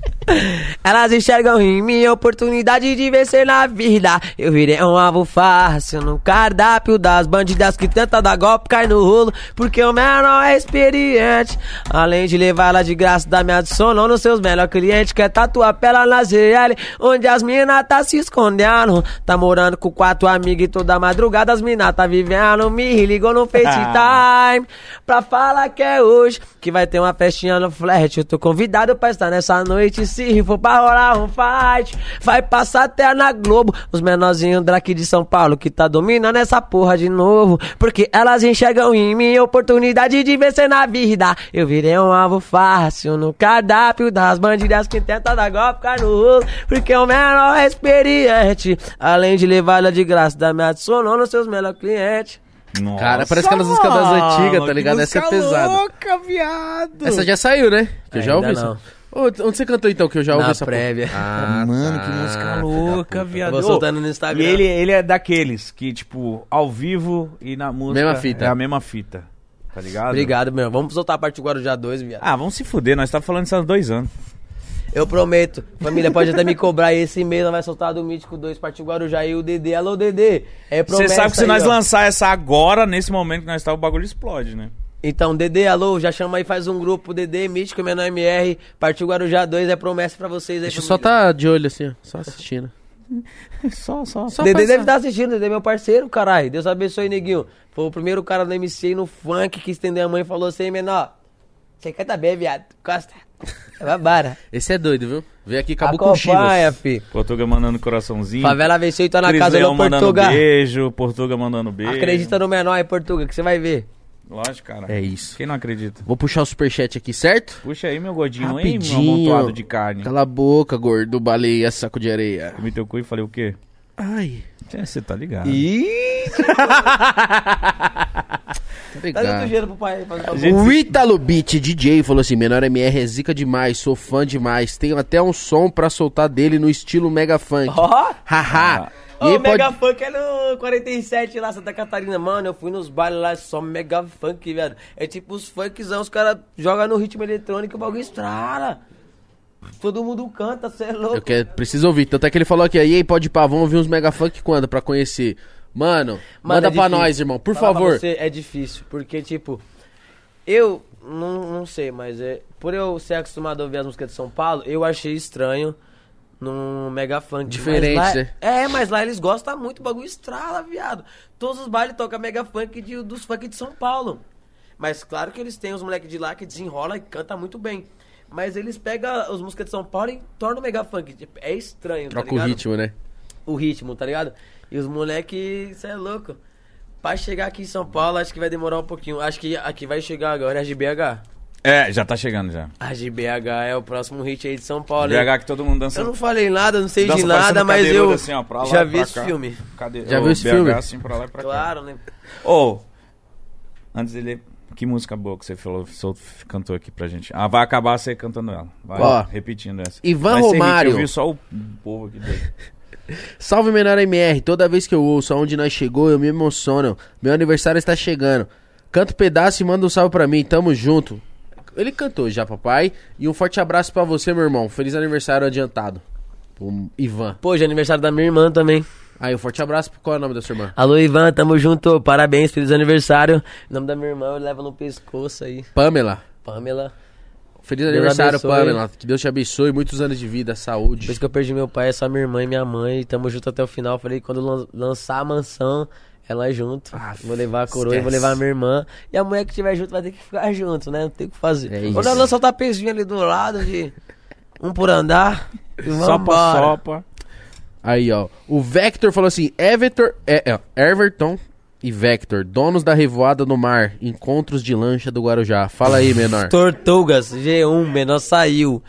Elas enxergam em mim a oportunidade de vencer na vida. Eu virei um alvo fácil no cardápio das bandidas que tenta dar golpe, cai no rolo, porque o menor é experiente. Além de levá-la de graça, da minha sono nos seus melhores clientes. Quer tatuar pela na ZL, onde as minas tá se escondendo. Tá morando com quatro amigos e toda madrugada as minas tá vivendo. Me ligou no tá FaceTime pra falar que é hoje que vai ter uma festinha no flat. Eu tô convidado pra estar nessa noite. Se for pra rolar um fight, vai passar até na Globo. Os menorzinhos daqui de São Paulo que tá dominando essa porra de novo. Porque elas enxergam em mim a oportunidade de vencer na vida. Eu virei um alvo fácil no cardápio das bandidas que tentam dar golpe, cai no rolo. Porque o menor é experiente. Além de levá-la de graça, da minha adicionou nos seus melhores clientes.
Nossa,
Cara, parece aquelas músicas das antigas, tá
que
ligado? Essa é
música
pesada.
louca, viado.
Essa já saiu, né? Que eu já
Ainda
ouvi. essa.
não.
Ô, onde você cantou então que eu já ouvi
Na
essa porra?
prévia.
Ah,
Mano,
tá,
que música
filha
louca,
da puta.
viado.
Eu vou soltando no Instagram.
E ele, ele é daqueles que, tipo, ao vivo e na música.
Mesma fita.
É a mesma fita. Tá ligado?
Obrigado, meu. Vamos soltar a parte do Guarujá 2, viado.
Ah, vamos se fuder, nós tá falando isso há dois anos.
Eu prometo. Família, pode até me cobrar. Esse mês ela vai soltar do Mítico 2, Partiu Guarujá e o Dedê. Alô, Dedê. É
Você
promessa
sabe que se
aí,
nós
ó.
lançar essa agora, nesse momento que nós tá, o bagulho explode, né?
Então, Dedê, alô, já chama aí, faz um grupo. Dedê, Mítico, menor MR, Partiu Guarujá 2, é promessa pra vocês aí,
Deixa eu só
família.
tá de olho assim, ó, só assistindo.
Só, só, só.
Dedê deve estar assistindo, Dedê é meu parceiro, caralho. Deus abençoe, neguinho. Foi o primeiro cara do MC no funk que estendeu a mãe e falou assim, menor. Você canta bem, viado. Costa. É babara.
Esse é doido, viu? Veio aqui,
Tá
acabou com o
Acompanha,
Chivas.
fi.
Portuga mandando coraçãozinho.
Favela venceu e tá na
Cris
casa
Leão
do
mandando
Portugal.
beijo, Portuga mandando beijo.
Acredita no menor aí, Portuga, que você vai ver.
Lógico, cara.
É isso.
Quem não acredita?
Vou puxar o superchat aqui, certo?
Puxa aí, meu godinho, hein, meu amontoado
Rapidinho.
de carne.
Cala a boca, gordo, baleia, saco de areia.
Comi teu cu e falei o quê?
Ai.
É, Você tá ligado.
Ih,
Tá
tá dando
ligado.
dinheiro pro pai. Faz um favor.
Gente-
O Italo Beat DJ falou assim: Menor MR é zica demais, sou fã demais. Tenho até um som pra soltar dele no estilo mega funk.
Ó,
Ah.
Haha. E
Ô,
aí pode-
Mega Funk é no 47 lá, Santa Catarina. Mano, eu fui nos bailes lá, é só Mega Funk, velho. É tipo os funkzão, os caras jogam no ritmo eletrônico e o bagulho estrala. Todo mundo canta, cê é louco.
Eu quero, preciso ouvir. Tanto é que ele falou aqui, aí pode pá, vamos ouvir uns mega funk quando pra conhecer. Mano, manda
é
pra
difícil.
nós, irmão, por
Falar pra
favor.
você é difícil, porque, tipo, eu não, não sei, mas é, por eu ser acostumado a ouvir as músicas de São Paulo, eu achei estranho num mega funk. Mas
Diferente,
lá-
né?
É, mas lá eles gostam muito, o bagulho estrala, viado. Todos os bailes tocam mega funk de- dos funk de São Paulo. Mas claro que eles têm os moleques de lá que desenrola e canta muito bem. Mas eles pegam as músicas de São Paulo e tornam o mega funk. Tipo, É estranho, tá
Troca o
ligado?
ritmo, né?
o ritmo, tá ligado? E os moleque, isso é louco. Pra chegar aqui em São Paulo, acho que vai demorar um pouquinho. Acho que aqui vai chegar agora é a GBH.
É, já tá chegando já.
A GBH é o próximo hit aí de São Paulo. hein?
BH que todo mundo dança.
Eu não falei nada, não sei
dança
de
parecendo
nada, mas
cadeirudo,
eu
assim, ó, pra lá
já
e
vi
pra
esse
cá.
filme.
Cade-
Já
Ô,
viu esse
BH,
filme?
assim, pra lá e pra cá.
Claro, né?
Ô, antes dele... Que música boa que você falou, sol- cantou aqui pra gente. Ah, vai acabar você cantando ela. Vai
Ó.
repetindo essa.
Ivan
Vai ser hit,
Romário.
Eu vi só o povo aqui dele.
Salve Menor MR, toda vez que eu ouço aonde nós chegou, eu me emociono. Meu aniversário está chegando. Canta um pedaço e manda um salve pra mim, tamo junto. Ele cantou já, papai. E um forte abraço pra você, meu irmão. Feliz aniversário adiantado. Pro Ivan.
Pô, hoje é aniversário da minha irmã também.
Aí, um forte abraço. Qual é o nome da sua irmã?
Alô, Ivan, tamo junto. Parabéns, feliz aniversário. Em nome da minha irmã, eu levo no pescoço aí.
Pamela.
Pamela.
Feliz
Deus
aniversário,
abençoe.
Pamela. Que Deus te abençoe, muitos anos de vida, saúde.
Depois que eu perdi meu pai, é só minha irmã e minha mãe. Tamo junto até o final. Falei que quando lan- lançar a mansão, é nós junto.
Ah,
vou levar a coroa e vou
esquece.
levar a minha irmã. E a mulher que estiver junto vai ter que ficar junto, né? Não tem o que fazer.
É
Quando
isso.
ela lançar o tapezinho ali do lado, de um por andar. E
Sopa,
vambora.
sopa.
Aí, ó. O Vector falou assim: Everton, é, é, Everton e Vector, donos da revoada no mar, encontros de lancha do Guarujá. Fala aí, menor.
Tortugas, G1, menor saiu.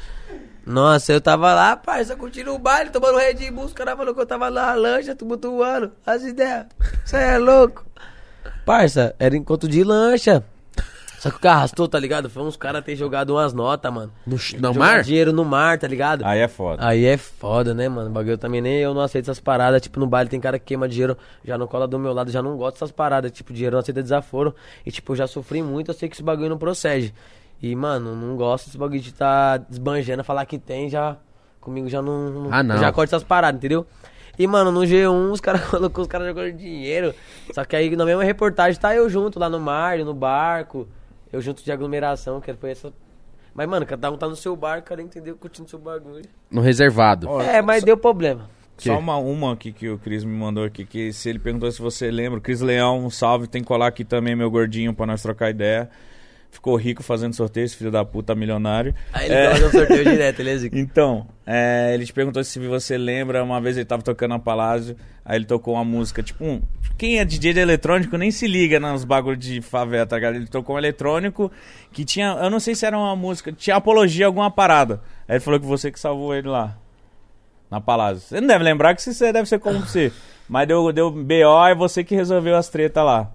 Nossa, eu tava lá, parça, curtindo o baile, tomando Red Bull, os caras falaram que eu tava lá, lancha, tumultuando, as ideias. Você é louco. Parça, era encontro de lancha. Só que o carro arrastou, tá ligado? Foi uns caras ter jogado umas notas, mano.
No, ch-
Jogar
no mar?
dinheiro no mar, tá ligado?
Aí é foda.
Aí é foda, né, mano? O bagulho também nem eu não aceito essas paradas. Tipo, no baile tem cara que queima dinheiro, já não cola do meu lado, já não gosto dessas paradas. Tipo, dinheiro não aceita desaforo. E, tipo, eu já sofri muito, eu sei que esse bagulho não procede. E, mano, não gosto desse bagulho de tá desbanjando, falar que tem, já. Comigo já não. não-
Ah, não.
Já corta essas paradas, entendeu? E, mano, no G1 os caras colocou os caras jogando dinheiro. Só que aí na mesma reportagem tá eu junto lá no mar, no barco. Eu junto de aglomeração, que foi essa. Mas, mano, cada um tá no seu barco, cara entendeu, curtindo seu bagulho.
No reservado.
Ó,
É, mas deu problema.
Só uma, uma aqui que o Cris me mandou aqui, que se ele perguntou se você lembra, Cris Leão, um salve, tem que colar aqui também, meu gordinho, pra nós trocar ideia. Ficou rico fazendo sorteio, esse filho da puta milionário. É,
Aí ele coloca um sorteio direto, ele é zica.
Então, é, ele te perguntou se você lembra, uma vez ele tava tocando na Palácio, aí ele tocou uma música, tipo, um, quem é DJ de eletrônico nem se liga nos bagulhos de favela, tá ligado? Ele tocou um eletrônico que tinha, eu não sei se era uma música, tinha apologia a alguma parada. Aí ele falou que você que salvou ele lá, na Palácio. Você não deve lembrar que você deve ser como você, mas deu, deu B.O. e você que resolveu as tretas lá.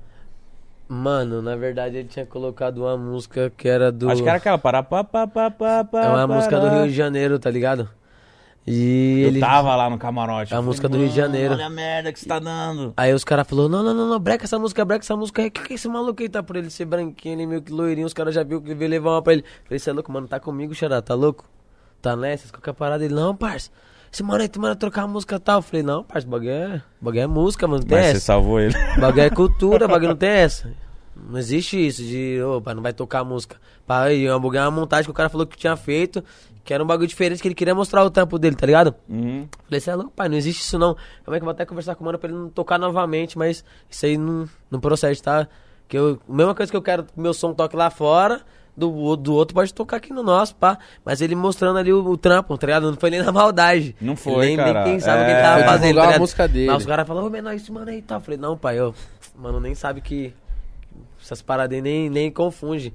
Mano, na verdade ele tinha colocado uma música que era do.
Acho que era né? aquela, para, pa, pa, pa, pa, pa,
É uma música do
pará.
Rio de Janeiro, tá ligado? E
Eu
ele.
tava lá no camarote.
A
Eu
É música do Rio de
"Mano,
Janeiro."
Olha a merda que você tá dando.
Aí os caras falaram: não, não, não, não, breca essa música, breca essa música. aí. O que, que esse maluco aí tá por ele ser branquinho, ele meio que loirinho? Os caras já viu que veio levar uma pra ele. Falei: você é louco, mano, tá comigo, xará, tá louco? Tá nessa, qualquer parada. Ele: não, parça, esse mano aí tu manda trocar a música e tal. Eu Falei: não, parça, bagulho é, bagulho é música, mano, não tem
Mas
essa.
você salvou ele.
Bagulho é cultura, bagulho não tem essa. Não existe isso de, opa, não vai tocar a música. Pá, Aí, o bagulho é uma montagem que o cara falou que tinha feito, que era um bagulho diferente, que ele queria mostrar o tempo dele, tá ligado?
Uhum.
Falei, você é louco, pai, não existe isso não. Como é que eu vou até conversar com o mano pra ele não tocar novamente, mas isso aí não, não procede, tá? Que eu, mesma coisa que eu quero que meu som toque lá fora, do, o- do outro pode tocar aqui no nosso, pá. Mas ele mostrando ali o, o trampo, tá ligado? Não foi nem na maldade.
Não foi,
nem,
cara.
Nem quem sabe o que
É,
ele tava
foi
fazendo, tá
divulgar a
ligado?
música dele.
Mas os caras falaram, ô, menor, isso, mano, aí, tá. Eu falei, não, pai, eu... Mano, nem sabe que... Essas paradas aí nem, nem confunde.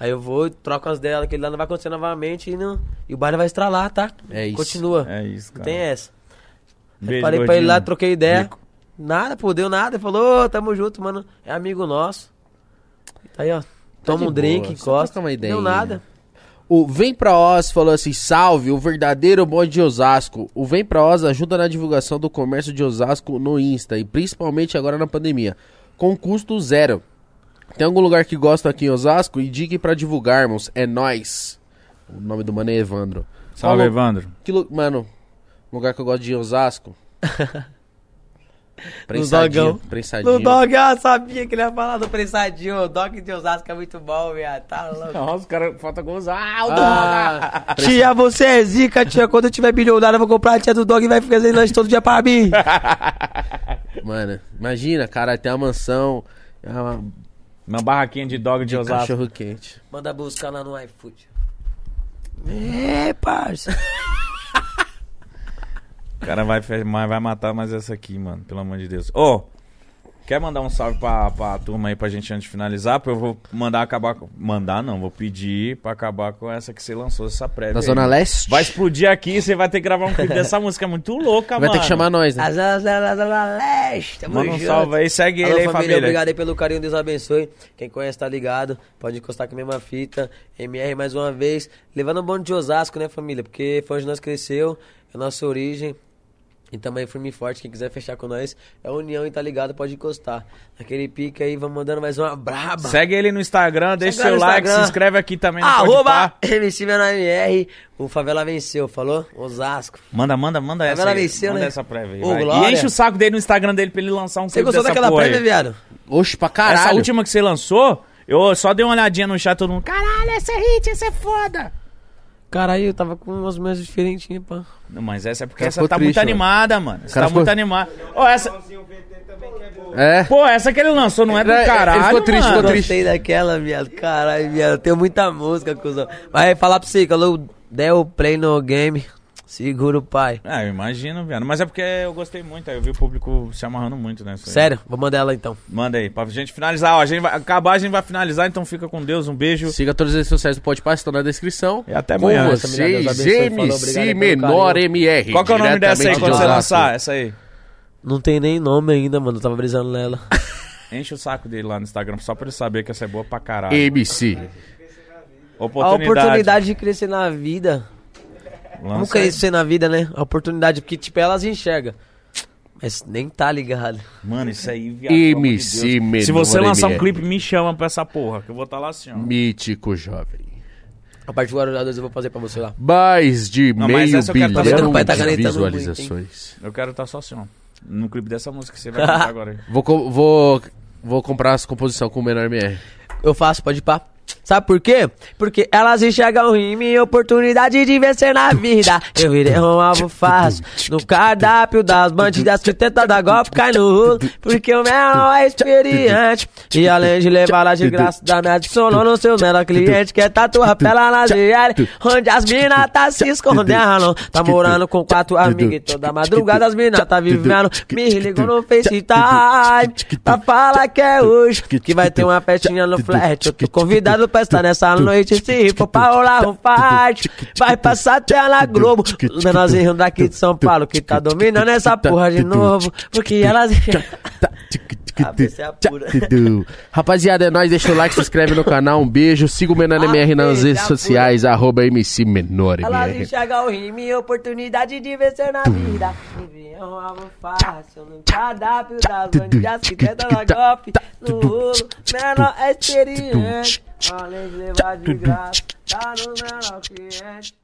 Aí eu vou, troco as dela, que lá não vai acontecer novamente e, não, e o baile vai estralar, tá?
É isso.
Continua.
É isso,
Não
cara.
tem essa. Aí
Beijo,
falei pra ele
gordinho.
lá, troquei ideia.
Rico.
Nada, pô, deu nada. Ele falou, ô, tamo junto, mano. É amigo nosso. Tá aí, ó. Toma
de
um drink,
boa, só
encosta.
trocar uma ideia.
Deu nada.
O Vem Pra Oz falou assim: salve, o verdadeiro bonde de Osasco. O Vem Pra Oz ajuda na divulgação do comércio de Osasco no Insta e principalmente agora na pandemia, com custo zero. Tem algum lugar que gosta aqui em Osasco? Indique pra divulgarmos. É nós. O nome do mano é Evandro.
Salve,
Falou-
Evandro.
Que lu- Mano, um lugar que eu gosto de ir em Osasco.
dogão.
Prensadinho.
No dog, ah, sabia que ele ia falar do prensadinho. O dog de Osasco é muito bom, viado. Tá louco.
Nossa, o cara falta Gonzalo.
Ah, tia, você é zica, tia. Quando eu tiver bilionário, eu vou comprar a tia do dog e vai fazer lanche todo dia pra mim.
Mano, imagina, cara, tem uma mansão, é uma
Uma barraquinha de dog de Osasco.
um cachorro quente.
Manda buscar lá no iFood. É, parça.
O cara vai, fe- mas vai matar mais essa aqui, mano. Pelo amor de Deus. Ô, quer mandar um salve pra, pra turma aí pra gente antes de finalizar? Porque eu vou mandar acabar com... Mandar não, vou pedir pra acabar com essa que você lançou, essa prévia.
Na
aí.
Zona Leste?
É Vai explodir aqui e você vai ter que gravar um clipe dessa música. É muito louca,
Vai
mano.
ter que chamar nós, né?
As asas da Zona Leste, tamo
Manda um
junto.
salve aí, segue ele
Alô,
aí, família.
Obrigado aí pelo carinho, Deus abençoe. Quem conhece tá ligado, pode encostar com a mesma fita. MR mais uma um vez, levando o bonde de Osasco, né, família? Porque foi onde nós cresceu, é a nossa origem. E também firme e forte, quem quiser fechar com nós, é União e tá ligado, pode encostar. Naquele pique aí, vamos mandando mais uma braba.
Segue ele no Instagram, deixa
Segue
seu
lá no
like,
Instagram.
se inscreve aqui também no
Arroba
Podpah.
MC MNR, o Favela venceu, falou? Osasco.
Manda, manda,
Tá
manda essa.
Agora
aí,
venceu,
manda
né?
essa prévia aí,
Ô,
vai.
Glória.
E enche o saco dele no Instagram dele pra ele lançar um
Você
clipe
gostou
dessa
daquela
porra aí.
prévia, viado?
Oxe, pra caralho.
Essa última que você lançou, eu só dei uma olhadinha no chat, todo mundo, caralho, essa é hit, essa é foda.
Caralho, eu tava com umas minhas diferentinhas, pá.
Não, mas essa é porque
Cara
essa
ficou
tá
triste,
muito
mano.
animada, mano. Essa
Cara
tá
ficou-
muito animada. Ó, essa...
É.
Pô, essa que ele lançou não é do
Ele- ele
caralho,
ficou triste,
mano.
ficou
Gostei
triste.
daquela, viado. Caralho, viado. Tenho muita música, cuzão. Mas falar pra você, quando eu der o play no game, segura o pai.
Ah, eu imagino, viado. Mas é porque eu gostei muito, aí eu vi o público se amarrando muito nessa. aí.
Sério, vou mandar ela então.
Manda aí, pra gente finalizar. Ó, a gente vai acabar, a gente vai finalizar, então fica com Deus, um beijo.
Siga todas as redes sociais do Podpah, estão na descrição.
E até
Com
amanhã. né?
essa menina, Deus
vocês,
abençoe, falou,
MC
obrigado pelo
Menor
carinho.
MR.
Qual que é o nome dessa aí
diretamente
quando
de
você
Osasco.
lançar? Essa aí.
Não tem nem nome ainda, mano. Eu tava brisando nela.
Enche o saco dele lá no Instagram, só pra ele saber que essa é boa pra caralho.
MC.
A
Oportunidade.
oportunidade de crescer na vida. Vamos
Lança aí.
crescer na vida, né? A oportunidade, porque, tipo, elas enxergam. Mas nem tá ligado.
Mano, isso aí, viado. pelo amor de
MC
Deus.
Menor
Se você lançar um
MR.
clipe, me chama pra essa porra, que eu vou estar lá assim, ó.
Mítico jovem.
A parte do Guarulhos eu vou fazer pra você lá.
Mais de
Não, mas
meio
essa eu quero
bilhão
também,
meu pai tá
de
canetando
visualizações.
Eu quero estar só assim, ó. No clipe dessa música que você vai cantar agora aí.
Vou, co- vou, vou comprar as composições com o Menor MR.
Eu faço, pode ir pá. Sabe por quê? Porque elas enxergam em mim oportunidade de vencer na vida. Eu virei um alvo fácil no cardápio das bandidas que tenta dar golpe cai no rolo. Porque o meu é experiente. E além de levar lá de graça, da me adicionou no seu mero cliente. Que é tatuar pela Naziele, onde as minas tá se escondendo. Tá morando com quatro amigas e toda madrugada as minas tá vivendo. Me ligou no FaceTime pra falar que é hoje. Que vai ter uma festinha no flat. Eu tô convidado pra estar nessa noite. Se for pra rolar um fight, vai passar até na Globo. Os menorzinhos daqui de São Paulo que tá dominando essa porra de novo. Porque elas. Cabeça é a pura.
Rapaziada, é nóis. Deixa o like, se inscreve no canal. Um beijo. Siga o Menor MR nas
Cabeça é a
redes
pura.
sociais. Arroba MC Menor
Elas
MR.
enxergam o rime, oportunidade de vencer na vida. Viver é um alvo fácil, no cardápio das bandidas que tenta na golpe. No rolo, menor é experiente. Além de levar de graça, tá no menor cliente.